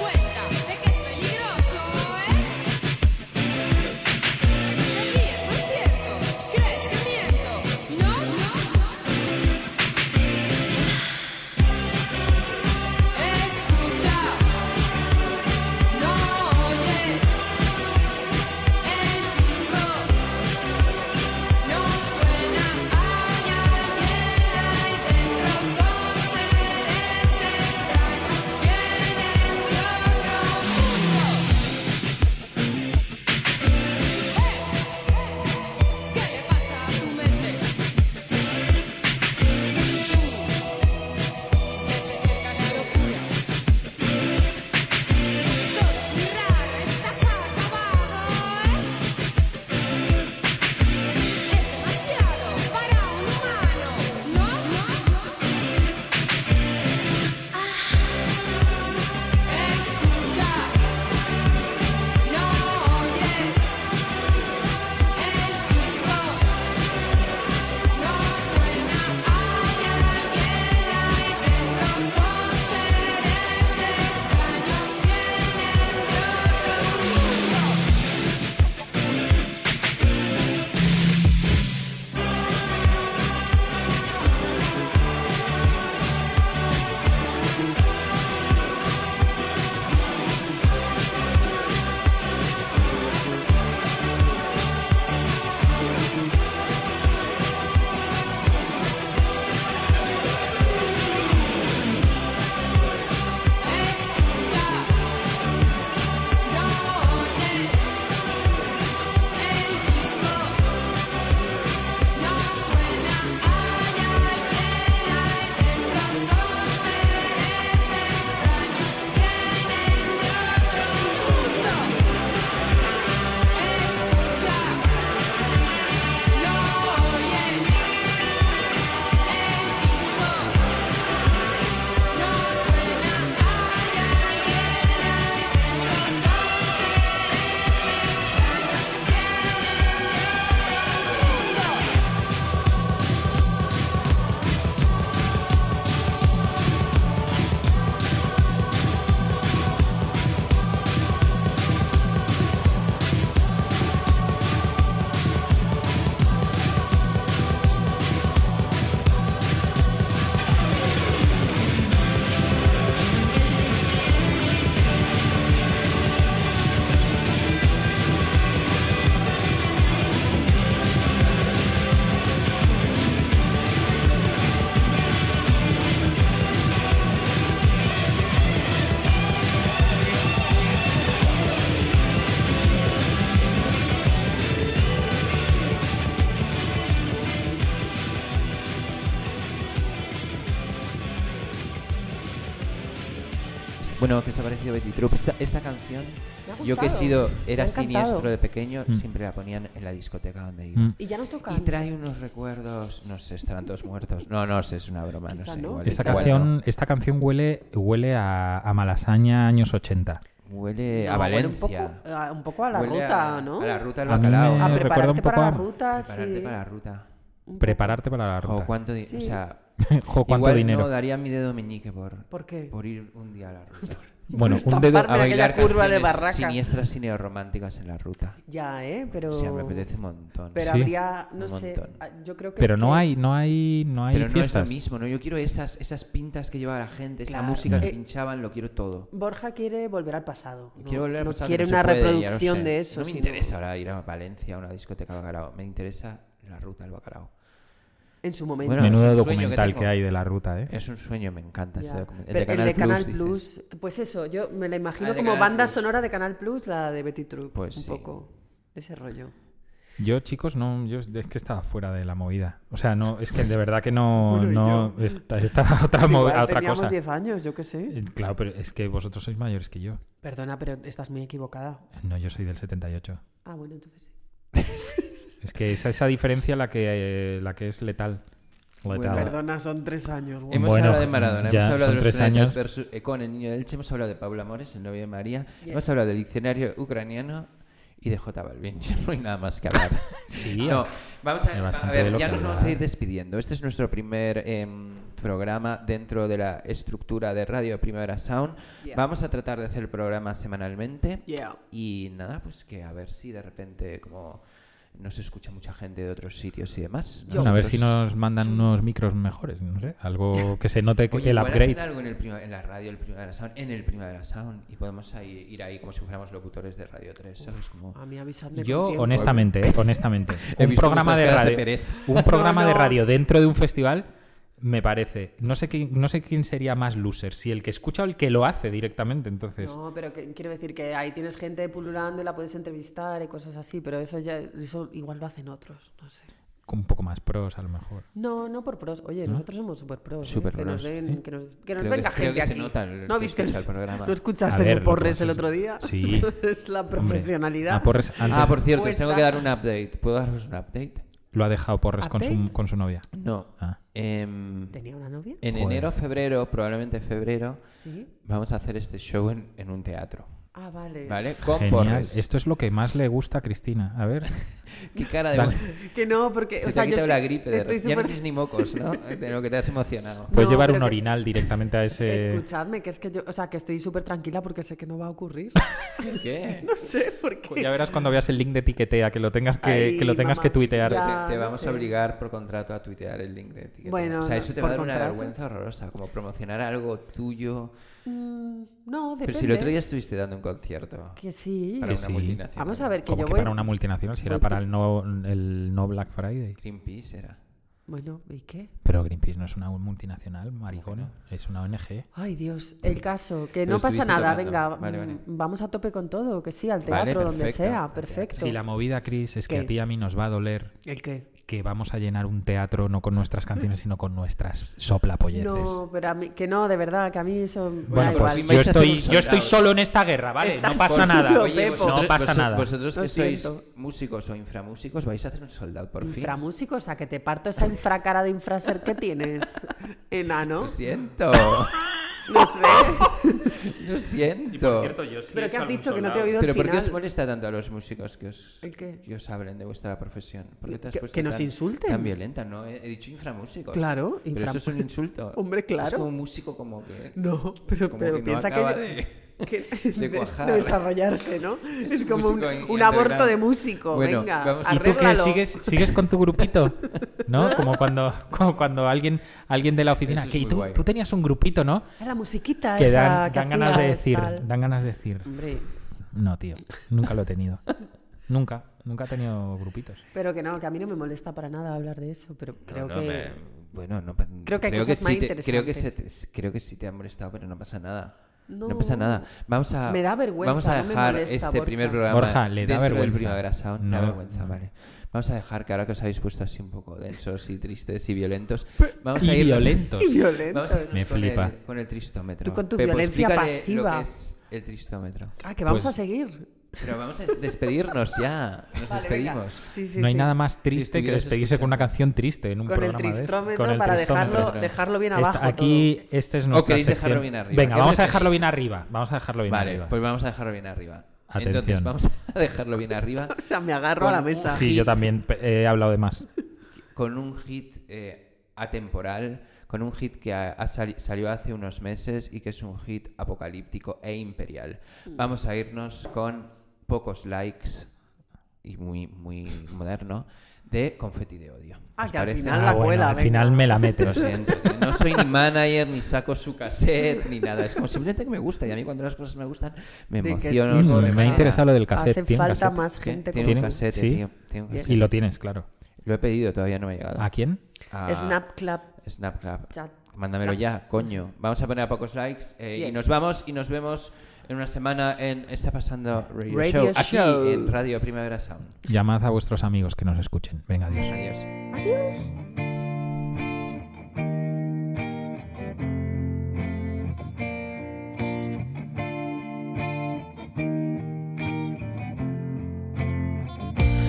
Speaker 5: bueno que se ha parecido a Betty Troop. Esta, esta canción,
Speaker 6: Me ha
Speaker 5: yo que he
Speaker 6: gustado,
Speaker 5: sido,
Speaker 6: me
Speaker 5: era
Speaker 6: ha encantado.
Speaker 5: siniestro de pequeño,
Speaker 6: Mm.
Speaker 5: siempre la ponían en la discoteca donde
Speaker 7: Mm.
Speaker 5: iba.
Speaker 6: Y ya no tocan.
Speaker 5: Y trae unos recuerdos, no sé, estarán todos muertos. No, no sé, es una broma, no
Speaker 6: Quizá
Speaker 5: sé.
Speaker 6: no.
Speaker 5: igual-
Speaker 7: Esta
Speaker 5: igual
Speaker 7: canción, esta canción huele, huele a, a Malasaña años 80.
Speaker 5: Huele
Speaker 6: No,
Speaker 5: a
Speaker 6: huele
Speaker 5: Valencia.
Speaker 6: un, poco, a- un poco a la
Speaker 5: Huele
Speaker 6: ruta,
Speaker 5: a-
Speaker 6: ¿no?
Speaker 5: a la ruta Eh, del
Speaker 7: A mí
Speaker 5: bacalao.
Speaker 7: me
Speaker 5: A
Speaker 7: recuerda
Speaker 6: Prepararte
Speaker 7: un poco
Speaker 6: para
Speaker 7: a-
Speaker 6: la ruta,
Speaker 5: Prepararte
Speaker 6: sí.
Speaker 5: para la ruta.
Speaker 7: Prepararte para la
Speaker 5: Jo,
Speaker 7: ruta.
Speaker 5: cuánto di- o
Speaker 6: Sí.
Speaker 5: sea,
Speaker 7: Jo, cuánto
Speaker 5: igual
Speaker 7: dinero.
Speaker 5: no daría mi dedo meñique por,
Speaker 6: ¿Por qué?
Speaker 5: por ir un día a la ruta.
Speaker 7: Bueno, Por un dedo- estamparme
Speaker 5: a
Speaker 6: en aquella
Speaker 5: bailar
Speaker 6: curva de
Speaker 5: canciones
Speaker 6: barraca.
Speaker 5: siniestras cineorománticas en la ruta.
Speaker 6: Ya, ¿eh? Pero...
Speaker 5: O sea, me apetece un montón.
Speaker 6: Pero
Speaker 7: Sí.
Speaker 6: habría, no
Speaker 5: Un
Speaker 6: sé,
Speaker 5: montón.
Speaker 6: a- yo creo que...
Speaker 7: Pero no
Speaker 6: que-
Speaker 7: hay, no hay, no hay
Speaker 5: Pero no es lo
Speaker 7: fiestas.
Speaker 5: mismo, ¿no? Yo quiero esas, esas pintas que lleva la gente, esa
Speaker 6: Claro.
Speaker 5: música que
Speaker 6: Eh,
Speaker 5: pinchaban, lo quiero todo.
Speaker 6: Borja quiere volver al pasado. No,
Speaker 5: Quiero volver a
Speaker 6: no
Speaker 5: pasar,
Speaker 6: quiere
Speaker 5: no se
Speaker 6: una
Speaker 5: puede, ya lo
Speaker 6: reproducción
Speaker 5: sé.
Speaker 6: de eso.
Speaker 5: No me
Speaker 6: sino-
Speaker 5: interesa ahora ir a Valencia a una discoteca de bacalao. Me interesa la ruta del bacalao.
Speaker 6: En su momento.
Speaker 5: Bueno,
Speaker 7: Menudo
Speaker 5: es un sueño
Speaker 7: documental que,
Speaker 5: tengo.
Speaker 7: hay de la ruta, ¿eh?
Speaker 5: Es un sueño, me encanta ese
Speaker 6: Ya.
Speaker 5: documental.
Speaker 6: Pero el de Canal Plus,
Speaker 5: dices.
Speaker 6: pues eso, yo me la
Speaker 5: Ah,
Speaker 6: imagino
Speaker 5: el de
Speaker 6: como
Speaker 5: Canal
Speaker 6: banda
Speaker 5: Plus.
Speaker 6: sonora de Canal Plus, la de Betty Troop,
Speaker 5: Pues
Speaker 6: un
Speaker 5: sí.
Speaker 6: poco ese rollo.
Speaker 7: Yo, chicos, no, yo es que estaba fuera de la movida. O sea, no, es que de verdad que no,
Speaker 6: Bueno, y
Speaker 7: no
Speaker 6: yo.
Speaker 7: esta- estaba otra,
Speaker 6: Pues
Speaker 7: mo-
Speaker 6: igual
Speaker 7: a otra
Speaker 6: teníamos
Speaker 7: cosa.
Speaker 6: 10 años, yo qué sé.
Speaker 7: Eh, Claro, pero es que vosotros sois mayores que yo.
Speaker 6: Perdona, pero estás muy equivocada.
Speaker 7: No, yo soy del 78.
Speaker 6: Ah, bueno, entonces sí.
Speaker 7: Es que es esa diferencia la que, eh, la que es letal. Letal.
Speaker 6: Perdona, son 3 años. guau.
Speaker 5: Hemos
Speaker 7: Bueno,
Speaker 5: hablado de Maradona,
Speaker 7: ya
Speaker 5: hemos hablado
Speaker 7: son
Speaker 5: de los
Speaker 7: tres
Speaker 5: planetas
Speaker 7: años.
Speaker 5: versus Econ, el niño de Elche, hemos hablado de Paula Mores, el novio de María, hemos hablado del diccionario ucraniano y de J Balvin. Ya no hay nada más que hablar.
Speaker 7: Sí,
Speaker 5: No, vamos
Speaker 7: hay
Speaker 5: a, a
Speaker 7: bastante de
Speaker 5: ver,
Speaker 7: lo
Speaker 5: ya
Speaker 7: que
Speaker 5: nos vamos
Speaker 7: hablar.
Speaker 5: a ir despidiendo. Este es nuestro primer em, programa dentro de la estructura de Radio Primavera Sound.
Speaker 6: Yeah.
Speaker 5: Vamos a tratar de hacer el programa semanalmente.
Speaker 6: Yeah.
Speaker 5: Y nada, pues que a ver si de repente como nos escucha mucha gente de otros sitios y demás.
Speaker 7: Bueno, a ver si
Speaker 5: Nosotros-
Speaker 7: nos mandan unos micros mejores, no sé, algo que se note que-
Speaker 5: Oye,
Speaker 7: el
Speaker 5: igual
Speaker 7: upgrade.
Speaker 5: hacen algo en, el prima- en la radio, el Primavera Sound, en el Primavera Sound, y podemos ahí- ir ahí como si fuéramos locutores de Radio 3, ¿sabes? Como...
Speaker 6: A mí avisadme
Speaker 7: Yo,
Speaker 6: con tiempo.
Speaker 7: honestamente, eh, honestamente,
Speaker 5: He
Speaker 7: un
Speaker 5: visto
Speaker 7: programa de
Speaker 5: vuestras caras de
Speaker 7: radio,
Speaker 5: pereza.
Speaker 7: un programa
Speaker 6: No,
Speaker 7: de
Speaker 6: no.
Speaker 7: radio dentro de un festival, me parece. No sé quién, no sé quién sería más loser, si el que escucha o el que lo hace directamente. Entonces,
Speaker 6: No, pero que- quiero decir que ahí tienes gente pululando y la puedes entrevistar y cosas así, pero eso ya eso igual lo hacen otros, no sé.
Speaker 7: con un poco más pros a lo mejor.
Speaker 6: No, no por pros. Oye, nosotros somos super pros. que
Speaker 5: Superpros,
Speaker 6: nos, den-
Speaker 5: ¿eh?
Speaker 6: que nos, que nos
Speaker 5: Creo que-
Speaker 6: venga
Speaker 5: creo
Speaker 6: gente
Speaker 5: que se
Speaker 6: aquí.
Speaker 5: nota el
Speaker 6: no
Speaker 5: que
Speaker 6: viste
Speaker 5: escucha el programa.
Speaker 6: No escuchaste
Speaker 7: A ver,
Speaker 6: de
Speaker 7: lo
Speaker 6: Porres
Speaker 7: que
Speaker 6: el
Speaker 7: pasa
Speaker 6: otro
Speaker 7: es-
Speaker 6: día.
Speaker 7: Sí.
Speaker 6: es la
Speaker 7: Hombre,
Speaker 6: profesionalidad.
Speaker 7: a Porres antes
Speaker 5: Ah, por cierto, os
Speaker 6: Cuesta.
Speaker 5: tengo que dar un update. ¿Puedo daros un update?
Speaker 7: lo ha dejado Porres con su,
Speaker 6: ¿Update?
Speaker 7: con su novia.
Speaker 5: No.
Speaker 7: Ah.
Speaker 5: Em,
Speaker 6: ¿Tenía una novia?
Speaker 5: en
Speaker 7: Joder.
Speaker 5: enero, febrero, probablemente febrero,
Speaker 6: Sí.
Speaker 5: vamos a hacer este show en, en un teatro.
Speaker 6: Ah, vale.
Speaker 5: ¿Vale? Con
Speaker 7: Genial.
Speaker 5: Porres.
Speaker 7: Esto es lo que más le gusta a Cristina. A ver,
Speaker 5: Qué cara de...
Speaker 7: Dale.
Speaker 6: Que no, porque.
Speaker 5: Se
Speaker 6: o
Speaker 5: te
Speaker 6: sea,
Speaker 5: ha
Speaker 6: yo
Speaker 5: quitado
Speaker 6: estoy,
Speaker 5: la gripe. de-
Speaker 6: estoy
Speaker 5: Ya no
Speaker 6: súper-
Speaker 5: tienes ni mocos, ¿no? De lo que te has emocionado.
Speaker 7: puedes
Speaker 6: No,
Speaker 7: llevar
Speaker 6: pero
Speaker 7: un
Speaker 6: que-
Speaker 7: orinal directamente a ese.
Speaker 6: Escuchadme, que es que yo. O sea, que estoy súper tranquila porque sé que no va a ocurrir.
Speaker 5: ¿Qué?
Speaker 6: no sé por qué.
Speaker 7: Ya verás cuando veas el link de tiquetea, que lo tengas que,
Speaker 6: Ay,
Speaker 7: que, lo tengas
Speaker 6: mamá,
Speaker 7: que tuitear.
Speaker 6: ya.
Speaker 5: Te, te
Speaker 6: no
Speaker 5: vamos
Speaker 6: sé.
Speaker 5: a obligar por contrato a tuitear el link de etiqueta.
Speaker 6: Bueno,
Speaker 5: o sea,
Speaker 6: no,
Speaker 5: eso te
Speaker 6: por
Speaker 5: va a dar una
Speaker 6: contrato.
Speaker 5: vergüenza horrorosa, como promocionar algo tuyo.
Speaker 6: Mm, no, depende.
Speaker 5: Pero si el otro día estuviste dando un concierto
Speaker 6: Que sí.
Speaker 5: para
Speaker 7: Que
Speaker 5: una
Speaker 7: sí.
Speaker 5: multinacional.
Speaker 6: Vamos a ver, que
Speaker 7: Como
Speaker 6: yo
Speaker 7: que
Speaker 6: voy.
Speaker 7: para una multinacional, si era
Speaker 6: voy
Speaker 7: para
Speaker 6: tu-
Speaker 7: el no, el no Black Friday.
Speaker 5: Greenpeace era.
Speaker 6: Bueno, ¿y qué?
Speaker 7: Pero Greenpeace no es una multinacional, maricona. Es una ONG.
Speaker 6: Ay, Dios, el caso, que
Speaker 5: Pero
Speaker 6: no pasa
Speaker 5: estuviste
Speaker 6: nada,
Speaker 5: tocando.
Speaker 6: venga,
Speaker 5: Vale, vale.
Speaker 6: mm, vamos a tope con todo, que sí, al
Speaker 5: Vale,
Speaker 6: teatro, donde
Speaker 5: perfecto, al
Speaker 6: sea,
Speaker 5: teatro.
Speaker 6: perfecto.
Speaker 7: Si la movida, Chris, es que
Speaker 6: ¿Qué?
Speaker 7: a ti y a mí nos va a doler
Speaker 6: ¿El qué?
Speaker 7: que vamos a llenar un teatro no con nuestras canciones, sino con nuestras soplapolleces.
Speaker 6: No, pero a mí, que no, de verdad, que a mí eso me
Speaker 7: Bueno,
Speaker 6: da igual.
Speaker 7: pues yo
Speaker 5: Vais a hacer
Speaker 7: estoy,
Speaker 5: un
Speaker 7: yo
Speaker 5: soldado.
Speaker 7: estoy solo en esta guerra, ¿vale?
Speaker 6: Estás
Speaker 7: no pasa
Speaker 6: solo,
Speaker 7: nada.
Speaker 6: Oye, pues Pepo.
Speaker 7: no pasa
Speaker 5: vosotros-
Speaker 7: nada.
Speaker 5: Vosotros que
Speaker 6: Lo
Speaker 5: sois
Speaker 6: siento.
Speaker 5: músicos o inframúsicos, vais a hacer un soldado por fin.
Speaker 6: Inframúsico, o sea, que te parto esa infracara de infraser que tienes, enano.
Speaker 5: Lo siento.
Speaker 6: No sé.
Speaker 5: Lo siento.
Speaker 6: Pero que has dicho que no te he oído
Speaker 5: Pero
Speaker 6: el
Speaker 5: ¿por qué
Speaker 6: final.
Speaker 5: os molesta tanto a los músicos que os,
Speaker 6: ¿El qué?
Speaker 5: que os hablen de vuestra profesión? ¿Por qué te has
Speaker 6: Que-
Speaker 5: puesto
Speaker 6: que nos
Speaker 5: tan-
Speaker 6: insulten.
Speaker 5: Tan violenta, ¿no? He, he dicho inframúsicos.
Speaker 6: Claro,
Speaker 5: Pero
Speaker 6: infram-
Speaker 5: eso es un insulto.
Speaker 6: Hombre,
Speaker 5: Es
Speaker 6: claro.
Speaker 5: como un músico como que...
Speaker 6: No, pero,
Speaker 5: Como
Speaker 6: pero
Speaker 5: que no
Speaker 6: piensa que,
Speaker 5: acaba
Speaker 6: yo-
Speaker 5: de-
Speaker 6: que-
Speaker 5: de cuajar.
Speaker 6: desarrollarse, ¿no?
Speaker 5: Es
Speaker 6: Es,
Speaker 5: un
Speaker 6: como un,
Speaker 5: músico en-
Speaker 6: un
Speaker 5: en
Speaker 6: aborto
Speaker 5: underground.
Speaker 6: de músico,
Speaker 5: Bueno,
Speaker 6: venga,
Speaker 5: vamos-
Speaker 7: ¿Y tú qué
Speaker 6: arréglalo.
Speaker 7: sigues, sigues con tu grupito? ¿No? Como cuando, como cuando alguien, alguien de la oficina.
Speaker 5: Eso es
Speaker 7: que
Speaker 5: muy
Speaker 7: tú,
Speaker 5: guay.
Speaker 7: tú tenías un grupito, ¿no?
Speaker 6: Ah, La musiquita
Speaker 7: Que
Speaker 6: esa
Speaker 7: dan,
Speaker 6: que
Speaker 7: dan ganas de
Speaker 6: hacías,
Speaker 7: decir.
Speaker 6: tal.
Speaker 7: Dan ganas de decir.
Speaker 6: Hombre,
Speaker 7: No, tío. Nunca lo he tenido. nunca. Nunca he tenido grupitos.
Speaker 6: pero que no, que a mí no me molesta para nada hablar de eso, pero creo
Speaker 5: No, no,
Speaker 6: que...
Speaker 5: me- Bueno, no pa-
Speaker 6: Creo que hay cosas más
Speaker 5: sí te- creo que
Speaker 6: interesantes.
Speaker 5: se te- creo que sí te han molestado, pero no pasa nada. No pasa nada. Vamos a,
Speaker 6: Me da vergüenza,
Speaker 5: vamos a
Speaker 6: no me
Speaker 5: dejar
Speaker 6: molesta,
Speaker 5: este
Speaker 6: Borja.
Speaker 5: primer programa
Speaker 7: Borja, le da
Speaker 5: dentro del
Speaker 7: vergüenza.
Speaker 5: Primavera Sound. Me da
Speaker 7: No,
Speaker 5: vergüenza, vale. Vamos a dejar que ahora que os habéis puesto así un poco densos y tristes y violentos, vamos
Speaker 7: Y
Speaker 5: a ir
Speaker 7: violentos. Y violentos. Me
Speaker 5: con
Speaker 7: flipa.
Speaker 5: El, con el tristómetro.
Speaker 6: Tú con tu
Speaker 5: Pepo,
Speaker 6: violencia
Speaker 5: explícale Lo
Speaker 6: pasiva.
Speaker 5: que es el tristómetro.
Speaker 6: Ah, que vamos
Speaker 7: Pues-
Speaker 6: a seguir.
Speaker 5: Pero vamos a despedirnos ya. Nos
Speaker 6: Vale, venga.
Speaker 5: despedimos.
Speaker 6: Sí, sí,
Speaker 7: no hay
Speaker 6: sí.
Speaker 7: nada más
Speaker 5: Si
Speaker 7: triste que
Speaker 5: estuvieras
Speaker 7: despedirse con una canción triste en un
Speaker 6: Con el
Speaker 7: programa de este.
Speaker 6: tristrómetro para dejarlo-
Speaker 7: tristrómetro.
Speaker 6: dejarlo bien
Speaker 7: Esta-
Speaker 6: abajo
Speaker 7: aquí, este es
Speaker 5: ¿O
Speaker 7: nuestro.
Speaker 5: queréis dejarlo bien arriba?
Speaker 7: Venga,
Speaker 5: ¿Qué
Speaker 7: vamos a
Speaker 5: preferís?
Speaker 7: dejarlo bien arriba. Vamos a dejarlo bien
Speaker 5: vale,
Speaker 7: arriba.
Speaker 5: pues vamos a dejarlo bien arriba.
Speaker 7: Atención.
Speaker 5: Entonces, vamos a dejarlo bien arriba.
Speaker 6: O sea, me agarro a la
Speaker 5: Con un
Speaker 6: mesa.
Speaker 7: Sí, yo también pe- he hablado de más.
Speaker 5: Con un hit eh, atemporal, con un hit que ha- ha sali- salió hace unos meses y que es un hit apocalíptico e imperial.
Speaker 6: Mm.
Speaker 5: Vamos a irnos con pocos likes y muy, muy moderno de Confeti de Odio.
Speaker 6: Ah,
Speaker 5: ¿Os
Speaker 6: que al
Speaker 5: parece?
Speaker 6: final la Ah, bueno, cuela, al venga. final
Speaker 7: me la mete,
Speaker 5: Lo
Speaker 7: o sea.
Speaker 5: siento, que No soy ni manager, ni saco su cassette, ni nada. Es como simplemente que me gusta y a mí cuando las cosas me gustan me
Speaker 6: De que
Speaker 5: emociono.
Speaker 6: sí,
Speaker 5: sobre
Speaker 6: Borja.
Speaker 7: Mm, Me ha interesado lo del
Speaker 6: Hace
Speaker 7: cassette. ¿Tiene un
Speaker 6: falta
Speaker 7: cassette?
Speaker 6: más gente
Speaker 5: Tiene
Speaker 6: como
Speaker 5: un
Speaker 6: tú.
Speaker 5: cassette,
Speaker 7: Sí.
Speaker 5: tío. Tiene un
Speaker 6: Yes.
Speaker 5: cassette.
Speaker 7: Y lo tienes, claro.
Speaker 5: Lo he pedido, todavía no me ha llegado.
Speaker 7: ¿A quién?
Speaker 5: A-
Speaker 6: Snapclap.
Speaker 5: Snapclap.
Speaker 6: Chat.
Speaker 5: Mándamelo ya, coño. Vamos a poner a pocos likes eh, y
Speaker 6: Yes.
Speaker 5: nos vamos y nos vemos en una semana en Está pasando Radio,
Speaker 6: Radio
Speaker 5: Show, aquí
Speaker 6: Show.
Speaker 5: en Radio Primavera Sound.
Speaker 7: Llamad a vuestros amigos que nos escuchen. Venga, adiós.
Speaker 5: Adiós.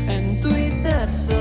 Speaker 12: En Twitter soy
Speaker 9: Ah, Ah, Ah,